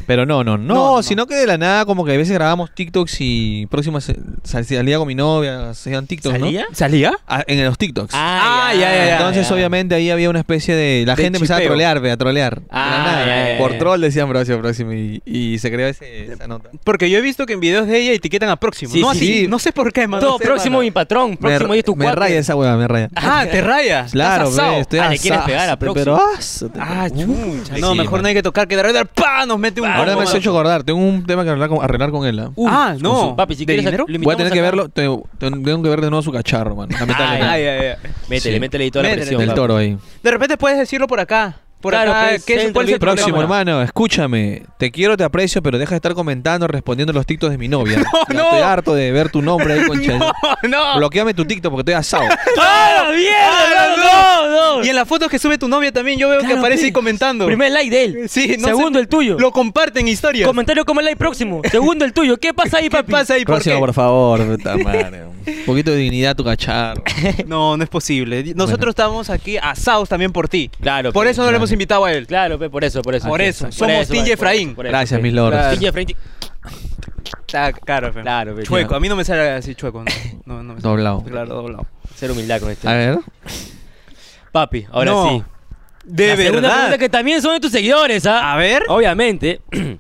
Speaker 1: Pero no, no, no,
Speaker 2: No, no.
Speaker 1: sino que de la nada como que a veces grabamos TikToks y próxima se- sal- salía con mi novia, hacían TikToks,
Speaker 3: ¿Salía?
Speaker 1: ¿no?
Speaker 2: ¿Salía?
Speaker 1: Ah, en los TikToks.
Speaker 2: Ah, ya, ya, ya.
Speaker 1: Entonces, obviamente, ahí había una especie de. La
Speaker 2: De
Speaker 1: gente empezaba a
Speaker 2: chipeo.
Speaker 1: trolear, ve, a trolear.
Speaker 3: Ah,
Speaker 1: De la nada.
Speaker 3: ya, ya, ya.
Speaker 1: Por troll decían Bracio Próximo y, y se creó ese- esa nota.
Speaker 2: Porque yo he visto que en videos de ella etiquetan a próximo.
Speaker 3: Sí,
Speaker 2: no
Speaker 3: sí,
Speaker 2: así.
Speaker 1: sí.
Speaker 2: No sé por qué, mano.
Speaker 3: Todo
Speaker 2: No sé,
Speaker 3: próximo
Speaker 2: mano.
Speaker 3: mi patrón.
Speaker 1: Me,
Speaker 3: Próximo y es tu
Speaker 1: me
Speaker 3: cuate.
Speaker 1: raya esa hueá, me raya.
Speaker 2: Ah, te rayas.
Speaker 1: Claro,
Speaker 2: Estás
Speaker 1: ve,
Speaker 2: asado.
Speaker 1: estoy
Speaker 3: Ah, le quieres
Speaker 1: asado,
Speaker 3: pegar a Próximo.
Speaker 1: Pero asado, te-
Speaker 2: Ah, chucha. No,
Speaker 1: Sí,
Speaker 2: mejor
Speaker 1: mano.
Speaker 2: no hay que tocar, que de verdad ¡pa! nos mete un.
Speaker 1: Ahora me
Speaker 2: combo,
Speaker 3: Ah,
Speaker 1: has hecho acordar. Tengo un tema que arreglar con, arreglar con él. ¿ah?
Speaker 2: mano. Ah, no.
Speaker 3: Papi, si
Speaker 2: ¿De
Speaker 3: quieres,
Speaker 2: dinero?
Speaker 3: lo
Speaker 1: Voy a
Speaker 3: Uh, invitamos
Speaker 1: tener que
Speaker 3: acá. Ah,
Speaker 1: verlo. te- te- tengo que ver de nuevo su cacharro, man.
Speaker 2: Ay,
Speaker 1: Lamentablemente.
Speaker 2: ay, ay. ay.
Speaker 3: Métele,
Speaker 1: Sí.
Speaker 3: métele ahí toda la
Speaker 2: Métele,
Speaker 3: presión.
Speaker 1: Del
Speaker 3: papi.
Speaker 1: toro ahí.
Speaker 2: De repente puedes decirlo por acá. Por
Speaker 3: Claro,
Speaker 2: acá.
Speaker 3: pues,
Speaker 2: ¿Qué es,
Speaker 3: centro,
Speaker 2: ¿Cuál es
Speaker 3: bien,
Speaker 2: el
Speaker 1: Próximo,
Speaker 2: programa?
Speaker 1: hermano, escúchame. Te quiero, te aprecio, pero deja de estar comentando, respondiendo los TikToks de mi novia. Ya
Speaker 2: no.
Speaker 1: Estoy harto de ver tu nombre ahí, concha.
Speaker 2: No, no.
Speaker 1: Bloqueame tu TikTok porque estoy asado.
Speaker 3: ¡Ah, la mierda!
Speaker 2: Ah,
Speaker 3: No, no, no.
Speaker 2: Y en las fotos que sube tu novia también yo veo que
Speaker 3: Claro,
Speaker 2: aparece
Speaker 3: pe.
Speaker 2: ahí comentando.
Speaker 3: Primer like de él.
Speaker 2: Sí, no
Speaker 3: Segundo
Speaker 2: sé-
Speaker 3: el tuyo.
Speaker 2: Lo comparten historias.
Speaker 3: Comentario como el like próximo. Segundo el tuyo. ¿Qué pasa ahí,
Speaker 2: ¿Qué
Speaker 3: papi?
Speaker 2: pasa ahí? ¿Por
Speaker 1: Próximo,
Speaker 2: qué?
Speaker 1: por favor. puta madre. Un poquito de dignidad tu cacharro.
Speaker 2: No, no es posible. Nosotros estamos aquí asados también por ti.
Speaker 3: Claro,
Speaker 2: Por
Speaker 3: pe,
Speaker 2: eso no le hemos invitado a él.
Speaker 3: Claro, pe, por eso, por eso.
Speaker 2: Por eso. Somos Team
Speaker 3: pe,
Speaker 2: Efraín.
Speaker 3: por eso,
Speaker 1: Gracias,
Speaker 3: pe.
Speaker 1: mis logros.
Speaker 2: Claro.
Speaker 3: Team Efraín, ti-
Speaker 2: Está caro, fe.
Speaker 3: Claro, pe,
Speaker 2: Chueco.
Speaker 3: ya.
Speaker 2: A mí no me sale así chueco. No, no, no me sale.
Speaker 1: Doblado.
Speaker 2: Claro, doblado.
Speaker 3: Ser humildad con este.
Speaker 1: A ver.
Speaker 3: Papi, ahora
Speaker 2: No,
Speaker 3: sí.
Speaker 2: De
Speaker 3: La segunda
Speaker 2: verdad.
Speaker 3: pregunta que también son de tus seguidores, ¿ah?
Speaker 2: A ver.
Speaker 3: Obviamente.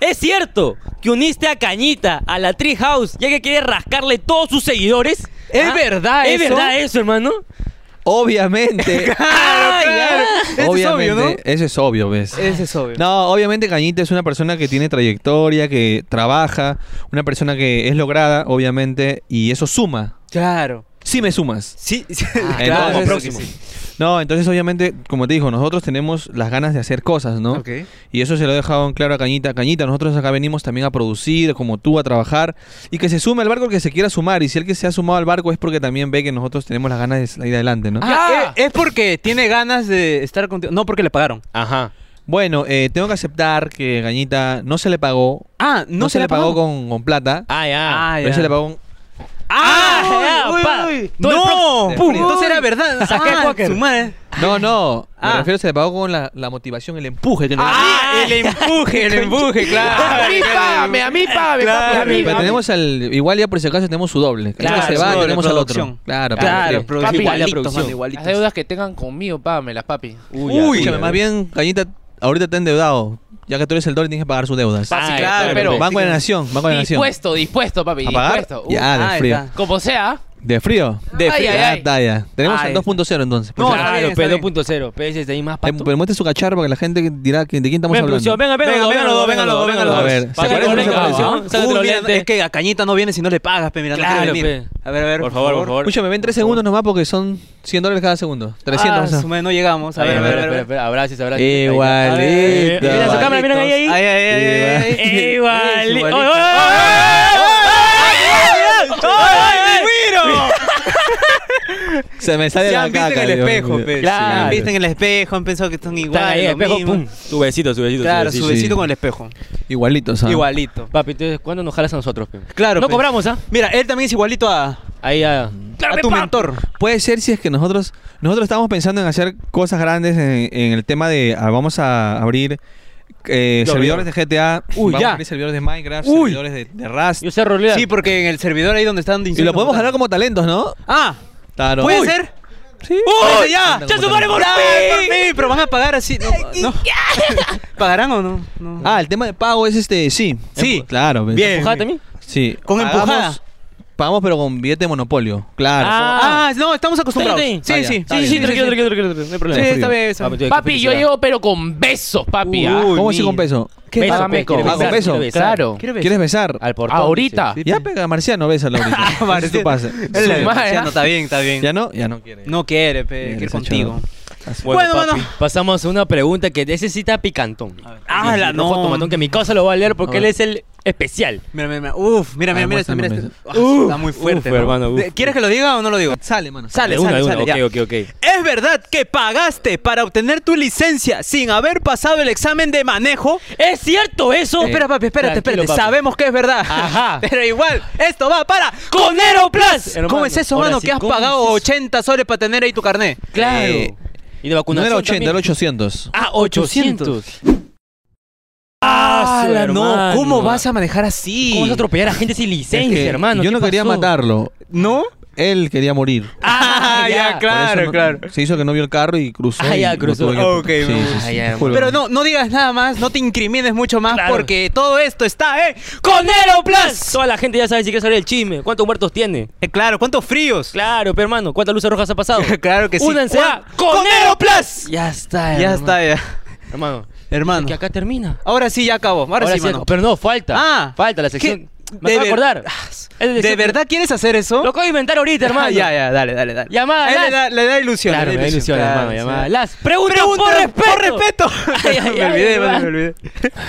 Speaker 3: ¿Es cierto que uniste a Cañita a la Tree House ya que quiere rascarle todos sus seguidores?
Speaker 2: ¿Es
Speaker 3: ¿Ah?
Speaker 2: verdad
Speaker 3: ¿Es
Speaker 2: eso?
Speaker 3: verdad eso, hermano?
Speaker 1: Obviamente.
Speaker 3: ¡Ay, ah!
Speaker 2: Eso es
Speaker 1: obviamente.
Speaker 2: obvio, ¿no?
Speaker 1: Eso es obvio, ¿ves?
Speaker 2: Ese es obvio.
Speaker 1: No, obviamente Cañita es una persona que tiene trayectoria, que trabaja, una persona que es lograda, obviamente, y eso suma.
Speaker 2: Claro.
Speaker 1: Sí me sumas.
Speaker 2: Sí, sí,
Speaker 1: entonces-
Speaker 2: claro.
Speaker 1: próximo. No, entonces obviamente, como te digo, nosotros tenemos las ganas de hacer cosas, ¿no?
Speaker 2: Ok.
Speaker 1: Y eso se lo he dejado en claro a Cañita. Cañita, nosotros acá venimos también a producir, como tú, a trabajar. Y que se sume al barco el que se quiera sumar. Y si el que se ha sumado al barco es porque también ve que nosotros tenemos las ganas de salir adelante, ¿no?
Speaker 2: Ah, eh, es porque tiene ganas de estar contigo. No porque le pagaron.
Speaker 3: Ajá.
Speaker 1: Bueno, eh, tengo que aceptar que Cañita no se le pagó.
Speaker 2: Ah,
Speaker 1: No, se, le pagó, con, con plata.
Speaker 3: Ah, ya.
Speaker 2: Ah,
Speaker 1: pero
Speaker 2: ya.
Speaker 1: se le pagó un-
Speaker 3: ¡Ah!
Speaker 2: uy,
Speaker 3: pa.
Speaker 2: uy, uy.
Speaker 3: Todo el
Speaker 2: ¡No!
Speaker 3: pro-
Speaker 2: Uy, Entonces era verdad.
Speaker 3: Saqué el
Speaker 2: Ah,
Speaker 3: póker.
Speaker 2: su madre.
Speaker 1: No, no.
Speaker 2: Ah.
Speaker 1: Me refiero se le pagó con la, la motivación, el empuje que le
Speaker 2: Ah, el empuje, el empuje,
Speaker 8: A mí
Speaker 2: claro.
Speaker 8: págame, a mí págame,
Speaker 2: Claro.
Speaker 8: papi, a mí.
Speaker 1: Pero tenemos al. Igual ya por si acaso tenemos su doble.
Speaker 2: Claro,
Speaker 1: Claro, se
Speaker 2: su
Speaker 1: va,
Speaker 2: doble,
Speaker 1: tenemos al otro.
Speaker 2: producción.
Speaker 1: Claro, eh,
Speaker 2: Claro,
Speaker 1: sí.
Speaker 2: producción.
Speaker 3: Papi,
Speaker 2: Igual la
Speaker 3: igualitos,
Speaker 2: producción.
Speaker 3: mano,
Speaker 8: Las deudas que tengan conmigo, págamelas, papi.
Speaker 2: Uy,
Speaker 1: Uy, escúchame, más bien, Cañita, ahorita está endeudado. Ya que tú eres el doble, tienes que pagar sus deudas.
Speaker 8: Pa-
Speaker 2: Ah,
Speaker 8: sí,
Speaker 2: claro,
Speaker 8: pero-
Speaker 1: Banco de la Nación, Banco de la Nación.
Speaker 8: Dispuesto, dispuesto, papi,
Speaker 1: ¿A pagar?
Speaker 8: dispuesto. Uh,
Speaker 1: Ya,
Speaker 2: Ah,
Speaker 1: de frío.
Speaker 2: está.
Speaker 8: Como sea.
Speaker 1: ¿De frío?
Speaker 8: De
Speaker 1: Ah,
Speaker 8: frío.
Speaker 1: ya,
Speaker 8: Ay, ay.
Speaker 1: está, ya. Tenemos
Speaker 2: Ah,
Speaker 1: el
Speaker 2: está.
Speaker 1: 2.0 entonces.
Speaker 2: No,
Speaker 1: Pues,
Speaker 2: está
Speaker 3: Claro,
Speaker 2: bien, está
Speaker 3: pero
Speaker 2: bien.
Speaker 3: 2.0. Pero ese es de ahí más
Speaker 1: eh,
Speaker 3: pato.
Speaker 1: Pero muestre su cacharro para que la gente dirá que- de quién estamos
Speaker 3: Ven, producción,
Speaker 1: hablando.
Speaker 3: venga, venga,
Speaker 2: Venga,
Speaker 3: venga, venga,
Speaker 2: venga, venga,
Speaker 3: venga,
Speaker 2: venga,
Speaker 3: venga,
Speaker 1: A
Speaker 3: venga.
Speaker 1: ver, ¿se
Speaker 3: Sácate
Speaker 1: parece o no se
Speaker 3: los lentes,
Speaker 1: parece?
Speaker 3: ¿ah? Sácate
Speaker 2: Uy,
Speaker 3: los
Speaker 2: mira,
Speaker 3: lentes.
Speaker 2: es que a Cañita no viene si no le pagas, pe, mira, no
Speaker 3: Claro,
Speaker 2: quiere venir. A ver, a ver,
Speaker 3: Por favor, por favor.
Speaker 1: Escúchame, ven 3 segundos nomás porque son 100 dólares cada segundo. 300. o
Speaker 2: Ah,
Speaker 1: sea.
Speaker 2: su madre, no llegamos. A ver, a ver, a ver.
Speaker 8: Abrazos, abrazos.
Speaker 1: Igualito.
Speaker 3: ver, Mira su cámara, miren ahí, ahí.
Speaker 2: Ay, ay, ay, ay, ay.
Speaker 3: Igual.
Speaker 2: Igualito.
Speaker 3: ¡Oye, oye, oye!
Speaker 2: ¡Ay, Miro!
Speaker 1: Se me sale
Speaker 2: Se
Speaker 1: la
Speaker 2: han visto
Speaker 1: caca.
Speaker 2: en el
Speaker 1: Dios
Speaker 2: espejo,
Speaker 1: mío.
Speaker 2: pe. Se
Speaker 1: Claro.
Speaker 2: han visto en el espejo, han pensado que están
Speaker 3: Están
Speaker 2: igual,
Speaker 3: ahí,
Speaker 2: lo
Speaker 3: espejo,
Speaker 2: mismo.
Speaker 3: pum. Su besito, su besito.
Speaker 2: Claro,
Speaker 3: su
Speaker 2: su
Speaker 3: besito.
Speaker 2: besito con el espejo.
Speaker 1: Igualitos, ¿ah?
Speaker 2: Igualito.
Speaker 3: Papi, entonces, ¿cuándo nos jalas a nosotros? pe?
Speaker 2: Claro,
Speaker 3: No
Speaker 2: pe.
Speaker 3: cobramos, ¿ah?
Speaker 2: Mira, él también es igualito a,
Speaker 3: Ahí, ah.
Speaker 2: a tu mentor.
Speaker 1: Puede ser si es que nosotros nosotros estábamos pensando en hacer cosas grandes en, en el tema de ah, vamos a abrir eh,
Speaker 3: Ya,
Speaker 1: servidores de GTA,
Speaker 2: Uy,
Speaker 1: vamos
Speaker 2: ya.
Speaker 1: a abrir servidores de Minecraft,
Speaker 2: Uy.
Speaker 1: servidores de, de Rust.
Speaker 3: Yo sé rolear.
Speaker 2: Sí, porque en el servidor ahí donde están
Speaker 1: Y lo podemos
Speaker 2: hablar
Speaker 1: jalar como talentos, ¿no?
Speaker 2: Ah,
Speaker 1: Claro.
Speaker 2: ¿puede
Speaker 1: Uy.
Speaker 2: ser?
Speaker 1: Sí.
Speaker 2: ¡Uy, Pues ya!
Speaker 1: ¡Ya su madre,
Speaker 2: por fin! Pero van a pagar así. No, no. ¿Pagarán o no? No.
Speaker 1: Ah, el tema de pago es este, sí.
Speaker 2: Sí.
Speaker 1: Claro. pues.
Speaker 2: Bien.
Speaker 3: ¿Empujada también?
Speaker 1: Sí.
Speaker 2: Con empujada.
Speaker 1: Pagamos pero con billete de monopolio. Claro.
Speaker 2: Ah, no, estamos acostumbrados. Sí,
Speaker 3: Está
Speaker 2: sí,
Speaker 1: bien,
Speaker 2: sí. Ah,
Speaker 1: está
Speaker 3: Sí,
Speaker 1: bien.
Speaker 3: sí, tranquilo, tranquilo, tranquilo, tranquilo, no hay
Speaker 2: Sí,
Speaker 3: problema.
Speaker 2: está bien, está bien.
Speaker 8: Papi, yo llego pero con besos, papi. ¿ah?
Speaker 2: Uy,
Speaker 1: ¿Cómo así
Speaker 2: mira.
Speaker 1: con peso?
Speaker 8: ¿Qué
Speaker 3: Beso,
Speaker 8: págame
Speaker 3: pe, quiere
Speaker 8: con- Ah,
Speaker 1: besar,
Speaker 8: con
Speaker 1: quiere
Speaker 8: beso.
Speaker 1: besar.
Speaker 8: Claro.
Speaker 2: ¿Quieres
Speaker 1: ¿Quieres
Speaker 2: besar?
Speaker 1: besar?
Speaker 3: Al portón.
Speaker 8: Ahorita.
Speaker 3: dice.
Speaker 1: Ya pega a Marciano, bésalo. ahorita. Ese es tu
Speaker 2: Marciano.
Speaker 1: pase.
Speaker 2: Ah, Él le-
Speaker 8: Su madre,
Speaker 2: ya
Speaker 8: ¿ah?
Speaker 2: no, está bien, está bien.
Speaker 1: ¿Ya no? Ya no quiere.
Speaker 2: No quiere, pe,
Speaker 1: Mira,
Speaker 2: quiere
Speaker 1: ese
Speaker 2: contigo.
Speaker 1: chavo.
Speaker 2: Bueno,
Speaker 3: papi,
Speaker 2: mano.
Speaker 3: Pasamos a una pregunta que necesita picantón.
Speaker 2: Ah, la
Speaker 3: Rojo Tomatón,
Speaker 2: no.
Speaker 3: que mi cosa lo va a leer
Speaker 1: A
Speaker 3: porque él
Speaker 1: ver.
Speaker 3: es el especial.
Speaker 2: Mira, mira, mira. Uf, mira,
Speaker 1: Ah,
Speaker 2: mira, mira este, mira
Speaker 1: muéstrame,
Speaker 2: este.
Speaker 1: muéstrame.
Speaker 2: Ah, está muy fuerte,
Speaker 3: uf,
Speaker 2: ¿no?
Speaker 3: hermano, uf.
Speaker 2: De- ¿Quieres que lo diga o no lo digo?
Speaker 1: Sale, mano.
Speaker 2: Sale,
Speaker 3: De una,
Speaker 2: sale,
Speaker 3: de una.
Speaker 2: sale. ya.
Speaker 3: Ok, ok, ok.
Speaker 2: ¿Es verdad que pagaste para obtener tu licencia sin haber pasado el examen de manejo?
Speaker 3: ¿Es cierto eso?
Speaker 2: Oh, espera, papi, espérate,
Speaker 3: Eh, tranquilo,
Speaker 2: espérate.
Speaker 3: papi.
Speaker 2: Sabemos que es verdad.
Speaker 3: Ajá.
Speaker 2: Pero igual, esto va para
Speaker 3: ¡Conero Plus!
Speaker 2: ¿Cómo es eso,
Speaker 3: Ahora
Speaker 2: mano?
Speaker 3: sí,
Speaker 2: que has
Speaker 3: ¿cómo
Speaker 2: pagado
Speaker 3: es eso?
Speaker 2: 80 soles para tener ahí tu carnet.
Speaker 3: Claro.
Speaker 1: Eh,
Speaker 3: y de
Speaker 1: No
Speaker 3: vacunación
Speaker 1: era 80,
Speaker 3: también.
Speaker 1: era 800.
Speaker 3: Ah, 800.
Speaker 2: Ah,
Speaker 3: su
Speaker 2: la
Speaker 3: hermano.
Speaker 2: no. ¿Cómo vas a manejar así?
Speaker 3: ¿Cómo vas a atropellar a gente sin licencia,
Speaker 1: Es que
Speaker 3: hermano?
Speaker 1: Yo no
Speaker 3: ¿Qué
Speaker 1: quería
Speaker 3: pasó?
Speaker 1: matarlo.
Speaker 2: ¿No.
Speaker 1: Él quería morir.
Speaker 2: Ah, ya,
Speaker 3: ya.
Speaker 1: Por eso
Speaker 2: claro,
Speaker 1: no-
Speaker 2: claro.
Speaker 1: Se hizo que no vio el carro y cruzó.
Speaker 3: Ah,
Speaker 1: y
Speaker 3: ya,
Speaker 1: no
Speaker 3: cruzó.
Speaker 1: tuvo que-
Speaker 2: Ok,
Speaker 1: Sí,
Speaker 2: bueno.
Speaker 1: sí, sí.
Speaker 3: Ah, ya, hermano.
Speaker 1: Disculpa.
Speaker 2: Pero no, no digas nada más, no te incrimines mucho más
Speaker 3: Claro.
Speaker 2: porque todo esto está, ¿eh?
Speaker 3: ¡Conero Plus! Toda la gente ya sabe si quiere saber el chisme. ¿Cuántos muertos tiene?
Speaker 2: Eh, claro, ¿cuántos fríos?
Speaker 3: Claro, pero hermano, ¿cuántas luces rojas ha pasado?
Speaker 2: claro que sí.
Speaker 3: Únanse a
Speaker 2: Juan-
Speaker 3: Conero
Speaker 2: Plus!
Speaker 3: Ya está,
Speaker 2: Ya está, ya.
Speaker 3: Hermano,
Speaker 2: Hermano.
Speaker 3: que acá termina.
Speaker 2: Ahora sí, ya acabó. Ahora, sí, mano.
Speaker 3: Pero no, falta.
Speaker 2: Ah.
Speaker 3: falta la
Speaker 2: ¿Qué?
Speaker 3: sección.
Speaker 2: De
Speaker 3: Me acabo de
Speaker 2: ver- Ah,
Speaker 3: acordar. Es
Speaker 2: ¿De
Speaker 3: sección-
Speaker 2: verdad quieres hacer eso?
Speaker 3: Lo acabo de inventar ahorita, hermano.
Speaker 2: Ah, ya, ya, dale, dale, dale.
Speaker 3: Llamada,
Speaker 2: A él le
Speaker 3: las-
Speaker 2: da, le da ilusión.
Speaker 3: Ah, Claro,
Speaker 2: le
Speaker 3: me
Speaker 2: da
Speaker 3: da ilusión, hermano.
Speaker 2: claro,
Speaker 3: llamada.
Speaker 2: sí.
Speaker 3: Las preguntas, por respeto. Ay, ay,
Speaker 2: me
Speaker 3: ay,
Speaker 2: olvidé,
Speaker 3: ay,
Speaker 2: mano, me
Speaker 3: ay.
Speaker 2: olvidé.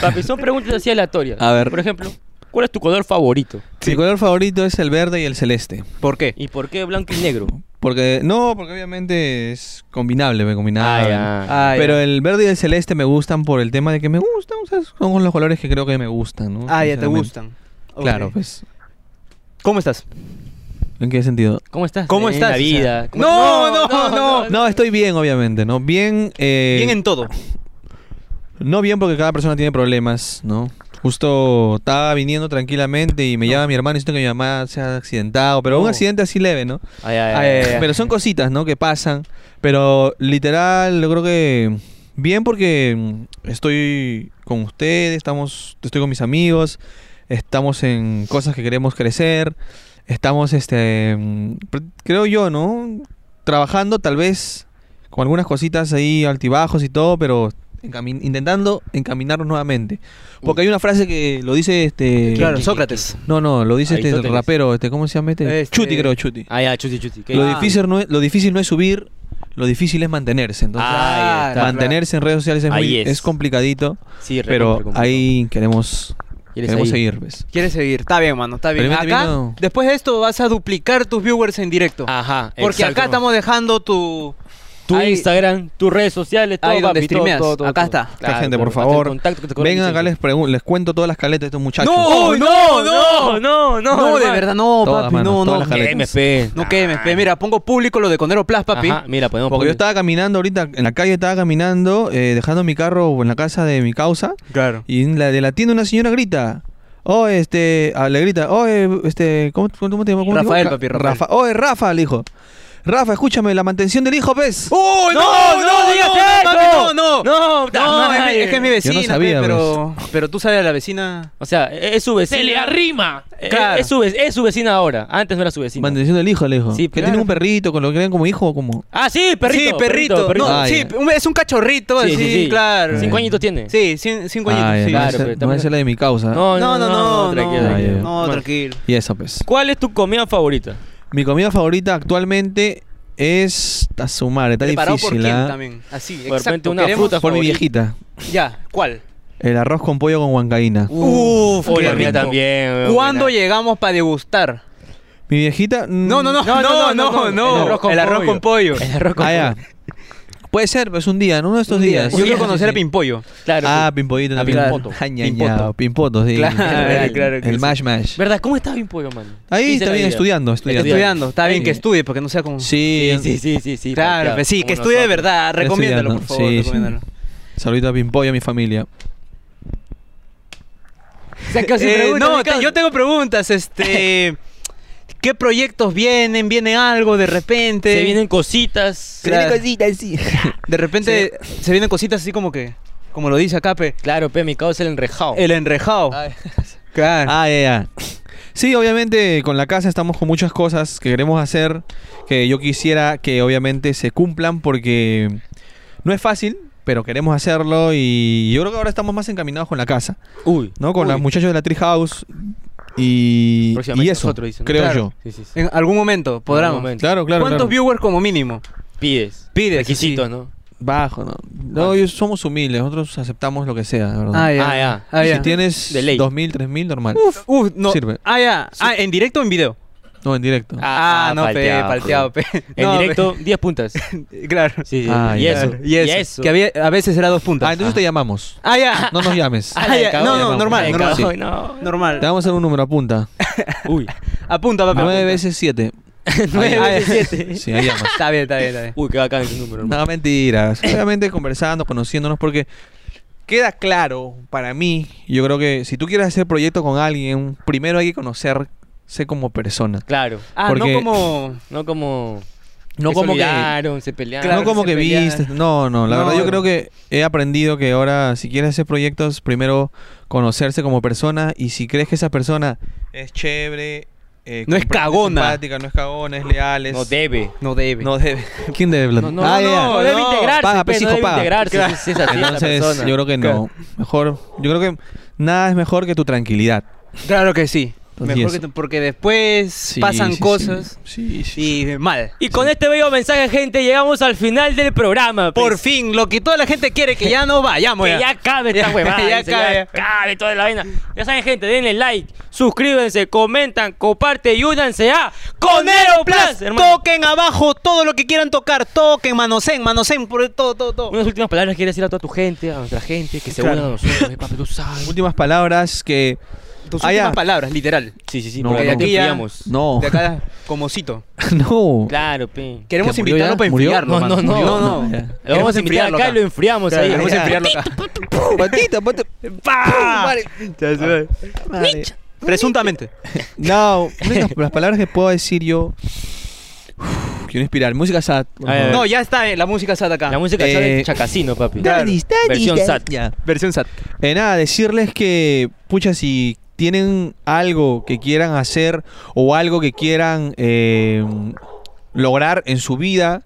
Speaker 3: Papi, son preguntas así aleatorias.
Speaker 1: A ver.
Speaker 3: Por ejemplo, ¿cuál es tu color favorito?
Speaker 1: Mi color favorito es el verde y el celeste.
Speaker 2: ¿Por qué?
Speaker 3: ¿Y por qué blanco y negro?
Speaker 1: Porque, no, porque obviamente es combinable, me combinable.
Speaker 3: Ah,
Speaker 2: ya. Ah, ya.
Speaker 1: Pero el verde y el celeste me gustan por el tema de que me gustan, o sea, son los colores que creo que me gustan, ¿no?
Speaker 2: Ah, ya te
Speaker 1: Sinceramente.
Speaker 2: gustan. Ok.
Speaker 1: Claro, pues.
Speaker 2: ¿Cómo estás?
Speaker 1: ¿En qué sentido?
Speaker 3: ¿Cómo estás?
Speaker 2: ¿Cómo
Speaker 3: en
Speaker 2: estás?
Speaker 3: la vida. ¿Cómo-
Speaker 2: No, no, no.
Speaker 1: No, estoy bien, obviamente, ¿no? Bien, eh,
Speaker 2: Bien en todo.
Speaker 1: No bien porque cada persona tiene problemas, ¿no? Justo estaba viniendo tranquilamente y me llama mi hermano diciendo que mi mamá se ha accidentado, pero un accidente así leve, ¿no?
Speaker 3: Ay, ay,
Speaker 2: Ay,
Speaker 3: ay.
Speaker 2: ay, ay.
Speaker 1: Pero son cositas, ¿no? Que pasan. Pero literal, yo creo que bien porque mm, estoy con ustedes, estamos, estoy con mis amigos, estamos en cosas que queremos crecer, estamos, este, mm, pr- creo yo, ¿no? Trabajando tal vez con algunas cositas ahí altibajos y todo, pero encami- intentando encaminarnos nuevamente. Porque hay una frase que lo dice este...
Speaker 2: Claro, Sócrates.
Speaker 1: No, no, lo dice este
Speaker 3: Aristóteles.
Speaker 1: rapero, este, ¿cómo se llama este?
Speaker 2: Este-
Speaker 1: Chuti, creo, Chuti.
Speaker 3: Ay, ay, chuti, chuti. ¿Qué?
Speaker 1: Lo
Speaker 2: Ah.
Speaker 1: difícil, no es, lo difícil no es subir, lo difícil es mantenerse.
Speaker 2: Ah,
Speaker 1: Entonces,
Speaker 3: Ah, Ahí está.
Speaker 1: mantenerse en redes sociales es,
Speaker 3: Ahí
Speaker 1: muy,
Speaker 3: es.
Speaker 1: es. complicadito,
Speaker 3: Sí,
Speaker 1: pero
Speaker 3: recontra
Speaker 1: ahí queremos,
Speaker 3: ¿Quieres
Speaker 1: queremos
Speaker 3: ahí?
Speaker 1: seguir. pues.
Speaker 2: Quieres seguir. Está bien, mano, está bien.
Speaker 1: Pero vente
Speaker 2: Acá,
Speaker 1: viendo-
Speaker 2: después de esto vas a duplicar tus viewers en directo.
Speaker 3: Ajá.
Speaker 2: porque
Speaker 3: Ah, exacto,
Speaker 2: acá
Speaker 3: hermano.
Speaker 2: estamos dejando tu
Speaker 3: Tu
Speaker 2: Ahí-
Speaker 3: Instagram, tus redes sociales, todo,
Speaker 2: Ahí donde
Speaker 3: papi, todo,
Speaker 2: streameas.
Speaker 3: todo, todo,
Speaker 2: Acá
Speaker 3: todo.
Speaker 2: está.
Speaker 1: La gente, por
Speaker 3: pero hazte
Speaker 1: favor.
Speaker 3: el contacto que te corresponde.
Speaker 1: Vengan acá, les, pregun- les cuento todas las caletas de estos muchachos.
Speaker 2: ¡No!
Speaker 3: ¡Uy, no, no, no, no!
Speaker 2: No, de
Speaker 3: hermano.
Speaker 2: verdad, no,
Speaker 1: Todas,
Speaker 2: papi,
Speaker 1: mano,
Speaker 2: no,
Speaker 1: todas
Speaker 2: no.
Speaker 1: las jaletas.
Speaker 3: MP.
Speaker 2: No quemes, pe. Mira, pongo público lo de Conero Plus, papi.
Speaker 3: Ajá, mira, podemos
Speaker 1: Porque yo
Speaker 3: poner-
Speaker 1: estaba caminando ahorita, en la calle estaba caminando, eh, dejando mi carro en la casa de mi causa.
Speaker 2: Claro.
Speaker 1: Y en la de la tienda una señora grita. Oh, este, ah, le grita, oh, eh, este, ¿cómo, cómo te llamas? ¿Cómo te
Speaker 2: Rafael,
Speaker 1: digo? Ca-
Speaker 2: papi, Rafael.
Speaker 1: Rafa, oh, eh, Rafa, le dijo. Rafa, escúchame, la mantención del hijo, pues". ¿ves?
Speaker 2: ¡Oh,
Speaker 3: ¡No,
Speaker 2: no,
Speaker 3: no
Speaker 2: no,
Speaker 3: digas
Speaker 2: no,
Speaker 3: eso!
Speaker 2: papi, no, no!
Speaker 3: No, pues. ta
Speaker 2: No, es, mi-
Speaker 3: madre.
Speaker 2: es que es mi
Speaker 1: Yo
Speaker 2: vecina,
Speaker 1: no
Speaker 2: pe,
Speaker 1: sabía,
Speaker 2: pero, pero tú sabes a la vecina.
Speaker 3: O sea, e-, es su vecina.
Speaker 8: Se le arrima.
Speaker 3: Eh,
Speaker 2: Claro.
Speaker 3: Es, su, ve- es su vecina ahora. Antes no era su vecina.
Speaker 1: Mantención del hijo, le dijo.
Speaker 3: Sí,
Speaker 1: que
Speaker 3: claro.
Speaker 1: tiene un perrito, con lo que ven como hijo o como.
Speaker 3: Ah, sí, perrito.
Speaker 2: sí, perrito.
Speaker 3: perrito.
Speaker 2: No,
Speaker 1: Ah,
Speaker 2: sí,
Speaker 1: ya.
Speaker 2: un- es un cachorrito,
Speaker 3: Sí,
Speaker 2: sí,
Speaker 3: sí, sí.
Speaker 2: claro.
Speaker 3: Cinco añitos tiene.
Speaker 2: Sí, cin- cinco añitos,
Speaker 1: Ah, ya,
Speaker 2: sí.
Speaker 1: no,
Speaker 3: claro,
Speaker 1: esa-
Speaker 3: pero
Speaker 1: no
Speaker 3: también-
Speaker 1: esa es la de mi causa.
Speaker 3: No,
Speaker 2: No, no, no, no,
Speaker 3: tranquilo,
Speaker 1: no,
Speaker 3: tranquilo.
Speaker 1: ya.
Speaker 2: no,
Speaker 3: Bueno,
Speaker 2: tranquilo.
Speaker 1: Y eso, pues.
Speaker 3: ¿Cuál es tu comida favorita?
Speaker 1: Mi comida favorita actualmente es. A su madre, está
Speaker 2: Preparado por
Speaker 1: difícil,
Speaker 2: quién
Speaker 1: ¿ah?
Speaker 2: también. Así,
Speaker 3: repente
Speaker 2: exacto.
Speaker 3: una
Speaker 1: Por
Speaker 2: queremos-
Speaker 3: fruta.
Speaker 1: mi
Speaker 3: favorita.
Speaker 1: viejita.
Speaker 2: Ya, ¿cuál?
Speaker 1: El arroz con pollo con huancaína.
Speaker 2: Uh. Uf,
Speaker 3: Oh,
Speaker 2: qué
Speaker 3: la mía
Speaker 2: rico.
Speaker 3: también. weón,
Speaker 2: ¿Cuándo
Speaker 3: buena.
Speaker 2: llegamos para degustar?
Speaker 1: Mi viejita. mm,
Speaker 2: No, no, no, no, no, no,
Speaker 3: el arroz con
Speaker 2: El arroz
Speaker 3: pollo.
Speaker 2: con pollo.
Speaker 3: El arroz con
Speaker 1: Ah, ya.
Speaker 3: pollo.
Speaker 1: Puede ser, pues un día, en uno de estos
Speaker 2: Un día.
Speaker 1: días.
Speaker 2: Yo quiero
Speaker 3: sí,
Speaker 2: conocer
Speaker 3: sí.
Speaker 2: a Pimpollo.
Speaker 3: Claro.
Speaker 1: Ah,
Speaker 3: sí.
Speaker 1: Pimpollito
Speaker 3: Ah,
Speaker 1: también.
Speaker 3: Pimpoto.
Speaker 1: Ja, ña, ña, Pimpoto, sí.
Speaker 2: Claro,
Speaker 1: El-
Speaker 2: claro que
Speaker 1: El
Speaker 2: sí.
Speaker 1: Mash Mash.
Speaker 3: ¿Verdad? ¿Cómo estás bien, pollo, mano?
Speaker 1: Ahí
Speaker 3: Dice
Speaker 1: está
Speaker 3: la
Speaker 1: bien,
Speaker 3: vida.
Speaker 1: estudiando, estudiando.
Speaker 2: Estudiando. Está bien
Speaker 1: Sí.
Speaker 2: que estudie, porque no sea como...
Speaker 1: Sí,
Speaker 3: Sí, sí, sí, sí. sí
Speaker 2: Claro,
Speaker 3: papiado,
Speaker 2: pues sí, que
Speaker 3: como
Speaker 2: estudie de
Speaker 3: nosotros.
Speaker 2: verdad.
Speaker 1: Está
Speaker 2: Recomiéndalo, por
Speaker 1: estudiando.
Speaker 2: favor.
Speaker 1: Sí, sí.
Speaker 2: recomiéndalo.
Speaker 1: Saludito a Pimpollo, a mi familia.
Speaker 2: Eh, no, te-
Speaker 3: Ricardo.
Speaker 2: yo tengo preguntas, este... ¿Qué proyectos vienen? ¿Viene algo de repente?
Speaker 3: Se vienen cositas.
Speaker 2: eh. Se vienen
Speaker 1: cositas, sí.
Speaker 2: De repente se vienen cositas así como que... Como lo dice acá, pe,
Speaker 3: Claro, pe, mi causa es el enrejado.
Speaker 2: El enrejado. Claro.
Speaker 1: Ah, ya, ya. Sí, obviamente con la casa estamos con muchas cosas que queremos hacer, que yo quisiera que obviamente se cumplan porque no es fácil, pero queremos hacerlo y yo creo que ahora estamos más encaminados con la casa,
Speaker 3: Uy.
Speaker 1: ¿no? Con
Speaker 2: Uy.
Speaker 1: los muchachos de la Tree House y,
Speaker 3: Próximamente
Speaker 1: y eso,
Speaker 3: nosotros, dicen, ¿no?
Speaker 1: creo
Speaker 2: Claro.
Speaker 1: yo.
Speaker 3: Sí, sí, sí.
Speaker 2: En algún momento podrán.
Speaker 3: algún momento.
Speaker 1: Claro, claro.
Speaker 2: ¿Cuántos
Speaker 1: claro.
Speaker 2: viewers como mínimo?
Speaker 3: Pides.
Speaker 2: Eh, Pides,
Speaker 3: Requisitos,
Speaker 2: sí.
Speaker 3: ¿no?
Speaker 1: Bajo, ¿no? No, yo- somos humildes, nosotros aceptamos lo que sea, de ¿verdad?
Speaker 3: Ah, ya.
Speaker 2: Ah,
Speaker 1: Y
Speaker 2: ya. Uh.
Speaker 1: Si tienes
Speaker 3: De ley.
Speaker 1: 2.000, 3.000, normal.
Speaker 2: Uf, uf, no.
Speaker 1: Sirve.
Speaker 2: Ah, ya. Ah, en directo o en video.
Speaker 1: No, en directo.
Speaker 2: Ah, no,
Speaker 3: palteado.
Speaker 2: pe, palteado, pe.
Speaker 3: En
Speaker 2: No, pe.
Speaker 3: directo, 10 puntas. Sí,
Speaker 2: Claro.
Speaker 3: sí.
Speaker 1: Ah,
Speaker 3: y,
Speaker 1: ya.
Speaker 3: eso,
Speaker 2: Y eso. Que había- a veces era dos puntas.
Speaker 1: Ah, entonces te llamamos.
Speaker 2: Ah, ya.
Speaker 1: No nos llames.
Speaker 2: Ah, ya. No, no, normal, normal,
Speaker 1: sí.
Speaker 3: Ay, no.
Speaker 1: Te
Speaker 2: Normal.
Speaker 1: vamos a hacer un número, apunta.
Speaker 3: Uy.
Speaker 2: Apunta, papi.
Speaker 1: 9
Speaker 2: Ah, apunta.
Speaker 1: veces 7.
Speaker 3: Nueve
Speaker 2: Ah, ya.
Speaker 3: veces siete.
Speaker 1: Sí, ahí llamas.
Speaker 2: Está bien, está bien, está bien.
Speaker 3: Uy, qué bacán ese número. hermano.
Speaker 1: No, mentiras. Obviamente conversando, conociéndonos, porque queda claro para mí. Yo creo que si tú quieres hacer proyecto con alguien, primero hay que conocerse como persona.
Speaker 3: Claro.
Speaker 2: Ah,
Speaker 1: Porque-
Speaker 2: no como.
Speaker 3: No como.
Speaker 1: No
Speaker 3: se
Speaker 1: como que.
Speaker 3: olvidaron, se pelearon.
Speaker 1: no como
Speaker 2: se
Speaker 1: que
Speaker 2: pelean.
Speaker 1: viste, no, no, la
Speaker 2: No,
Speaker 1: verdad yo
Speaker 2: no.
Speaker 1: creo que he aprendido que ahora si quieres hacer proyectos, primero conocerse como persona y si crees que esa persona es chévere, eh,
Speaker 2: No es
Speaker 1: comprende,
Speaker 2: cagona.
Speaker 1: simpática, no es cagona, es leal, es...
Speaker 3: No debe.
Speaker 2: No debe.
Speaker 1: No debe. ¿Quién debe
Speaker 3: No,
Speaker 1: Blanca?
Speaker 3: no,
Speaker 1: Ah,
Speaker 3: no,
Speaker 1: ya.
Speaker 3: no, debe
Speaker 2: no.
Speaker 3: integrarse.
Speaker 1: Paga,
Speaker 3: pe,
Speaker 1: pues,
Speaker 3: no
Speaker 1: hijo,
Speaker 3: debe
Speaker 1: paga.
Speaker 3: integrarse. si- si es así la
Speaker 1: Entonces,
Speaker 3: persona.
Speaker 1: yo creo que no. Mejor, yo creo que nada es mejor que tu tranquilidad.
Speaker 2: Claro que sí.
Speaker 1: Entonces,
Speaker 2: Mejor
Speaker 1: y
Speaker 2: que
Speaker 1: eso.
Speaker 2: tú- porque después
Speaker 1: Sí,
Speaker 2: pasan
Speaker 1: sí, sí.
Speaker 2: cosas
Speaker 1: Sí, sí.
Speaker 2: y eh, mal.
Speaker 3: Y con este bello mensaje, gente, llegamos al final del programa. pues.
Speaker 2: Por fin, lo que toda la gente quiere que ya no vayamos.
Speaker 3: Que ya cabe esta
Speaker 2: Ya,
Speaker 3: huevada.
Speaker 2: ya
Speaker 3: dice, Ya,
Speaker 2: cabe.
Speaker 3: cabe toda la vaina. Ya saben, gente, denle like, suscríbanse, comentan, comparten y únanse a Conero Plus, hermano.
Speaker 2: toquen abajo todo lo que quieran tocar, toquen, manoseen, manoseen, por todo, todo, todo.
Speaker 3: Unas últimas palabras que quiero decir a toda tu gente, a nuestra gente, que se
Speaker 2: Claro.
Speaker 3: unan a nosotros, eh, papi, tú sabes.
Speaker 1: Últimas palabras que...
Speaker 2: Tus
Speaker 1: Ah, ya.
Speaker 2: últimas palabras, literal.
Speaker 3: Sí, sí, sí,
Speaker 1: No,
Speaker 3: porque
Speaker 1: no.
Speaker 3: ya te
Speaker 2: Aquí ya-
Speaker 3: enfriamos.
Speaker 1: No,
Speaker 2: De acá, como cito.
Speaker 1: no.
Speaker 3: Claro, pe.
Speaker 2: Queremos
Speaker 1: ¿Que murió
Speaker 2: invitarlo
Speaker 1: ya?
Speaker 2: para
Speaker 1: ¿Murió?
Speaker 2: enfriarlo.
Speaker 3: No, no,
Speaker 2: mano.
Speaker 3: no.
Speaker 2: no, no.
Speaker 1: Ya. Lo
Speaker 3: Lo
Speaker 2: Queremos
Speaker 3: vamos a enfriar
Speaker 2: enfriarlo
Speaker 3: acá y lo enfriamos ahí.
Speaker 2: Queremos
Speaker 1: ya.
Speaker 2: enfriarlo acá.
Speaker 1: Patita, pati-
Speaker 2: ¡Pah!
Speaker 1: Vale.
Speaker 2: Ya se ve.
Speaker 1: Vale.
Speaker 2: Presuntamente.
Speaker 1: No, mira, las palabras que puedo decir yo. Uf, quiero inspirar. Música sad. por
Speaker 3: A ver,
Speaker 1: favor.
Speaker 2: No, ya está, eh, la música SAT acá.
Speaker 3: La música
Speaker 1: Eh,
Speaker 3: ya de Chacasino, papi.
Speaker 1: Daddy, daddy,
Speaker 3: Versión
Speaker 1: daddy.
Speaker 3: SAT.
Speaker 1: Ya.
Speaker 2: Versión SAT.
Speaker 1: Eh, nada, decirles que, pucha, si tienen algo que quieran hacer o algo que quieran eh, lograr en su vida,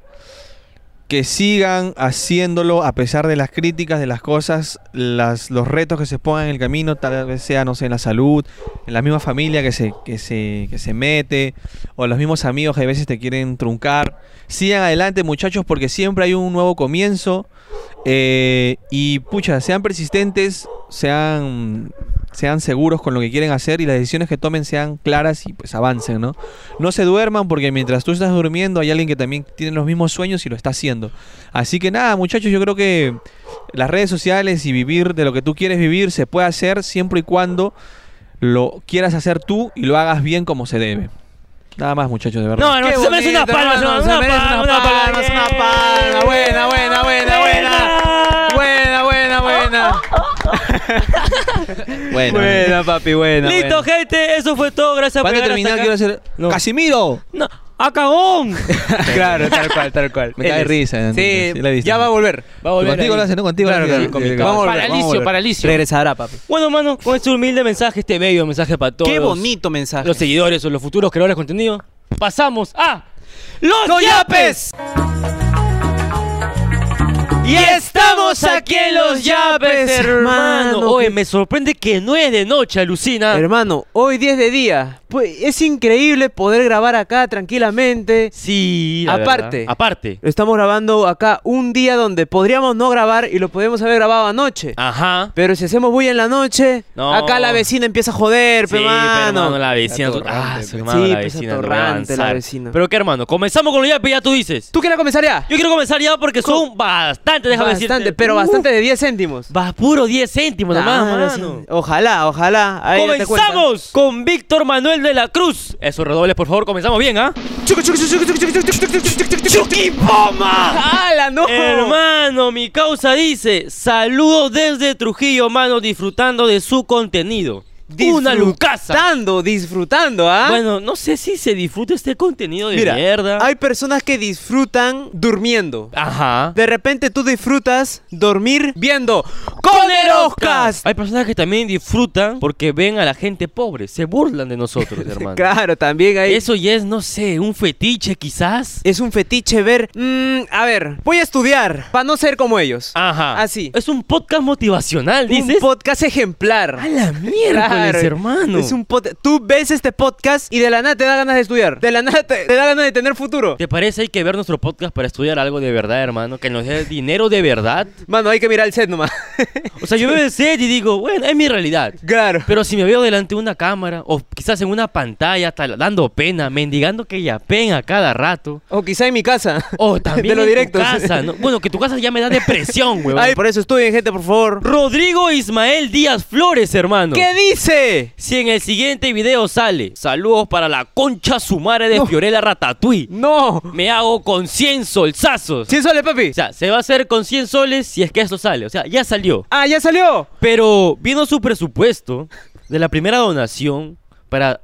Speaker 1: que sigan haciéndolo a pesar de las críticas, de las cosas, las, los retos que se pongan en el camino, tal vez sea, no sé, en la salud, en la misma familia que se, que se, que se mete, o los mismos amigos que a veces te quieren truncar. Sigan adelante, muchachos, porque siempre hay un nuevo comienzo. Eh, y pucha, sean persistentes, sean sean seguros con lo que quieren hacer y las decisiones que tomen sean claras y pues avancen, ¿no? No se duerman porque mientras tú estás durmiendo hay alguien que también tiene los mismos sueños y lo está haciendo. Así que nada, muchachos, yo creo que las redes sociales y vivir de lo que tú quieres vivir se puede hacer siempre y cuando lo quieras hacer tú y lo hagas bien como se debe. Nada más, muchachos, de verdad.
Speaker 3: No, no,
Speaker 2: Qué
Speaker 3: se merece unas
Speaker 2: bonito,
Speaker 3: palmas,
Speaker 2: hermano,
Speaker 3: no,
Speaker 2: se
Speaker 3: una
Speaker 2: merece
Speaker 3: palma,
Speaker 2: unas
Speaker 3: una palma,
Speaker 2: palmas, una palma. Buena, buena, Ah, buena, buena. Buena, buena, buena.
Speaker 1: bueno.
Speaker 2: Buena, papi, buena.
Speaker 3: Listo,
Speaker 2: buena.
Speaker 3: gente, eso fue todo. Gracias por
Speaker 1: Para
Speaker 3: llegar
Speaker 1: terminar,
Speaker 3: hasta
Speaker 1: quiero
Speaker 3: acá.
Speaker 1: hacer.
Speaker 3: No.
Speaker 1: ¡Casimiro!
Speaker 3: No, ¡A cagón!
Speaker 2: claro, tal cual, tal cual.
Speaker 1: Me cae
Speaker 2: Él es.
Speaker 1: risa,
Speaker 2: Sí,
Speaker 1: Enrique, sí la he visto.
Speaker 2: ya va a volver.
Speaker 8: Va a volver
Speaker 1: Contigo
Speaker 8: ahí.
Speaker 1: lo hace, ¿no? Contigo
Speaker 2: Claro,
Speaker 1: lo hace.
Speaker 2: claro, con mi
Speaker 1: Eh,
Speaker 2: causa.
Speaker 1: vamos a
Speaker 2: volver, vamos a
Speaker 8: Paralicio,
Speaker 2: volver.
Speaker 8: paralicio.
Speaker 2: Regresará, papi.
Speaker 3: Bueno, mano, con este humilde mensaje, este bello mensaje para todos.
Speaker 2: Qué bonito mensaje.
Speaker 3: Los seguidores o los futuros creadores de contenido. Pasamos a. ¡Los Yapes!
Speaker 2: Yapes!
Speaker 3: Y estamos aquí en Los Yapes, hermano.
Speaker 2: Hermano,
Speaker 3: Oye,
Speaker 2: qué-
Speaker 3: me sorprende que no es de noche, alucina.
Speaker 2: Hermano, hoy 10 de día. Pues es increíble poder grabar acá tranquilamente.
Speaker 3: Sí, la
Speaker 2: Aparte.
Speaker 3: verdad. Aparte.
Speaker 2: Lo estamos grabando acá un día donde podríamos no grabar y lo podemos haber grabado anoche.
Speaker 3: Ajá.
Speaker 2: Pero si hacemos bulla en la noche,
Speaker 3: Ah. No.
Speaker 2: acá la vecina empieza a joder,
Speaker 3: Sí,
Speaker 2: pe,
Speaker 3: pero,
Speaker 2: mano.
Speaker 3: hermano, la vecina. tú-
Speaker 1: atorrante,
Speaker 3: Ah, su
Speaker 1: pe.
Speaker 3: hermano,
Speaker 2: Sí,
Speaker 3: la
Speaker 2: pues,
Speaker 3: vecina. no voy a
Speaker 2: atorrante la
Speaker 3: avanzar.
Speaker 2: vecina.
Speaker 3: Pero qué, hermano, comenzamos con los Yapes, ya tú dices.
Speaker 2: ¿Tú quieres comenzar ya?
Speaker 3: Yo quiero comenzar ya porque son bastante, déjame
Speaker 2: bastante,
Speaker 3: decirte.
Speaker 2: pero
Speaker 3: Uh,
Speaker 2: bastante de 10 céntimos.
Speaker 3: Va puro 10 céntimos
Speaker 2: Ah,
Speaker 3: nomás,
Speaker 2: sí.
Speaker 3: mano.
Speaker 2: Ojalá, ojalá. Ahí ya te cuentan.
Speaker 3: comenzamos con Víctor Manuel de la Cruz. Esos redobles, por favor, comenzamos bien, ¿ah?
Speaker 2: ¡Hala, no!
Speaker 3: Hermano, mi causa dice, saludos desde Trujillo, mano, disfrutando de su contenido. Una lucasa.
Speaker 2: Disfrutando, disfrutando, ¿ah?
Speaker 3: Bueno, no sé si se disfruta este contenido de
Speaker 2: Mira,
Speaker 3: mierda.
Speaker 2: hay personas que disfrutan durmiendo.
Speaker 3: Ajá.
Speaker 2: De repente tú disfrutas dormir viendo
Speaker 3: Coneroscas.
Speaker 2: Coneroscas.
Speaker 3: Hay personas que también disfrutan porque ven a la gente pobre, se burlan de nosotros, hermano.
Speaker 2: Claro, también hay...
Speaker 3: Eso ya es, no sé, un fetiche quizás.
Speaker 2: Es un fetiche ver... mm, a ver, voy a estudiar para no ser como ellos.
Speaker 3: Ajá.
Speaker 2: Así.
Speaker 3: Es un podcast motivacional,
Speaker 2: Ah, Un
Speaker 3: Ah, dices. Ah,
Speaker 2: podcast ejemplar.
Speaker 3: a la mierda,
Speaker 2: Claro.
Speaker 3: hermano.
Speaker 2: Es un pod- Tú ves este podcast y de la nada te da ganas de estudiar. De la nada te, te da ganas de tener futuro.
Speaker 3: ¿Te parece hay que ver nuestro podcast para estudiar algo de verdad, hermano? Que nos dé dinero de verdad.
Speaker 2: Mano, hay que mirar el set nomás.
Speaker 3: O sea, yo veo el set y digo, bueno, es mi realidad.
Speaker 2: claro.
Speaker 3: Pero si me veo delante de una cámara o quizás en una pantalla tal- dando pena, mendigando que ya pena a cada rato.
Speaker 2: O quizá en mi casa.
Speaker 3: O también
Speaker 2: De lo
Speaker 3: en
Speaker 2: directo.
Speaker 3: tu casa. ¿no? Bueno, que tu casa ya me da depresión, weón.
Speaker 2: Ay, por eso estudien, gente, por favor.
Speaker 3: Rodrigo Ismael Díaz Flores, hermano.
Speaker 2: ¿Qué dice?
Speaker 3: Si en el siguiente video sale, saludos para la concha sumare de Fiorella Ratatouille.
Speaker 2: No.
Speaker 3: Me hago con 100 solsazos.
Speaker 2: ¿Cien soles, papi?
Speaker 3: O sea, se va a hacer con 100 soles si es que eso sale. O sea, ya salió.
Speaker 2: Ah, ya salió.
Speaker 3: Pero vino su presupuesto de la primera donación para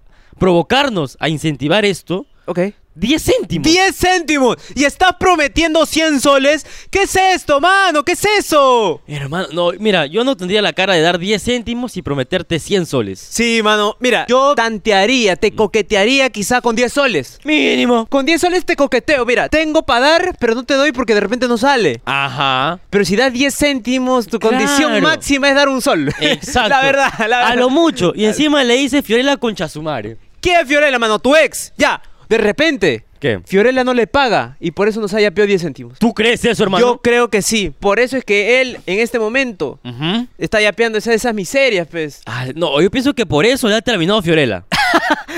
Speaker 3: provocarnos a incentivar esto.
Speaker 2: Ok.
Speaker 3: 10 céntimos.
Speaker 2: 10 céntimos y estás prometiendo 100 soles. ¿Qué es esto, mano? ¿Qué es eso?
Speaker 3: Hermano, no, mira, yo no tendría la cara de dar 10 céntimos y prometerte 100 soles.
Speaker 2: Sí, mano. Mira, yo tantearía, te coquetearía quizá con 10 soles.
Speaker 3: Mínimo.
Speaker 2: Con 10 soles te coqueteo. Mira, tengo para dar, pero no te doy porque de repente no sale.
Speaker 3: Ajá.
Speaker 2: Pero si das 10 céntimos, tu condición
Speaker 3: Claro.
Speaker 2: máxima es dar un sol.
Speaker 3: Exacto.
Speaker 2: la verdad, la verdad.
Speaker 3: A lo mucho. Y encima le dice Fiorella Conchasumare.
Speaker 2: ¿Qué, Fiorella, mano? Tu ex. Ya, de repente.
Speaker 3: ¿Qué?
Speaker 2: Fiorella no le paga y por eso nos haya pedido 10 céntimos.
Speaker 3: ¿Tú crees eso, hermano?
Speaker 2: Yo creo que sí. Por eso es que él, en este momento,
Speaker 3: Ujú.
Speaker 2: está yapeando esas, esas miserias, pues.
Speaker 3: Ah, no, yo pienso que por eso le ha terminado Fiorella.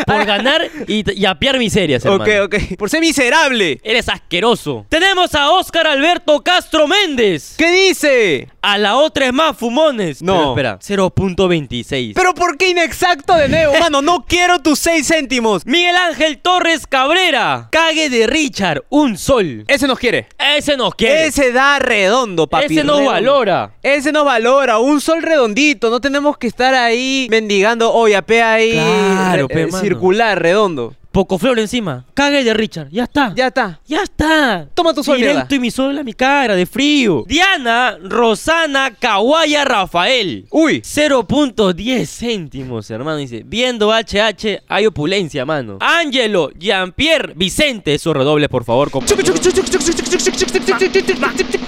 Speaker 3: por ganar y, t- y apiar miserias, hermano.
Speaker 2: Ok, ok. Por ser miserable.
Speaker 3: Eres asqueroso. Tenemos a Óscar Alberto Castro Méndez.
Speaker 2: ¿Qué dice?
Speaker 3: A la otra es más fumones.
Speaker 2: No.
Speaker 3: Pero espera, 0.26.
Speaker 2: Pero ¿por qué inexacto de nuevo, mano? No quiero tus 6 céntimos.
Speaker 3: Miguel Ángel Torres Cabrera. Cague de Richard, un sol.
Speaker 2: Ese nos quiere.
Speaker 3: Ese nos quiere.
Speaker 2: Eh, Ese da redondo, papi.
Speaker 3: Ese nos
Speaker 2: redondo.
Speaker 3: valora.
Speaker 2: Ese nos valora. Un sol redondito. No tenemos que estar ahí mendigando. Oye, apea ahí.
Speaker 3: Claro,
Speaker 2: re-
Speaker 3: pe,
Speaker 2: eh,
Speaker 3: mano.
Speaker 2: circular, redondo.
Speaker 3: Poco flor encima. Cague de Richard. Ya está.
Speaker 2: Ya está.
Speaker 3: Ya está.
Speaker 2: Toma tu sol, mierda.
Speaker 3: Directo y mi sol a mi cara, de frío. Diana Rosana Kawaya Rafael.
Speaker 2: Uy.
Speaker 3: 0.10 céntimos, hermano. Dice, viendo HH hay opulencia, mano. Ángelo, Jean-Pierre, Vicente. Esos redobles, por favor. compañero.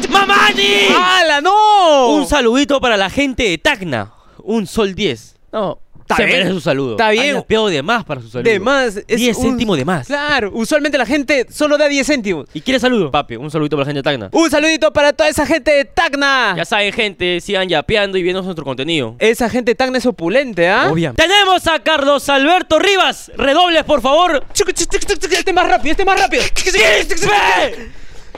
Speaker 3: ¡Mamani!
Speaker 2: ¡Hala, no!
Speaker 3: Un saludito para la gente de Tacna. Un sol 10. No,
Speaker 2: Está
Speaker 3: se
Speaker 2: bien.
Speaker 3: merece su saludo.
Speaker 2: Está bien.
Speaker 3: Ha yapeado de más para su saludo.
Speaker 2: De más. es
Speaker 3: 10
Speaker 2: un-
Speaker 3: céntimos de más.
Speaker 2: Claro, usualmente la gente solo da 10 céntimos.
Speaker 3: ¿Y quiere saludo? Papi, un saludito para la gente de Tacna.
Speaker 2: Un saludito para toda esa gente de Tacna.
Speaker 3: Ya saben, gente, sigan yapeando y viendo nuestro contenido.
Speaker 2: Esa gente de Tacna es opulente, ¿ah?
Speaker 3: Obviamente. Tenemos a Carlos Alberto Rivas. Redobles, por favor.
Speaker 2: Chucu, chucu, chucu, chucu, Este más rápido, este más rápido.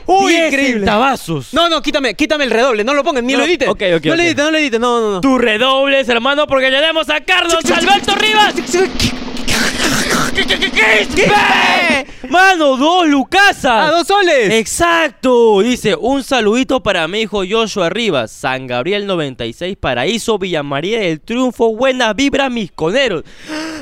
Speaker 2: Uy,
Speaker 3: Diez
Speaker 2: increíble.
Speaker 3: centavazos.
Speaker 2: No, no, quítame, quítame el redoble, no lo pongan, ni
Speaker 3: No,
Speaker 2: lo edites.
Speaker 3: ok, ok,
Speaker 2: no
Speaker 3: ok.
Speaker 2: lo edites, no lo edites, no, no, no.
Speaker 3: Tus redobles, hermano, porque tenemos a Carlos Alberto Rivas. Mano, dos lucasas.
Speaker 2: ¡A Ah, dos soles!
Speaker 3: eh, Exacto. Dice, un saludito para mi hijo Joshua Rivas, San Gabriel 96, Paraíso, Villa María del Triunfo, buenas vibras, mis coneros.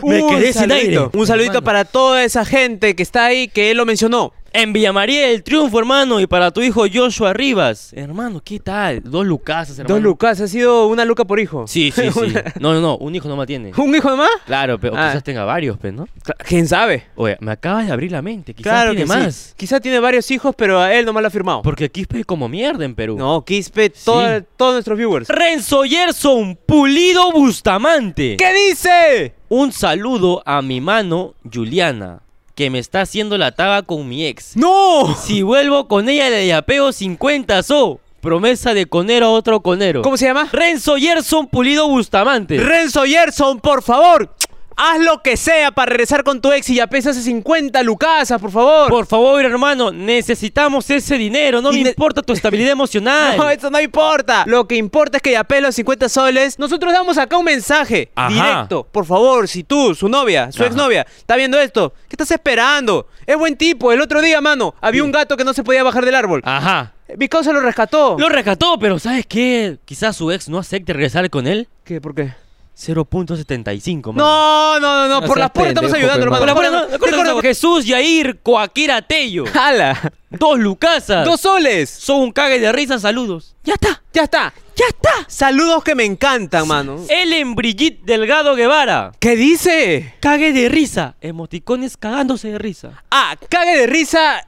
Speaker 3: Me
Speaker 2: Un
Speaker 3: quedé sin aire.
Speaker 2: saludito. Un saludito
Speaker 3: Hermano.
Speaker 2: para toda esa gente que está ahí, que él lo mencionó.
Speaker 3: En Villa María del Triunfo, hermano, y para tu hijo Joshua Rivas. Hermano, ¿qué tal? Dos lucasas, hermano.
Speaker 2: Dos lucas, ha sido una luca por hijo.
Speaker 3: Sí, sí, sí. No, no, no, un hijo no me tiene.
Speaker 2: ¿Un hijo más?
Speaker 3: Claro, pero o
Speaker 2: Ah.
Speaker 3: quizás tenga varios, pero ¿no?
Speaker 2: ¿Quién sabe?
Speaker 3: Oye, me acabas de abrir la mente, quizás
Speaker 2: claro
Speaker 3: tiene
Speaker 2: que
Speaker 3: más.
Speaker 2: sí. Quizá tiene varios hijos, pero a él nomás lo ha firmado.
Speaker 3: Porque Quispe es como mierda en Perú.
Speaker 2: No, Quispe, toda- todos nuestros viewers.
Speaker 3: Renzo Gerson, Pulido Bustamante.
Speaker 2: ¿Qué dice?
Speaker 3: Un saludo a mi mano, Juliana, que me está haciendo la taba con mi ex.
Speaker 2: ¡No!
Speaker 3: Si vuelvo con ella, le yapeo 50 so. Promesa de conero a otro conero.
Speaker 2: ¿Cómo se llama?
Speaker 3: Renzo Gerson Pulido Bustamante.
Speaker 2: Renzo Gerson, por favor. Haz lo que sea para regresar con tu ex y ya pesas 50 lucasas, por favor.
Speaker 3: por favor, hermano, necesitamos ese dinero. No
Speaker 2: Y
Speaker 3: me
Speaker 2: ne-
Speaker 3: importa tu estabilidad emocional.
Speaker 2: No, eso no importa. Lo que importa es que ya los 50 soles. Nosotros damos acá un mensaje
Speaker 3: Ajá.
Speaker 2: directo. Por favor, si tú, su novia, su
Speaker 3: Ajá.
Speaker 2: exnovia, está viendo esto, ¿qué estás esperando? Es buen tipo. El otro día, mano, había un gato que no se podía bajar del árbol.
Speaker 3: Ajá.
Speaker 2: Mi causa lo rescató.
Speaker 3: Ah. Lo rescató, pero ¿sabes qué? Quizás su ex no acepte regresar con él.
Speaker 2: ¿Qué? ¿Por qué?
Speaker 3: 0.75, mano.
Speaker 2: No, no, no, no.
Speaker 1: No seas
Speaker 2: por las puertas estamos
Speaker 1: pendejo,
Speaker 2: ayudando,
Speaker 1: pe,
Speaker 2: hermano.
Speaker 3: Por la
Speaker 2: Por
Speaker 3: buena-
Speaker 2: las-
Speaker 3: no, corta
Speaker 2: corta-
Speaker 3: esa voz. Jesús Yair Coaquera Tello.
Speaker 2: ¡Jala!
Speaker 3: Dos lucasas.
Speaker 2: ¡Dos soles!
Speaker 3: Son un cague de risa, saludos. Ah. Ya está,
Speaker 2: ¡Ya está!
Speaker 3: ya está. Eh.
Speaker 2: Saludos que me encantan, mano.
Speaker 3: Ellen Brigitte Delgado Guevara.
Speaker 2: ¿Qué dice?
Speaker 3: Cague de risa. Emoticones cagándose de risa.
Speaker 2: Ah, cague de risa.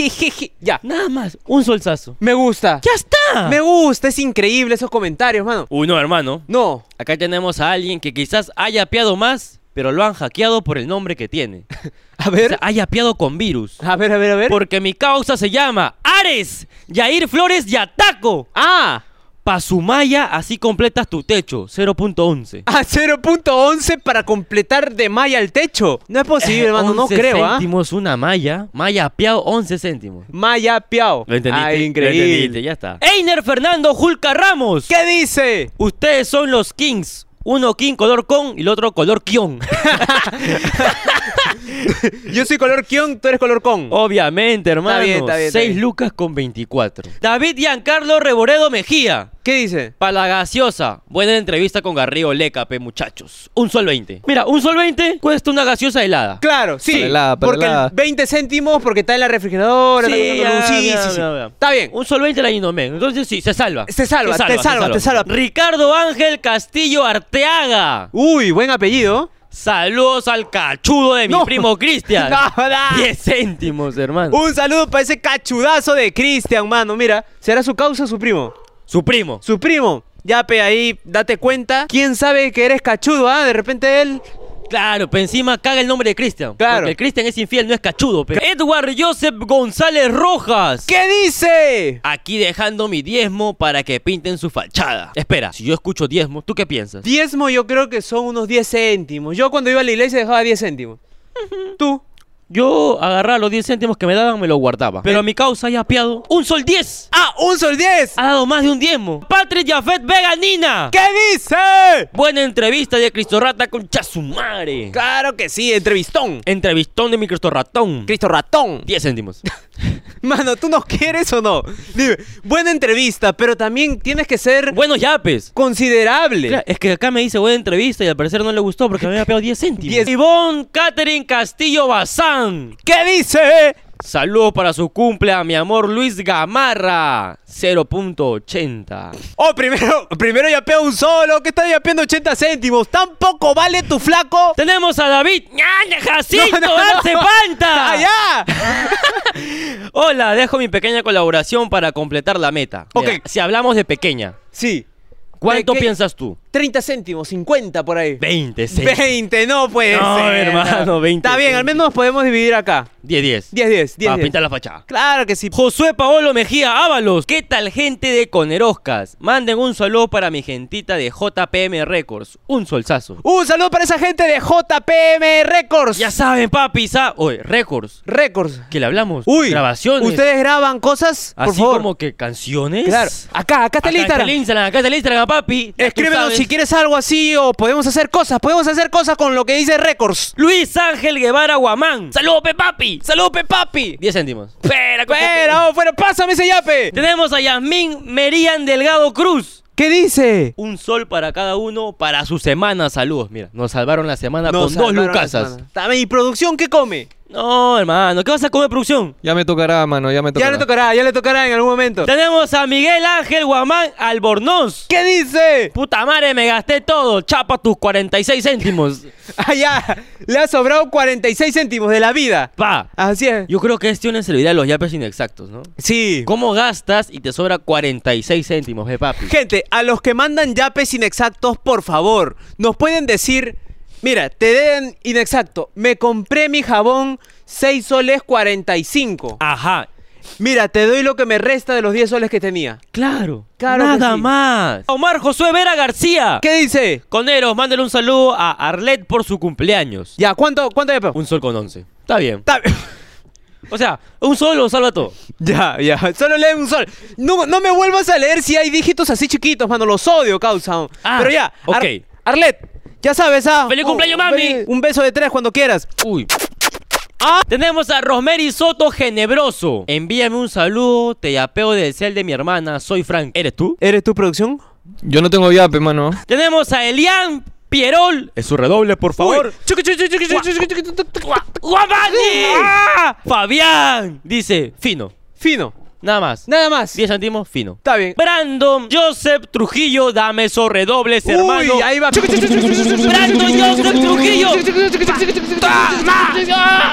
Speaker 2: ya.
Speaker 3: Nada más. Un solsazo.
Speaker 2: Me gusta.
Speaker 3: ¡Ya está!
Speaker 2: Me gusta, es increíble esos comentarios, mano.
Speaker 3: Uno, hermano.
Speaker 2: No.
Speaker 3: Acá tenemos a alguien que quizás haya apiado más, pero lo han hackeado por el nombre que tiene.
Speaker 2: A
Speaker 3: O
Speaker 2: ver.
Speaker 3: sea, haya apiado con virus.
Speaker 2: a ver, a ver, a ver.
Speaker 3: Porque mi causa se llama Ares, Yair Flores y Ataco.
Speaker 2: Ah,
Speaker 3: Pasumaya, así completas tu techo. 0.11.
Speaker 2: a 0.11 para completar de malla al techo. No es posible, hermano, no
Speaker 3: 11
Speaker 2: creo, ¿ah?
Speaker 3: céntimos una malla. Malla apiado 11 céntimos.
Speaker 2: Maya Piao.
Speaker 3: ¿Lo entendiste?
Speaker 2: Ah,
Speaker 3: Lo
Speaker 2: increíble.
Speaker 3: entendiste, ya está. Einer Fernando Julca Ramos.
Speaker 2: ¿Qué dice?
Speaker 3: Ustedes son los Kings. Uno King color con y el otro color kion.
Speaker 2: Yo soy color Kion, tú eres color Con.
Speaker 3: Oh. Obviamente, hermano.
Speaker 2: bien, está bien, está
Speaker 3: 6
Speaker 2: bien.
Speaker 3: lucas con 24. David Giancarlo Reboredo Mejía.
Speaker 2: ¿Qué dice?
Speaker 3: Para la gaseosa, buena entrevista con Garrido Lecape, muchachos. Un sol 20. Mira, un sol 20 cuesta una gaseosa helada.
Speaker 2: Claro, sí.
Speaker 1: Para helada, para
Speaker 2: porque el
Speaker 1: helada.
Speaker 2: 20 céntimos, porque está en la refrigeradora.
Speaker 3: Sí,
Speaker 2: está
Speaker 3: ya,
Speaker 2: pasando luz. sí,
Speaker 3: ya,
Speaker 2: sí, sí.
Speaker 3: ya, ya.
Speaker 2: Está bien.
Speaker 3: Un sol 20 la Inomen. Entonces sí, se salva.
Speaker 2: Se salva, te salva, te salva.
Speaker 3: Ricardo Ángel Castillo Arteaga.
Speaker 2: Uy, buen apellido.
Speaker 3: Saludos al cachudo de mi
Speaker 2: No.
Speaker 3: primo Cristian.
Speaker 2: No, Uh. no.
Speaker 3: 10 céntimos, hermano.
Speaker 2: Un saludo para ese cachudazo de Cristian, mano. Mira, ¿será su causa o su primo?
Speaker 3: Su primo.
Speaker 2: Su primo. Ya, pe, ahí, date cuenta. ¿Quién sabe que eres cachudo, ah? De repente él...
Speaker 3: Claro, pero encima caga el nombre de Cristian.
Speaker 2: Claro.
Speaker 3: Porque Cristian es infiel, no es cachudo. Pero. Edward Joseph González Rojas.
Speaker 2: ¿Qué dice?
Speaker 3: Aquí dejando mi diezmo para que pinten su fachada. Espera, si yo escucho diezmo, ¿tú qué piensas?
Speaker 2: Diezmo yo creo que son unos 10 céntimos. Yo cuando iba a la iglesia dejaba 10 céntimos. Tú.
Speaker 3: Yo agarraba los 10 céntimos que me daban, me los guardaba. Pero a mi causa ya apiado. ¡Un sol 10!
Speaker 2: ¡Ah, un sol 10!
Speaker 3: Ha dado más de un diezmo. Patrick Jafet Veganina.
Speaker 2: ¿Qué dice?
Speaker 3: Buena entrevista de Cristo Rata con Chasumare.
Speaker 2: Claro que sí, entrevistón.
Speaker 3: Entrevistón de mi Cristo Ratón.
Speaker 2: Cristo ratón.
Speaker 3: 10 céntimos.
Speaker 2: Mano, ¿tú nos quieres o no? Dime, buena entrevista, pero también tienes que ser
Speaker 3: Buenos yapes.
Speaker 2: considerable.
Speaker 3: Claro, es que acá me dice buena entrevista y al parecer no le gustó porque me había pegado 10 céntimos.
Speaker 2: Diez.
Speaker 3: Ivonne Catherine Castillo Bazán.
Speaker 2: ¿Qué dice?
Speaker 3: Saludos para su cumple a mi amor Luis Gamarra. 0.80.
Speaker 2: Oh, primero, primero yapea un solo, que está yapeando 80 céntimos. Tampoco vale tu flaco.
Speaker 3: Tenemos a David Ñaña Jacinto Arce Panta.
Speaker 2: Ah, ¡Allá!
Speaker 3: Hola, dejo mi pequeña colaboración para completar la meta.
Speaker 2: Ok.
Speaker 3: si hablamos de pequeña.
Speaker 2: Sí.
Speaker 3: ¿Cuánto
Speaker 2: ¿Qué- qué-
Speaker 3: piensas tú?
Speaker 4: 30 céntimos, 50 por ahí.
Speaker 3: 20, 6.
Speaker 2: 20, no puede
Speaker 3: No,
Speaker 2: ser.
Speaker 3: hermano, 20,
Speaker 2: Está bien, al
Speaker 3: 20.
Speaker 2: menos podemos dividir acá.
Speaker 3: 10, 10.
Speaker 2: 10, 10, 10.
Speaker 3: Para pintar la fachada.
Speaker 2: Claro que sí.
Speaker 3: Josué Paolo Mejía Ábalos, ¿qué tal gente de Coneroscas? Manden un saludo para mi gentita de JPM Records. Un solsazo.
Speaker 2: Un saludo para esa gente de JPM Records.
Speaker 3: Ya saben, papi, sa Oye, Records,
Speaker 2: Records.
Speaker 3: que le hablamos.
Speaker 2: Uy.
Speaker 3: Grabaciones.
Speaker 2: ¿Ustedes graban cosas? Por
Speaker 3: Así
Speaker 2: favor.
Speaker 3: como que canciones.
Speaker 2: Claro. Acá, acá está el Instagram.
Speaker 3: Acá está el Instagram, acá está el Instagram, papi. Ya tú
Speaker 2: Escríbenos
Speaker 3: sabes.
Speaker 2: si quieres algo así o podemos hacer cosas. Podemos hacer cosas con lo que dice Records.
Speaker 3: Luis Ángel Guevara Guamán. Saludos, pe papi. Saludos, pe papi. 10 céntimos. Espera, co-
Speaker 2: Pero, fuera, pásame ese yape.
Speaker 3: Tenemos a Yasmín Merian Delgado Cruz.
Speaker 2: ¿Qué dice?
Speaker 3: Un sol para cada uno para su semana. Saludos, mira. Nos salvaron la semana
Speaker 2: Nos
Speaker 3: con dos
Speaker 2: salvaron la
Speaker 3: lucasas.
Speaker 2: semana. Dame, ¿Y producción qué come?
Speaker 3: No, hermano, ¿qué vas a comer producción?
Speaker 1: Ya me tocará, mano, ya me tocará.
Speaker 2: Ya le tocará, ya le tocará en algún momento.
Speaker 3: Tenemos a Miguel Ángel Guamán Albornoz.
Speaker 2: ¿Qué dice?
Speaker 3: Puta madre, me gasté todo. Chapa tus 46 céntimos.
Speaker 2: Ah, ya. Le ha sobrado 46 céntimos de la vida.
Speaker 3: Pa.
Speaker 2: Así es.
Speaker 3: Yo creo que este una servirá a los yapes inexactos, ¿no?
Speaker 2: Sí.
Speaker 3: ¿Cómo gastas y te sobra 46 céntimos, eh, papi?
Speaker 2: Gente, a los que mandan yapes inexactos, por favor, nos pueden decir, mira, te den inexacto, me compré mi jabón 6 soles 45.
Speaker 3: Ajá.
Speaker 2: Mira, te doy lo que me resta de los 10 soles que tenía.
Speaker 3: Claro.
Speaker 2: Claro que
Speaker 3: Nada
Speaker 2: sí.
Speaker 3: más. Omar Josué Vera García.
Speaker 2: ¿Qué dice?
Speaker 3: Coneros, mándale un saludo a Arlet por su cumpleaños.
Speaker 2: Ya, ¿cuánto, cuánto yape?
Speaker 3: Un sol con 11. Está bien.
Speaker 2: Ta-
Speaker 3: O sea, un sol lo salva todo.
Speaker 2: Ya, ya, solo lee un sol. No, no me vuelvas a leer si hay dígitos así chiquitos, mano, los odio, causa.
Speaker 3: Ah,
Speaker 2: Pero ya, Ar-
Speaker 3: ok.
Speaker 2: Arlet, ya sabes, ah.
Speaker 3: ¡Feliz
Speaker 2: un-
Speaker 3: cumpleaños, mami!
Speaker 2: feliz- Un beso de tres cuando quieras.
Speaker 3: Uy. Ah, Tenemos a Rosemary Soto Genebroso. Envíame un saludo, te yapeo del cel de mi hermana, soy Frank. ¿Eres tú?
Speaker 2: ¿Eres tu producción?
Speaker 1: Yo no tengo yape, mano.
Speaker 3: Tenemos a Elian Pierol. Es su redoble, por favor.
Speaker 2: Chucu, chucu, chucu, chucu, chucu, chucu, chucu, chucu, chucu.
Speaker 3: ¡Guamani! Fabián. Dice, fino.
Speaker 2: Fino,
Speaker 3: Nada más.
Speaker 2: nada más.
Speaker 3: 10 centimos, fino.
Speaker 2: Está bien.
Speaker 3: Brandon Joseph Trujillo, dame esos redobles, hermano.
Speaker 2: Uy, ahí va.
Speaker 3: Brandon Joseph Trujillo.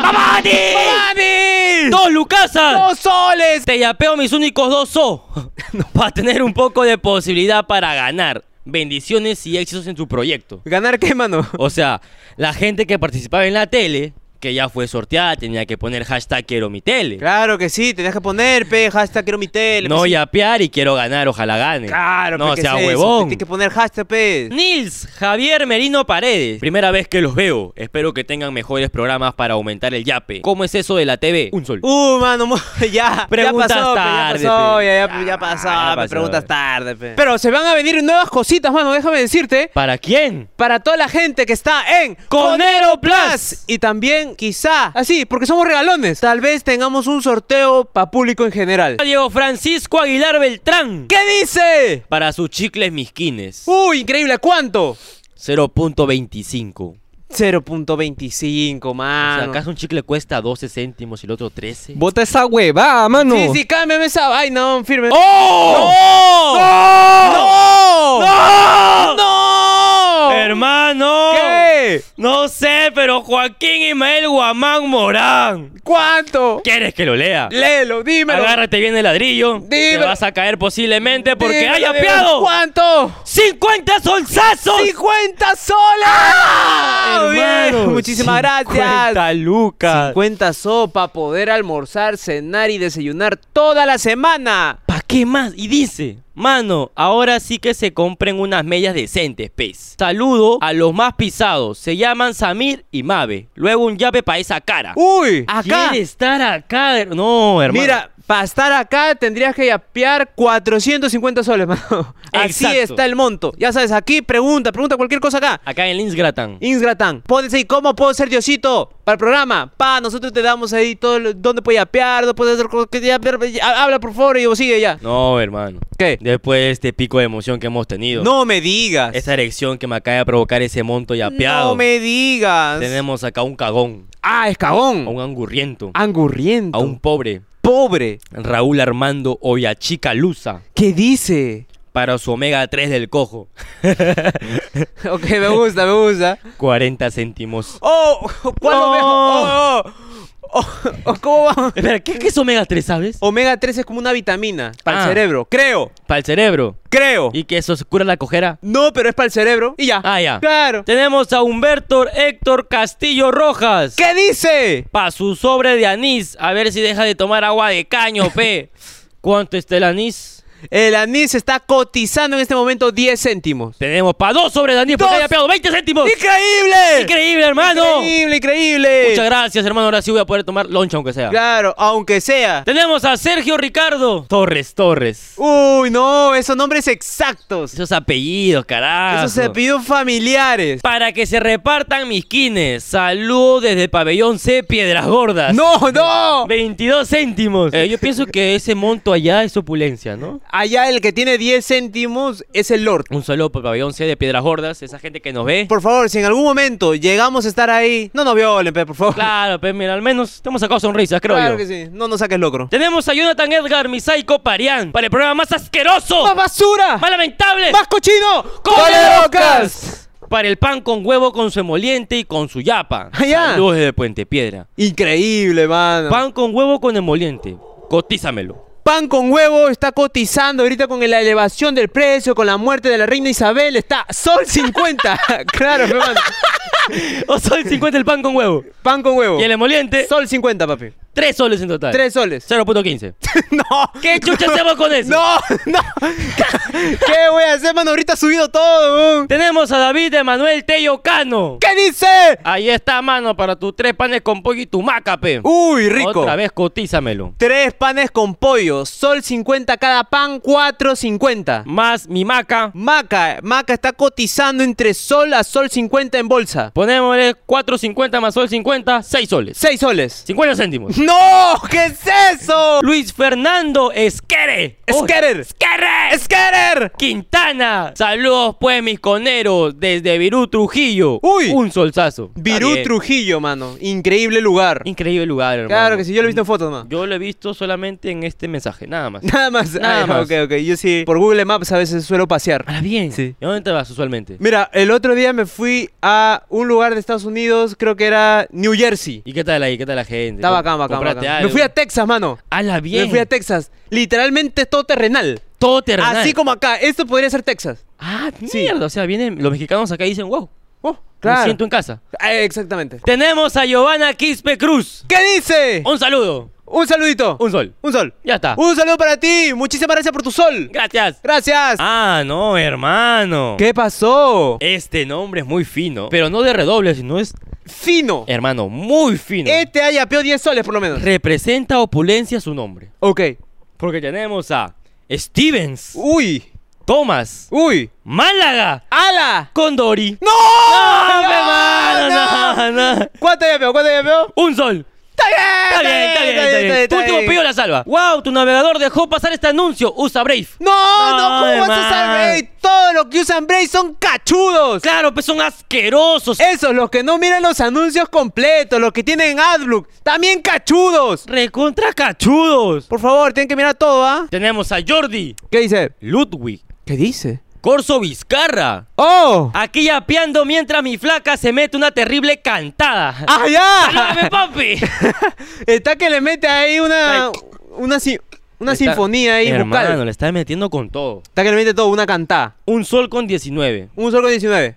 Speaker 3: ¡Mamani! ¡Dos Lucasas!
Speaker 2: ¡Dos soles!
Speaker 3: Te yapeo mis únicos dos so. para tener un poco de posibilidad para ganar. Bendiciones y éxitos en tu proyecto.
Speaker 2: ¿Ganar qué, mano?
Speaker 3: O sea, la gente que participaba en la tele, que ya fue sorteada, tenía que poner hashtag quiero mi tele.
Speaker 2: Claro que sí, tenías que poner, pe, hashtag quiero mi tele.
Speaker 3: No
Speaker 2: pe, sí.
Speaker 3: yapear y quiero ganar, ojalá gane.
Speaker 2: Claro,
Speaker 3: No
Speaker 2: pe, ¿qué
Speaker 3: sea
Speaker 2: es eso?
Speaker 3: huevón.
Speaker 2: Tienes que poner hashtag, pe.
Speaker 3: Nils Javier Merino Paredes. Primera vez que los veo. Espero que tengan mejores programas para aumentar el yape. ¿Cómo es eso de la TV? Un sol.
Speaker 2: Uh, mano, mo- ya.
Speaker 3: Preguntas
Speaker 2: ya pasó, pe,
Speaker 3: tarde,
Speaker 2: Ya pasó,
Speaker 3: pe.
Speaker 2: ya, ya, ya pasó,
Speaker 3: Ya
Speaker 2: pe,
Speaker 3: pasó,
Speaker 2: preguntas
Speaker 3: pe.
Speaker 2: tarde, pe. Pero se van a venir nuevas cositas, mano, déjame decirte.
Speaker 3: ¿Para quién?
Speaker 2: Para toda la gente que está en
Speaker 3: Conero Plus.
Speaker 2: Y también, quizá, así, porque somos regalones. Tal vez tengamos un sorteo para público en general.
Speaker 3: Diego Francisco Aguilar Beltrán.
Speaker 2: ¿Qué dice?
Speaker 3: Para sus chicles misquines.
Speaker 2: Uy, increíble, ¿cuánto?
Speaker 3: 0.25.
Speaker 2: 0.25,
Speaker 3: O sea,
Speaker 2: mano.
Speaker 3: ¿acaso un chicle cuesta 12 céntimos y el otro 13?
Speaker 1: Bota esa hueva, ¡Ah, mano.
Speaker 2: Sí, sí, cámbiame esa vaina, don, firme.
Speaker 3: Oh, ¡No!
Speaker 2: ¡No!
Speaker 3: ¡No!
Speaker 2: ¡No!
Speaker 3: ¡Hermano!
Speaker 2: Oh, ¿Qué?
Speaker 3: No sé, pero Joaquín Ismael Guamán Morán.
Speaker 2: ¿Cuánto?
Speaker 3: ¿Quieres que lo lea?
Speaker 2: Léelo, dímelo.
Speaker 3: Agárrate bien el ladrillo. Te
Speaker 2: Dímelo.
Speaker 3: vas a caer posiblemente porque
Speaker 2: Dímelo,
Speaker 3: haya
Speaker 2: dímelo.
Speaker 3: apiado.
Speaker 2: ¿Cuánto?
Speaker 3: ¡50 solsazos! ¡Ah!
Speaker 2: ¡50 soles!
Speaker 3: Hermano,
Speaker 2: Bien, Muchísimas
Speaker 3: 50
Speaker 2: gracias.
Speaker 3: lucas.
Speaker 2: 50 so para poder almorzar, cenar y desayunar toda la semana.
Speaker 3: ¿Para qué más? Y dice, mano, ahora sí que se compren unas medias decentes, pez. Saludo a los más pisados, se llaman Samir y Mabe. Luego un llave para esa cara.
Speaker 2: Uy, Uh, acá.
Speaker 3: ¿Quiere estar acá? her- No, hermano.
Speaker 2: Mira, para estar acá tendrías que yapear 450 soles, mano. Así
Speaker 3: Exacto.
Speaker 2: está el monto. Ya sabes, aquí pregunta, pregunta cualquier cosa acá.
Speaker 3: acá en el Insgratan.
Speaker 2: Insgratan, pónganse ahí cómo puedo ser Diosito para el programa. Pa, nosotros te damos ahí todo lo- dónde puedes yapear, dónde puedes hacer cosas que yapear. eh, Ha- Habla por favor y vos sigue ya.
Speaker 3: No, hermano.
Speaker 2: ¿Qué?
Speaker 3: Después de este pico de emoción que hemos tenido.
Speaker 2: No me digas.
Speaker 3: Esta erección que me acaba de provocar ese monto yapeado.
Speaker 2: No me digas.
Speaker 3: Tenemos acá un cagón,
Speaker 2: Ah,
Speaker 3: a
Speaker 2: escabón.
Speaker 3: un angurriento,
Speaker 2: Angurriento.
Speaker 3: a un pobre,
Speaker 2: pobre.
Speaker 3: Raúl Armando Oyachica Luza,
Speaker 2: ¿Qué dice?
Speaker 3: para su omega 3 del cojo.
Speaker 2: ok, me gusta, me gusta.
Speaker 3: 40 céntimos.
Speaker 2: Oh, ¿cuándo
Speaker 3: No.
Speaker 2: me- oh, oh. O, o cómo va-
Speaker 3: Espera, ¿qué, qué es omega 3, sabes?
Speaker 2: Omega 3 es como una vitamina para el
Speaker 3: Ah.
Speaker 2: cerebro. Creo,
Speaker 3: Para el cerebro.
Speaker 2: creo.
Speaker 3: Y que eso se cura la cojera.
Speaker 2: No, pero es para el cerebro. Y ya.
Speaker 3: Ah, ya.
Speaker 2: Claro.
Speaker 3: Tenemos a Humberto Héctor Castillo Rojas.
Speaker 2: ¿Qué dice?
Speaker 3: Pa' su sobre de anís. A ver si deja de tomar agua de caño, pe. ¿Cuánto está el anís?
Speaker 2: El anís está cotizando en este momento 10 céntimos.
Speaker 3: Tenemos pa' dos sobres de anís porque
Speaker 2: Dos.
Speaker 3: haya pegado 20 céntimos.
Speaker 2: ¡Increíble!
Speaker 3: Increíble, hermano.
Speaker 2: Increíble, increíble.
Speaker 3: Muchas gracias, hermano. Ahora sí voy a poder tomar loncha, aunque sea.
Speaker 2: Claro, aunque sea.
Speaker 3: Tenemos a Sergio Ricardo Torres Torres.
Speaker 2: Uy, no, esos nombres exactos.
Speaker 3: Esos apellidos, carajo.
Speaker 2: Esos apellidos familiares.
Speaker 3: Para que se repartan mis quines. Saludos desde Pabellón C, Piedras Gordas.
Speaker 2: No, no.
Speaker 3: 22 céntimos. Eh, yo pienso que ese monto allá es opulencia, ¿no?
Speaker 2: Allá el que tiene 10 céntimos es el Lord.
Speaker 3: Un saludo por Pabellón C de Piedras Gordas, esa gente que nos ve.
Speaker 2: Por favor, si en algún momento llegamos a estar ahí, no nos violen, pe, por favor.
Speaker 3: Claro, pero mira, al menos te hemos sacado sonrisas, creo
Speaker 2: Claro
Speaker 3: yo.
Speaker 2: que sí. No nos saques locro.
Speaker 3: Tenemos a Jonathan Edgar, mi psycho parián, para el programa más asqueroso,
Speaker 2: ¡Más basura!
Speaker 3: más lamentable,
Speaker 2: ¡Más cochino!
Speaker 3: ¡Colerocas! para el pan con huevo, con su emoliente y con su yapa.
Speaker 2: Ah, ya. Ah.
Speaker 3: Saludos desde Puente Piedra.
Speaker 2: Increíble, mano. Pan,
Speaker 3: Pan con huevo con emoliente. Cotízamelo.
Speaker 2: con huevo está cotizando ahorita con la elevación del precio, con la muerte de la reina Isabel. Está sol 50. claro, pe, mano.
Speaker 3: O sol 50 el pan con huevo.
Speaker 2: Pan con huevo.
Speaker 3: Y el emoliente,
Speaker 2: Sol 50, papi.
Speaker 3: 3 soles en total.
Speaker 2: Tres soles.
Speaker 3: 0.15.
Speaker 2: no.
Speaker 3: ¿Qué chucha hacemos con eso?
Speaker 2: No, no. ¿Qué voy a hacer, mano? Ahorita ha subido todo. weón.
Speaker 3: Tenemos a David Emanuel Tello Cano.
Speaker 2: ¿Qué dice?
Speaker 3: Ahí está, mano, para tus tres panes con pollo y tu maca, pe.
Speaker 2: Uy, Uh, rico.
Speaker 3: Otra vez cotízamelo.
Speaker 2: Tres panes con pollo, sol 50 cada pan, 4.50.
Speaker 3: Más mi maca.
Speaker 2: Maca, Maca está cotizando entre sol a sol 50 en bolsa.
Speaker 3: Ponémosle 4.50 más sol 50, 6 soles.
Speaker 2: 6 soles.
Speaker 3: 50 céntimos.
Speaker 2: ¡No! ¿Qué es eso?
Speaker 3: Luis Fernando Esquere.
Speaker 2: Esquerer.
Speaker 3: Esquere.
Speaker 2: Esquerer.
Speaker 3: Quintana. Saludos, pues, mis coneros. Desde Virú Trujillo.
Speaker 2: Uy.
Speaker 3: Un solsazo. Está
Speaker 2: Virú
Speaker 3: bien.
Speaker 2: Trujillo, mano. Increíble lugar.
Speaker 3: Increíble lugar, hermano.
Speaker 2: Claro que sí, yo lo he visto en fotos, mano.
Speaker 3: Yo lo he visto solamente en este mensaje, nada más.
Speaker 2: Nada más.
Speaker 3: Nada
Speaker 2: Ah,
Speaker 3: más.
Speaker 2: Ok, ok. Yo sí, por Google Maps a veces suelo pasear.
Speaker 3: Ahora bien.
Speaker 2: Sí.
Speaker 3: ¿Y dónde te vas usualmente?
Speaker 2: Mira, el otro día me fui a un lugar de Estados Unidos, creo que era New Jersey.
Speaker 3: ¿Y qué tal ahí? ¿Qué tal la gente?
Speaker 2: Estaba
Speaker 3: Com-
Speaker 2: acá, acá,
Speaker 3: compraste
Speaker 2: acá. Me
Speaker 3: algo.
Speaker 2: fui a Texas, mano.
Speaker 3: A la bien.
Speaker 2: Me fui a Texas. Literalmente es todo terrenal.
Speaker 3: Todo terrenal.
Speaker 2: Así como acá. Esto podría ser Texas.
Speaker 3: Ah,
Speaker 2: Sí.
Speaker 3: mierda. O sea, vienen los mexicanos acá y dicen, wow,
Speaker 2: Oh,
Speaker 3: me
Speaker 2: claro.
Speaker 3: siento en casa.
Speaker 2: Eh, exactamente.
Speaker 3: Tenemos a Giovanna Quispe Cruz.
Speaker 2: ¿Qué dice?
Speaker 3: Un saludo.
Speaker 2: Un saludito.
Speaker 3: Un sol.
Speaker 2: Un sol.
Speaker 3: Ya está.
Speaker 2: Un saludo para ti. Muchísimas gracias por tu sol.
Speaker 3: Gracias.
Speaker 2: Gracias.
Speaker 3: Ah, no, hermano.
Speaker 2: ¿Qué pasó?
Speaker 3: Este nombre es muy fino. Pero no de redoble, sino es,
Speaker 2: Fino.
Speaker 3: hermano, muy eh, fino.
Speaker 2: Este haya peo 10 soles por lo menos.
Speaker 3: Representa opulencia su nombre.
Speaker 2: Ok.
Speaker 3: Porque tenemos a Stevens,
Speaker 2: Uh. Uy.
Speaker 3: Thomas,
Speaker 2: Uy.
Speaker 3: Málaga,
Speaker 2: ¡Ala!
Speaker 3: Condori.
Speaker 2: ¡No!
Speaker 3: ¡No, pe,
Speaker 2: ¡No!
Speaker 3: mano, no, no.
Speaker 2: ¿Cuánto haya peo? ¿Cuánto haya peo?
Speaker 3: Un sol.
Speaker 2: ¡Está bien!
Speaker 3: Está bien, está bien, está bien. Tu último pedido la salva. ¡Wow! Tu navegador dejó pasar este anuncio. Usa Brave.
Speaker 2: No, no,
Speaker 3: No,
Speaker 2: ¿cómo vas a usar
Speaker 3: hermano.
Speaker 2: Bray? Todos los que usan Bray son cachudos.
Speaker 3: Claro, pues son asquerosos.
Speaker 2: Esos, los que no miran los anuncios completos, los que tienen AdBlock, también cachudos.
Speaker 3: Recontra cachudos.
Speaker 2: Por favor, tienen que mirar todo, ¿ah?
Speaker 3: Tenemos a Jordi,
Speaker 2: ¿Qué dice?
Speaker 3: Ludwig,
Speaker 2: ¿Qué dice?
Speaker 3: Corso Vizcarra.
Speaker 2: ¡Oh!
Speaker 3: Aquí yapeando mientras mi flaca se mete una terrible cantada.
Speaker 2: ¡Ah,
Speaker 3: ¡Salúdame,
Speaker 2: ya!
Speaker 3: papi!
Speaker 2: Está que le mete ahí una.
Speaker 3: Ay.
Speaker 2: Una, si- una
Speaker 3: Está-
Speaker 2: sinfonía ahí
Speaker 3: Hermano,
Speaker 2: vocal.
Speaker 3: le está metiendo con todo.
Speaker 2: Está que le mete todo, una cantada.
Speaker 3: Un sol con 19.
Speaker 2: Un solo con 19.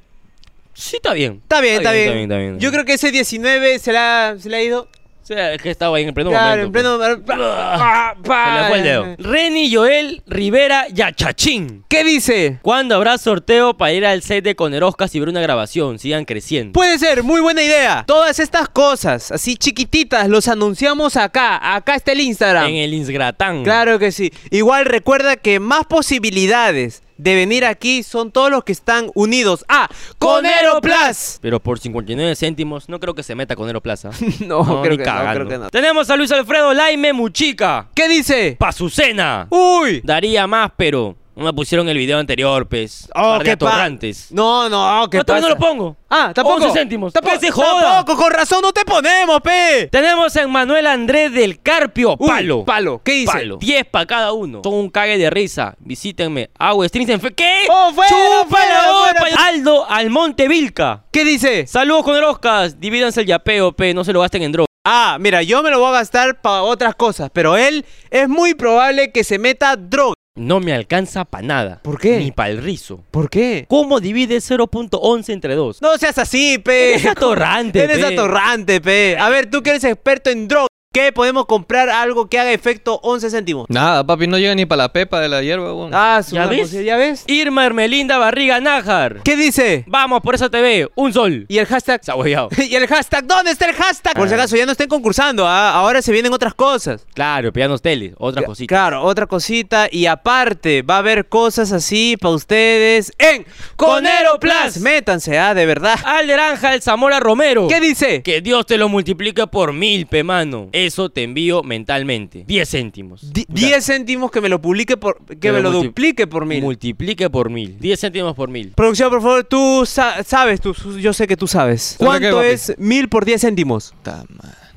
Speaker 3: Sí, está bien.
Speaker 2: Está bien, está, bien.
Speaker 3: está bien, está bien.
Speaker 2: Yo creo que ese 19 se le ha, se le ha ido.
Speaker 3: O sea, es que estaba ahí en el pleno
Speaker 2: claro,
Speaker 3: momento. pues. Ah.
Speaker 2: en pleno. Ah. pa- pa-
Speaker 3: Se
Speaker 2: pa-
Speaker 3: le fue el dedo. Reni Joel Rivera Yachachín.
Speaker 2: ¿Qué dice?
Speaker 3: ¿Cuándo habrá sorteo para ir al set de Coneroscas y ver una grabación? Sigan creciendo.
Speaker 2: Puede ser, muy buena idea. Todas estas cosas, así chiquititas, los anunciamos acá. Acá está el Instagram.
Speaker 3: En el Insgratán.
Speaker 2: Mm. Claro que sí. Igual recuerda que más posibilidades de venir aquí son todos los que están unidos Ah, a Conero Plus.
Speaker 3: Pero por 59 céntimos, no creo que se meta Conero Plaza.
Speaker 2: No, creo
Speaker 3: ni
Speaker 2: que no,
Speaker 3: cagando.
Speaker 2: creo que no.
Speaker 3: Tenemos a Luis Alfredo Laime Muchica.
Speaker 2: ¿Qué dice?
Speaker 3: Pa' su cena.
Speaker 2: Uy.
Speaker 3: Daría más, pero no me pusieron el video anterior, pez.
Speaker 2: Oh,
Speaker 3: Par de
Speaker 2: qué pa-
Speaker 3: atorrantes.
Speaker 2: No, no, oh, qué
Speaker 3: No, todavía no
Speaker 2: pasa?
Speaker 3: lo pongo.
Speaker 2: Ah, tampoco.
Speaker 3: 11 céntimos.
Speaker 2: Tampoco,
Speaker 3: Que se joda.
Speaker 2: tampoco, con razón no te ponemos, pe.
Speaker 3: Tenemos a Manuel Andrés del Carpio.
Speaker 2: Uy,
Speaker 3: Palo.
Speaker 2: Palo. ¿Qué dice?
Speaker 3: Palo. 10 para cada uno. Son un cague de risa. Visítenme. Hago streams en... fe- ¿Qué?
Speaker 2: ¡Oh, fuera,
Speaker 3: Chúpala,
Speaker 2: fuera,
Speaker 3: oh,
Speaker 2: fuera!
Speaker 3: pa- Aldo Almonte Vilca.
Speaker 2: ¿Qué dice?
Speaker 3: Saludos con el Oscar. Divídanse el yapeo, pe. No se lo gasten en droga.
Speaker 2: ah, mira, yo me lo voy a gastar para otras cosas, pero él es muy probable que se meta droga.
Speaker 3: No me alcanza para nada.
Speaker 2: ¿Por qué?
Speaker 3: Ni para el rizo.
Speaker 2: ¿Por qué?
Speaker 3: ¿Cómo divide 0.11 entre 2?
Speaker 2: No seas así, pe.
Speaker 3: Eres atorrante,
Speaker 2: Eres
Speaker 3: pe.
Speaker 2: atorrante, pe. A ver, tú que eres experto en droga, ¿qué podemos comprar algo que haga efecto 11 céntimos?
Speaker 10: Nada, papi, no llega ni para la pepa de la hierba, weón.
Speaker 2: Ah, su
Speaker 3: ¿Ya
Speaker 2: una
Speaker 3: ves?
Speaker 2: cosilla, ¿Ya ves?
Speaker 3: Irma Hermelinda Barriga Nájar.
Speaker 2: ¿Qué dice?
Speaker 3: Vamos, por eso te veo. Un sol.
Speaker 2: ¿Y el hashtag?
Speaker 3: Se ha hueveado.
Speaker 2: ¿Y el hashtag? ¿Dónde está el hashtag?
Speaker 10: Ah.
Speaker 2: Por si acaso ya no estén concursando, ah, ahora se vienen otras cosas.
Speaker 3: Claro, pianos tele, otra cosita.
Speaker 2: Claro, otra cosita. Y aparte, va a haber cosas así para ustedes en Conero Plus. Métanse, ah, de verdad.
Speaker 3: Alder Ángel Zamora Romero.
Speaker 2: ¿Qué dice?
Speaker 3: Que Dios te lo multiplica por mil, pe mano. Eso te envío mentalmente. 10 céntimos.
Speaker 2: Di- 10 céntimos que me lo publique por. que
Speaker 3: Que
Speaker 2: me
Speaker 3: lo
Speaker 2: lo
Speaker 3: multi-
Speaker 2: duplique por mil.
Speaker 3: Multiplique por mil. 10 céntimos por mil.
Speaker 2: Producción, por favor, tú sa- sabes, tú, yo sé que tú sabes.
Speaker 10: ¿Sobre qué,
Speaker 2: ¿Cuánto
Speaker 10: papi?
Speaker 2: es mil por 10 céntimos?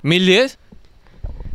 Speaker 10: ¿Mil diez?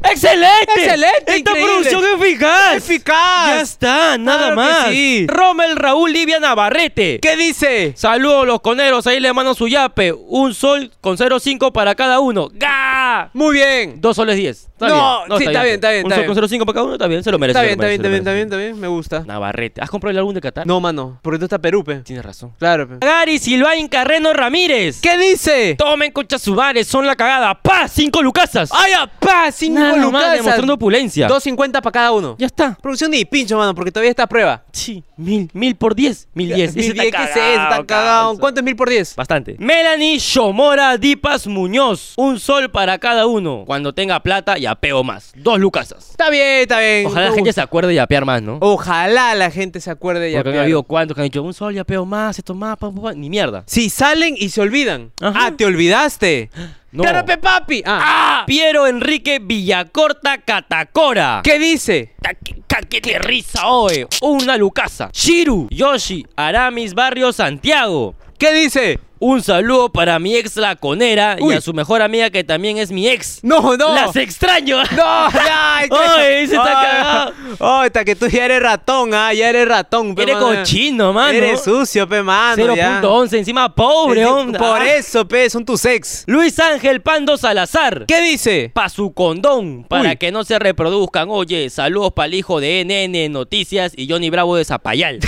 Speaker 3: ¡Excelente!
Speaker 2: ¡Excelente,
Speaker 3: ¡Esta
Speaker 2: increíble!
Speaker 3: producción eficaz! ¡Ya
Speaker 2: ¡Eficaz!
Speaker 3: está! ¡Nada
Speaker 2: Claro que
Speaker 3: más!
Speaker 2: sí.
Speaker 3: Rommel Raúl Livia Navarrete.
Speaker 2: ¿Qué dice?
Speaker 3: Saludos los coneros, ahí le mando su yape. Un sol con 0.5 para cada uno. ¡Ga!
Speaker 2: Muy bien.
Speaker 3: Dos soles 10.
Speaker 2: No, sí, está bien, está bien,
Speaker 3: Un
Speaker 2: está
Speaker 3: sol
Speaker 2: bien.
Speaker 3: con 0.5 para cada uno, está bien, se lo merece.
Speaker 2: Está
Speaker 3: se lo
Speaker 2: bien, está bien,
Speaker 3: merece,
Speaker 2: está bien,
Speaker 3: se
Speaker 2: está
Speaker 3: lo
Speaker 2: bien,
Speaker 3: merece.
Speaker 2: está bien, me gusta.
Speaker 3: Navarrete. ¿Has comprado el álbum de Qatar?
Speaker 2: No, mano, porque tú estás Perú, pe.
Speaker 3: Tienes razón.
Speaker 2: Claro, pe.
Speaker 3: Gary Silvain Carreno Ramírez.
Speaker 2: ¿Qué dice?
Speaker 3: Tomen conchasubares, son la cagada. ¡Pa! Cinco lucasas.
Speaker 2: ¡Ay, apá! Cinco
Speaker 3: Nada más,
Speaker 2: lucasas.
Speaker 3: demostrando opulencia.
Speaker 2: 2.50 para cada uno.
Speaker 3: Ya está.
Speaker 2: Producción ni pincho, mano, porque todavía está a prueba.
Speaker 3: Sí, mil, mil por diez. Mil diez.
Speaker 2: Mil
Speaker 3: Ese
Speaker 2: diez, ¿Qué es eso? Está
Speaker 3: cagao,
Speaker 2: cagado.
Speaker 3: cagao.
Speaker 2: ¿Cuánto es mil por diez?
Speaker 3: Bastante. Melanie Shomora Dipas Muñoz. Un sol para cada uno. Cuando tenga plata, yapeo más. Dos lucasas.
Speaker 2: Está bien, está bien.
Speaker 3: Ojalá la
Speaker 2: Me
Speaker 3: gente se
Speaker 2: gusta. Oh,
Speaker 3: acuerde de yapear más, ¿no?
Speaker 2: Ojalá la gente se acuerde de
Speaker 3: Porque han
Speaker 2: apear.
Speaker 3: habido cuantos que han dicho, un sol, yapeo más, esto más, pa, pa, pa", ni mierda.
Speaker 2: Si salen y se olvidan.
Speaker 3: Ajá.
Speaker 2: Ah, te olvidaste.
Speaker 3: No.
Speaker 2: Claro, pe, papi. Ah,
Speaker 3: ¡Ah! Piero Enrique Villacorta Catacora.
Speaker 2: ¿Qué dice?
Speaker 3: Ta- ca- que te risa hoy! Una lucasa. Shiru, Yoshi, Aramis Barrio Santiago.
Speaker 2: ¿Qué dice?
Speaker 3: Un saludo para mi ex la conera
Speaker 2: Uy.
Speaker 3: y a su mejor amiga que también es mi ex.
Speaker 2: No, no.
Speaker 3: ¡Las extraño!
Speaker 2: No, ya. es que-
Speaker 3: Ay, se está
Speaker 2: Ay,
Speaker 3: cagado.
Speaker 2: Ay, está que tú ya eres ratón, ah, ya eres ratón, pe,
Speaker 3: Eres
Speaker 2: mano.
Speaker 3: cochino, mano.
Speaker 2: Eres sucio, pe, mano, ya.
Speaker 3: 0.11, encima pobre,
Speaker 2: Es que
Speaker 3: onda. Ah.
Speaker 2: Por eso, pe, son tus ex.
Speaker 3: Luis Ángel Pando Salazar.
Speaker 2: ¿Qué dice?
Speaker 3: Pa' su condón, para
Speaker 2: Uy.
Speaker 3: que no se reproduzcan. Oye, saludos para el hijo de NN Noticias y Johnny Bravo de Zapayal.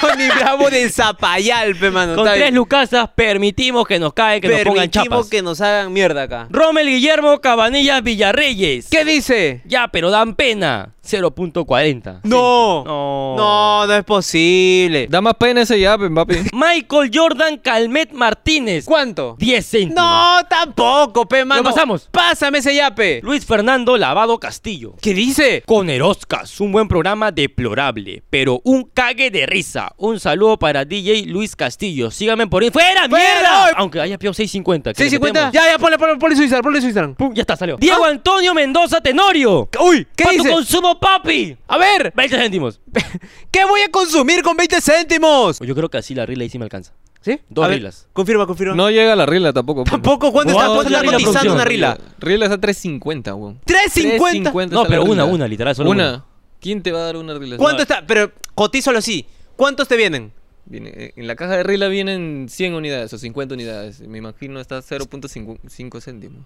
Speaker 2: Tony Bravo de Zapayal, pe, mano.
Speaker 3: Con
Speaker 2: Está
Speaker 3: tres
Speaker 2: bien.
Speaker 3: lucasas permitimos que nos caen, que nos pongan
Speaker 2: Permitimos
Speaker 3: chapas.
Speaker 2: que nos hagan mierda acá.
Speaker 3: Rommel Guillermo Cabanillas Villarreyes.
Speaker 2: ¿Qué dice?
Speaker 3: Ya, pero dan pena. 0.40.
Speaker 2: No.
Speaker 3: No.
Speaker 2: No, no es posible.
Speaker 10: Da más pena ese yape, papi.
Speaker 3: Michael Jordan Calmet Martínez.
Speaker 2: ¿Cuánto?
Speaker 3: 10 céntimos.
Speaker 2: No, tampoco, pe, mano.
Speaker 3: pasamos?
Speaker 2: Pásame ese yape.
Speaker 3: Luis Fernando Lavado Castillo.
Speaker 2: ¿Qué dice?
Speaker 3: Con Eroscas, un buen programa deplorable, pero un cague de risa. Un saludo para DJ Luis Castillo. Síganme por ahí. ¡Fuera, mierda!
Speaker 2: ¡Fuera!
Speaker 3: Aunque haya pio 650. que le
Speaker 2: 650.
Speaker 3: metemos.
Speaker 2: Ya, ya, ponle, ponle, ponle su Instagram, ponle su Instagram.
Speaker 3: Pum, ya está, salió. Diego Antonio Mendoza Tenorio.
Speaker 2: Uy, ¿qué
Speaker 3: ¿Cuánto
Speaker 2: dice?
Speaker 3: consumo, papi?
Speaker 2: A ver,
Speaker 3: 20 céntimos.
Speaker 2: ¿qué voy a consumir con 20 céntimos?
Speaker 3: Yo creo que así la rila ahí sí me alcanza.
Speaker 2: ¿Sí?
Speaker 3: Dos
Speaker 2: A ver,
Speaker 3: rilas.
Speaker 2: Confirma, confirma.
Speaker 10: No llega la rila tampoco. pues. papi.
Speaker 2: Tampoco, ¿cuánto
Speaker 3: Wow,
Speaker 2: está, cuánto
Speaker 3: ¿cuánto es la
Speaker 2: está
Speaker 3: rila,
Speaker 2: cotizando
Speaker 3: producción?
Speaker 2: una rila?
Speaker 10: Rila está 350, weón.
Speaker 2: 350.
Speaker 10: 350
Speaker 3: No,
Speaker 10: está la
Speaker 3: pero una,
Speaker 10: rila.
Speaker 3: una, literal, solo una.
Speaker 10: Una. ¿Quién te va a dar una Ah, rila?
Speaker 2: ¿Cuánto está? Pero cotízalo así. ¿Cuántos te vienen?
Speaker 10: Viene- eh, en la caja de rila vienen 100 unidades o 50 unidades. Me imagino está 0.5 céntimos.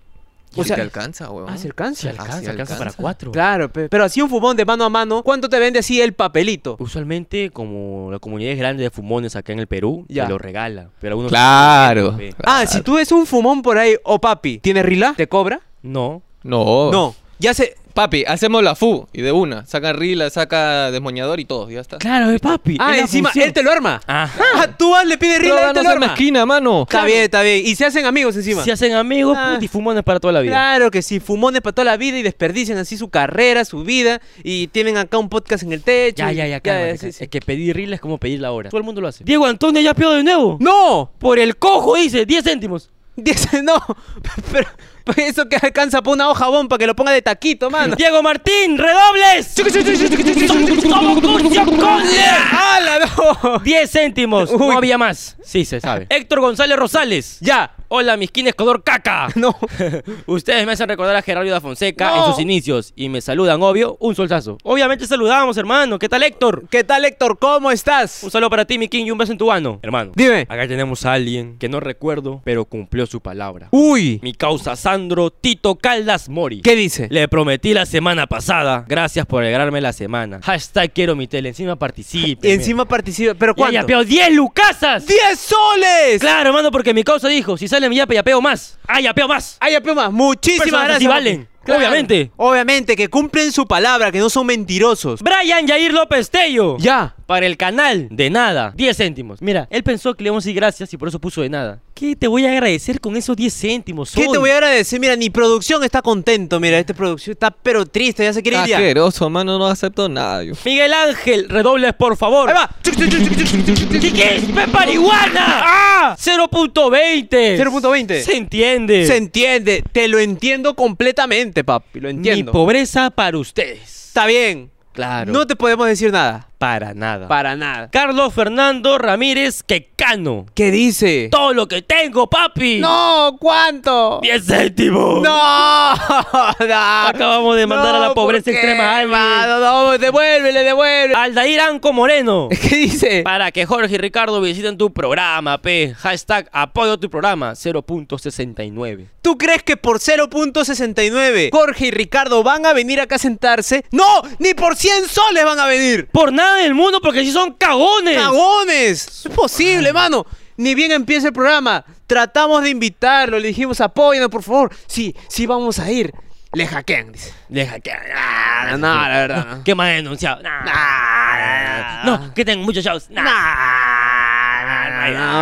Speaker 2: O
Speaker 10: O
Speaker 2: sea-
Speaker 10: sea, te alcanza, weón.
Speaker 2: Ah, se alcanza.
Speaker 10: Se
Speaker 3: Alcanza,
Speaker 10: Ah, sí,
Speaker 3: alcanza para
Speaker 10: alcanza.
Speaker 3: cuatro.
Speaker 2: Claro, pe- pero así un fumón de mano a mano, ¿cuánto te vende así el papelito?
Speaker 3: Usualmente, como la comunidad es grande de fumones acá en el Perú,
Speaker 2: Ya.
Speaker 3: te lo regala. Pero algunos.
Speaker 10: Claro.
Speaker 3: Ve.
Speaker 2: Ah, si tú ves un fumón por ahí, o papi, ¿tiene rila? ¿Te cobra?
Speaker 3: No.
Speaker 10: No.
Speaker 2: No, ya se...
Speaker 10: Papi, hacemos la FU y de una. Saca rila, saca desmoñador y todo, ya está.
Speaker 3: Claro, es papi.
Speaker 2: Ah, encima, él te lo arma.
Speaker 3: Ajá.
Speaker 2: Ah, tú vas, le pides rila, él te
Speaker 10: Róbanos
Speaker 2: lo
Speaker 10: en
Speaker 2: arma.
Speaker 10: la esquina, mano.
Speaker 2: Está bien, está bien. Y se hacen amigos encima.
Speaker 3: Se hacen amigos,
Speaker 2: Ah.
Speaker 3: puti, fumones para toda la vida.
Speaker 2: Claro que sí, fumones para toda la vida y desperdician así su carrera, su vida y tienen acá un podcast en el techo.
Speaker 3: Ya,
Speaker 2: y-
Speaker 3: ya, ya, cálmate,
Speaker 2: sí,
Speaker 3: cálmate.
Speaker 2: sí.
Speaker 3: Es que pedir rila es como pedir la hora. Todo el mundo lo hace. Diego Antonio ya pedo de nuevo.
Speaker 2: ¡No!
Speaker 3: Por el cojo, dice, 10 céntimos.
Speaker 2: Dice, no, pero pero eso que alcanza para una hoja jabón para que lo ponga de taquito, mano.
Speaker 3: Diego Martín, redobles. Somos Curcio Conde.
Speaker 2: ¡Hala, no!
Speaker 3: 10 céntimos. No había más. Sí, se sabe. Héctor González Rosales.
Speaker 2: ¡Ya!
Speaker 3: Hola, mis quines color caca.
Speaker 2: No.
Speaker 3: Ustedes me hacen recordar a Gerardo da Fonseca
Speaker 2: No.
Speaker 3: en sus inicios y me saludan, obvio, un soltazo. Obviamente saludamos, hermano. ¿Qué tal, Héctor?
Speaker 2: ¿Qué tal, Héctor? ¿Cómo estás?
Speaker 3: Un saludo para ti, mi king, y un beso en tu mano. Hermano,
Speaker 2: Dime.
Speaker 3: acá tenemos a alguien que no recuerdo, pero cumplió su palabra.
Speaker 2: Uy.
Speaker 3: Mi causa San Alejandro Tito Caldas Mori.
Speaker 2: ¿Qué dice?
Speaker 3: Le prometí la semana pasada. Gracias por alegrarme la semana. Hashtag quiero mi tele. Encima participe.
Speaker 2: Y encima participa. ¿Pero
Speaker 3: Ya, ya,
Speaker 2: cuánto?
Speaker 3: pero 10 lucasas.
Speaker 2: ¡10 soles!
Speaker 3: Claro, hermano, porque mi causa dijo, si sale mi yape, yapeo más. Ah, yapeo más.
Speaker 2: ¡Ay, apio más! Muchísimas
Speaker 3: Personas
Speaker 2: gracias.
Speaker 3: así valen. Obviamente.
Speaker 2: Obviamente, que cumplen su palabra, que no son mentirosos.
Speaker 3: Brian Yair López Tello.
Speaker 2: Ya.
Speaker 3: Para el canal de nada, 10 céntimos. Mira, él pensó que le íbamos a decir gracias y por eso puso de nada. ¿Qué te voy a agradecer con esos 10 céntimos?
Speaker 2: ¿Qué te voy a agradecer? Mira, ni producción está contento. Mira, esta producción está pero triste, ya se quiere ir ya. Ahí
Speaker 10: Asqueroso, mano, no acepto nada yo.
Speaker 3: Miguel Ángel, redobles por favor.
Speaker 2: va. Chuc, chuc, chuc, chuc, chuc, chuc, chuc.
Speaker 3: ¿Qué, qué es? ¡Peparihuana! ¡Ah! 0.20.
Speaker 2: 0.20.
Speaker 3: Se entiende.
Speaker 2: Se entiende. Te lo entiendo completamente, papi. Lo
Speaker 3: Mi
Speaker 2: entiendo.
Speaker 3: pobreza para ustedes.
Speaker 2: Está bien.
Speaker 3: Claro.
Speaker 2: No te podemos decir nada.
Speaker 3: para nada.
Speaker 2: Para nada.
Speaker 3: Carlos Fernando Ramírez Quecano.
Speaker 2: ¿Qué dice?
Speaker 3: Todo lo que tengo, papi.
Speaker 2: No, ¿cuánto?
Speaker 3: 10 céntimos.
Speaker 2: No, no.
Speaker 3: Acabamos de mandar a la
Speaker 2: No,
Speaker 3: pobreza
Speaker 2: ¿por qué,
Speaker 3: extrema a alguien.
Speaker 2: mano? No, devuélvele, devuélvele.
Speaker 3: Aldair Anco Moreno.
Speaker 2: ¿Qué dice?
Speaker 3: Para que Jorge y Ricardo visiten tu programa, P. Hashtag apoyo tu programa 0.69.
Speaker 2: ¿Tú crees que por 0.69 Jorge y Ricardo van a venir acá a sentarse? ¡No! ¡Ni por 100 soles van a venir!
Speaker 3: Por nada del mundo, porque si son cagones.
Speaker 2: ¡Cagones! No es posible, mano. Ni bien empieza el programa. Tratamos de invitarlo. Le dijimos, apóyanos, por favor. Sí, sí vamos a ir. Le hackean, dice.
Speaker 3: Deja que.
Speaker 2: Ah, no, la verdad. no.
Speaker 3: ¿Qué más he denunciado? Nah.
Speaker 2: Ah,
Speaker 3: No, que tengo muchos shows. Nah.
Speaker 2: Ah,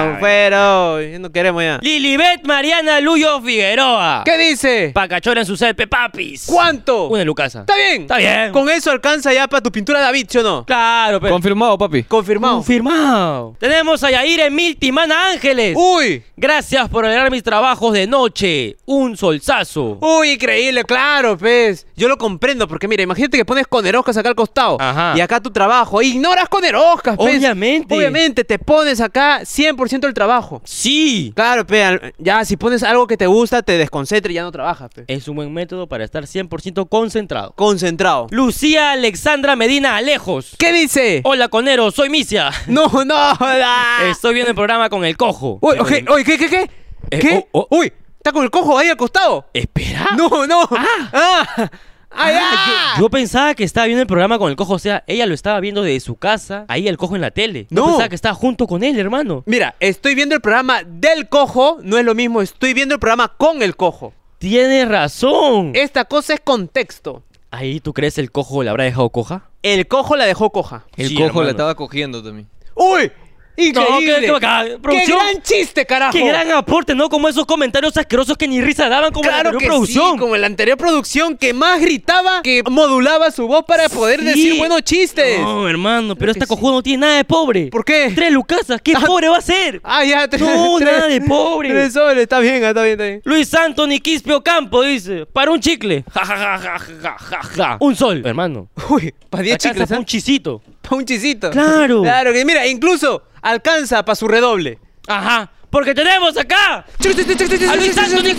Speaker 2: No, pero ya no queremos ya.
Speaker 3: Lilibet Mariana Luyo Figueroa.
Speaker 2: ¿Qué dice?
Speaker 3: Pacachora en su cepe, papis.
Speaker 2: ¿Cuánto?
Speaker 3: Una Lucasa.
Speaker 2: Está bien.
Speaker 3: Está bien.
Speaker 2: Con eso alcanza ya para tu pintura David, ¿sí o no?
Speaker 3: Claro, pero.
Speaker 10: Confirmado, papi.
Speaker 2: Confirmado.
Speaker 3: Confirmado. Tenemos a Yair Emil Timana Ángeles.
Speaker 2: Uy.
Speaker 3: Gracias por alegrar mis trabajos de noche. Un solsazo.
Speaker 2: Uy, increíble, claro, pues. Yo lo comprendo, porque mira, imagínate que pones coneroscas acá al costado.
Speaker 3: Ajá.
Speaker 2: Y acá tu trabajo. Ignoras coneroscas, pues.
Speaker 3: Obviamente.
Speaker 2: Obviamente, te pones acá 100% el trabajo.
Speaker 3: Sí.
Speaker 2: Claro, pe, ya si pones algo que te gusta, te desconcentra y ya no trabajas, pues. pe.
Speaker 3: Es un buen método para estar 100% concentrado.
Speaker 2: Concentrado.
Speaker 3: Lucía Alexandra Medina Alejos.
Speaker 2: ¿Qué dice?
Speaker 3: Hola, conero, soy Misia.
Speaker 2: No, no, da.
Speaker 3: Estoy viendo el programa con el cojo.
Speaker 2: Ah. Uy, oye, oye, ¿qué, qué, qué?
Speaker 3: Eh,
Speaker 2: ¿Qué?
Speaker 3: oh,
Speaker 2: Uy, está con el cojo ahí al costado.
Speaker 3: Espera.
Speaker 2: No, no. Ah. Ah. Ay, ah.
Speaker 3: Yo pensaba que estaba viendo el programa con el cojo, o sea, ella lo estaba viendo desde su casa, ahí el cojo en la tele. No.
Speaker 2: No.
Speaker 3: pensaba que estaba junto con él, hermano.
Speaker 2: Mira, estoy viendo el programa del cojo, no es lo mismo, estoy viendo el programa con el cojo.
Speaker 3: Tienes razón.
Speaker 2: Esta cosa es contexto.
Speaker 3: Ahí tú crees el cojo la habrá dejado coja.
Speaker 2: El cojo la dejó coja.
Speaker 10: El
Speaker 3: Sí,
Speaker 10: cojo
Speaker 3: hermano.
Speaker 10: la estaba cogiendo también.
Speaker 2: ¡Uy!
Speaker 3: No, qué-
Speaker 2: ¡Increíble!
Speaker 3: qué bacán.
Speaker 2: ¡Qué
Speaker 3: Producción.
Speaker 2: gran chiste, carajo!
Speaker 3: Qué gran aporte, ¿no? Como esos comentarios asquerosos que ni risa daban como la
Speaker 2: Claro
Speaker 3: anterior
Speaker 2: que
Speaker 3: producción.
Speaker 2: sí, como la anterior producción que más gritaba, que modulaba su voz para poder
Speaker 3: Sí.
Speaker 2: decir buenos chistes.
Speaker 3: No, hermano, pero
Speaker 2: Creo
Speaker 3: esta
Speaker 2: este. que sí.
Speaker 3: cojuda no tiene nada de pobre.
Speaker 2: ¿Por qué?
Speaker 3: Tres lucasas, ¿qué
Speaker 2: Ah.
Speaker 3: pobre va a ser?
Speaker 2: Ah, ya, tres.
Speaker 3: No,
Speaker 2: tres-
Speaker 3: nada de pobre.
Speaker 2: Tres soles, está bien, está bien, está bien.
Speaker 3: Luis Anthony Quispe Campo dice, para un chicle. Ja, ja, ja, ja, ja, ja, ja. Un sol, hermano.
Speaker 2: Uy, para 10
Speaker 3: Alcanza
Speaker 2: chicles,
Speaker 3: pa'
Speaker 2: ¿ah?
Speaker 3: un chisito.
Speaker 2: Pa' un chisito.
Speaker 3: Claro.
Speaker 2: Claro, que mira, incluso alcanza para su redoble.
Speaker 3: Ajá, porque tenemos acá a Luis Anthony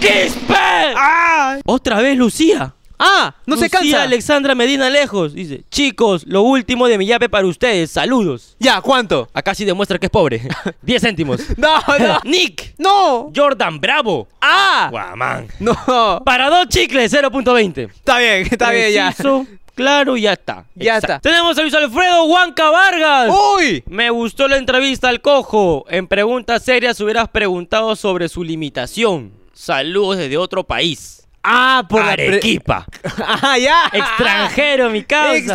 Speaker 3: Quispe. Otra vez Lucía.
Speaker 2: Ah, no se
Speaker 3: Lucía
Speaker 2: cansa.
Speaker 3: Alexandra Medina Lejos dice, chicos, lo último de mi llave para ustedes, saludos.
Speaker 2: Ya, ¿cuánto?
Speaker 3: Acá sí demuestra que es pobre. 10 céntimos.
Speaker 2: No, no.
Speaker 3: Nick
Speaker 2: no.
Speaker 3: Jordan Bravo.
Speaker 2: Ah.
Speaker 3: Guamán.
Speaker 2: No.
Speaker 3: Para dos chicles, 0.20.
Speaker 2: Está bien, está bien ya.
Speaker 3: Preciso, Claro, ya está.
Speaker 2: Ya está. Uh.
Speaker 3: Tenemos a Luis Alfredo Huanca Vargas.
Speaker 2: Uy.
Speaker 3: Me gustó la entrevista al cojo. En preguntas serias hubieras preguntado sobre su limitación. Saludos desde otro país.
Speaker 2: Ah, por la pre-
Speaker 3: Arequipa.
Speaker 2: Ah, ya.
Speaker 3: Extranjero, mi causa.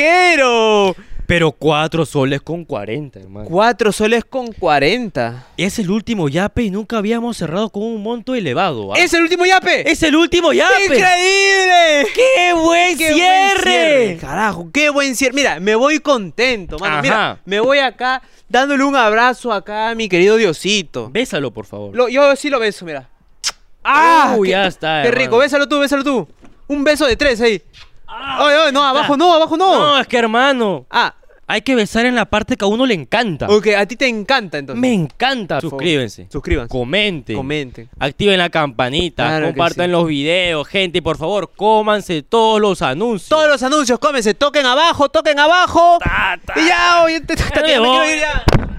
Speaker 2: Extranjero.
Speaker 3: Pero cuatro soles con 40, hermano.
Speaker 2: Cuatro soles con 40.
Speaker 3: Es el último yape y nunca habíamos cerrado con un monto elevado. ¿ah?
Speaker 2: Es el último yape.
Speaker 3: Es el último yape.
Speaker 2: Increíble.
Speaker 3: ¡Qué buen
Speaker 2: ¡Qué buen
Speaker 3: cierre!
Speaker 2: Carajo, qué buen cierre. Mira, me voy contento, mano.
Speaker 3: Ajá.
Speaker 2: Mira, me voy acá dándole un abrazo acá a mi querido Diosito.
Speaker 3: Bésalo, por favor.
Speaker 2: Lo- yo sí lo beso, mira. ¡Ah!
Speaker 3: Uy,
Speaker 2: qué,
Speaker 3: ya está,
Speaker 2: Qué
Speaker 3: hermano.
Speaker 2: rico, bésalo tú, bésalo tú. Un beso de tres ahí. Oye, oye, no, abajo no, abajo no.
Speaker 3: Ah, No, es que hermano,
Speaker 2: Ah,
Speaker 3: hay que besar en la parte que a uno le encanta.
Speaker 2: ok, a ti te encanta entonces.
Speaker 3: Me encanta. Suscríbanse.
Speaker 2: Suscríbanse.
Speaker 3: Comenten.
Speaker 2: Comenten.
Speaker 3: Activen la campanita.
Speaker 2: Claro que
Speaker 3: compartan
Speaker 2: sí.
Speaker 3: los videos, gente. Y por favor, cómanse todos los anuncios.
Speaker 2: Todos los anuncios, cómense, toquen abajo, toquen abajo.
Speaker 3: Ah, Ta, ta.
Speaker 2: Y ya, oye, te- te-
Speaker 3: Ya me
Speaker 2: ya me
Speaker 3: voy.
Speaker 2: quiero ir ya.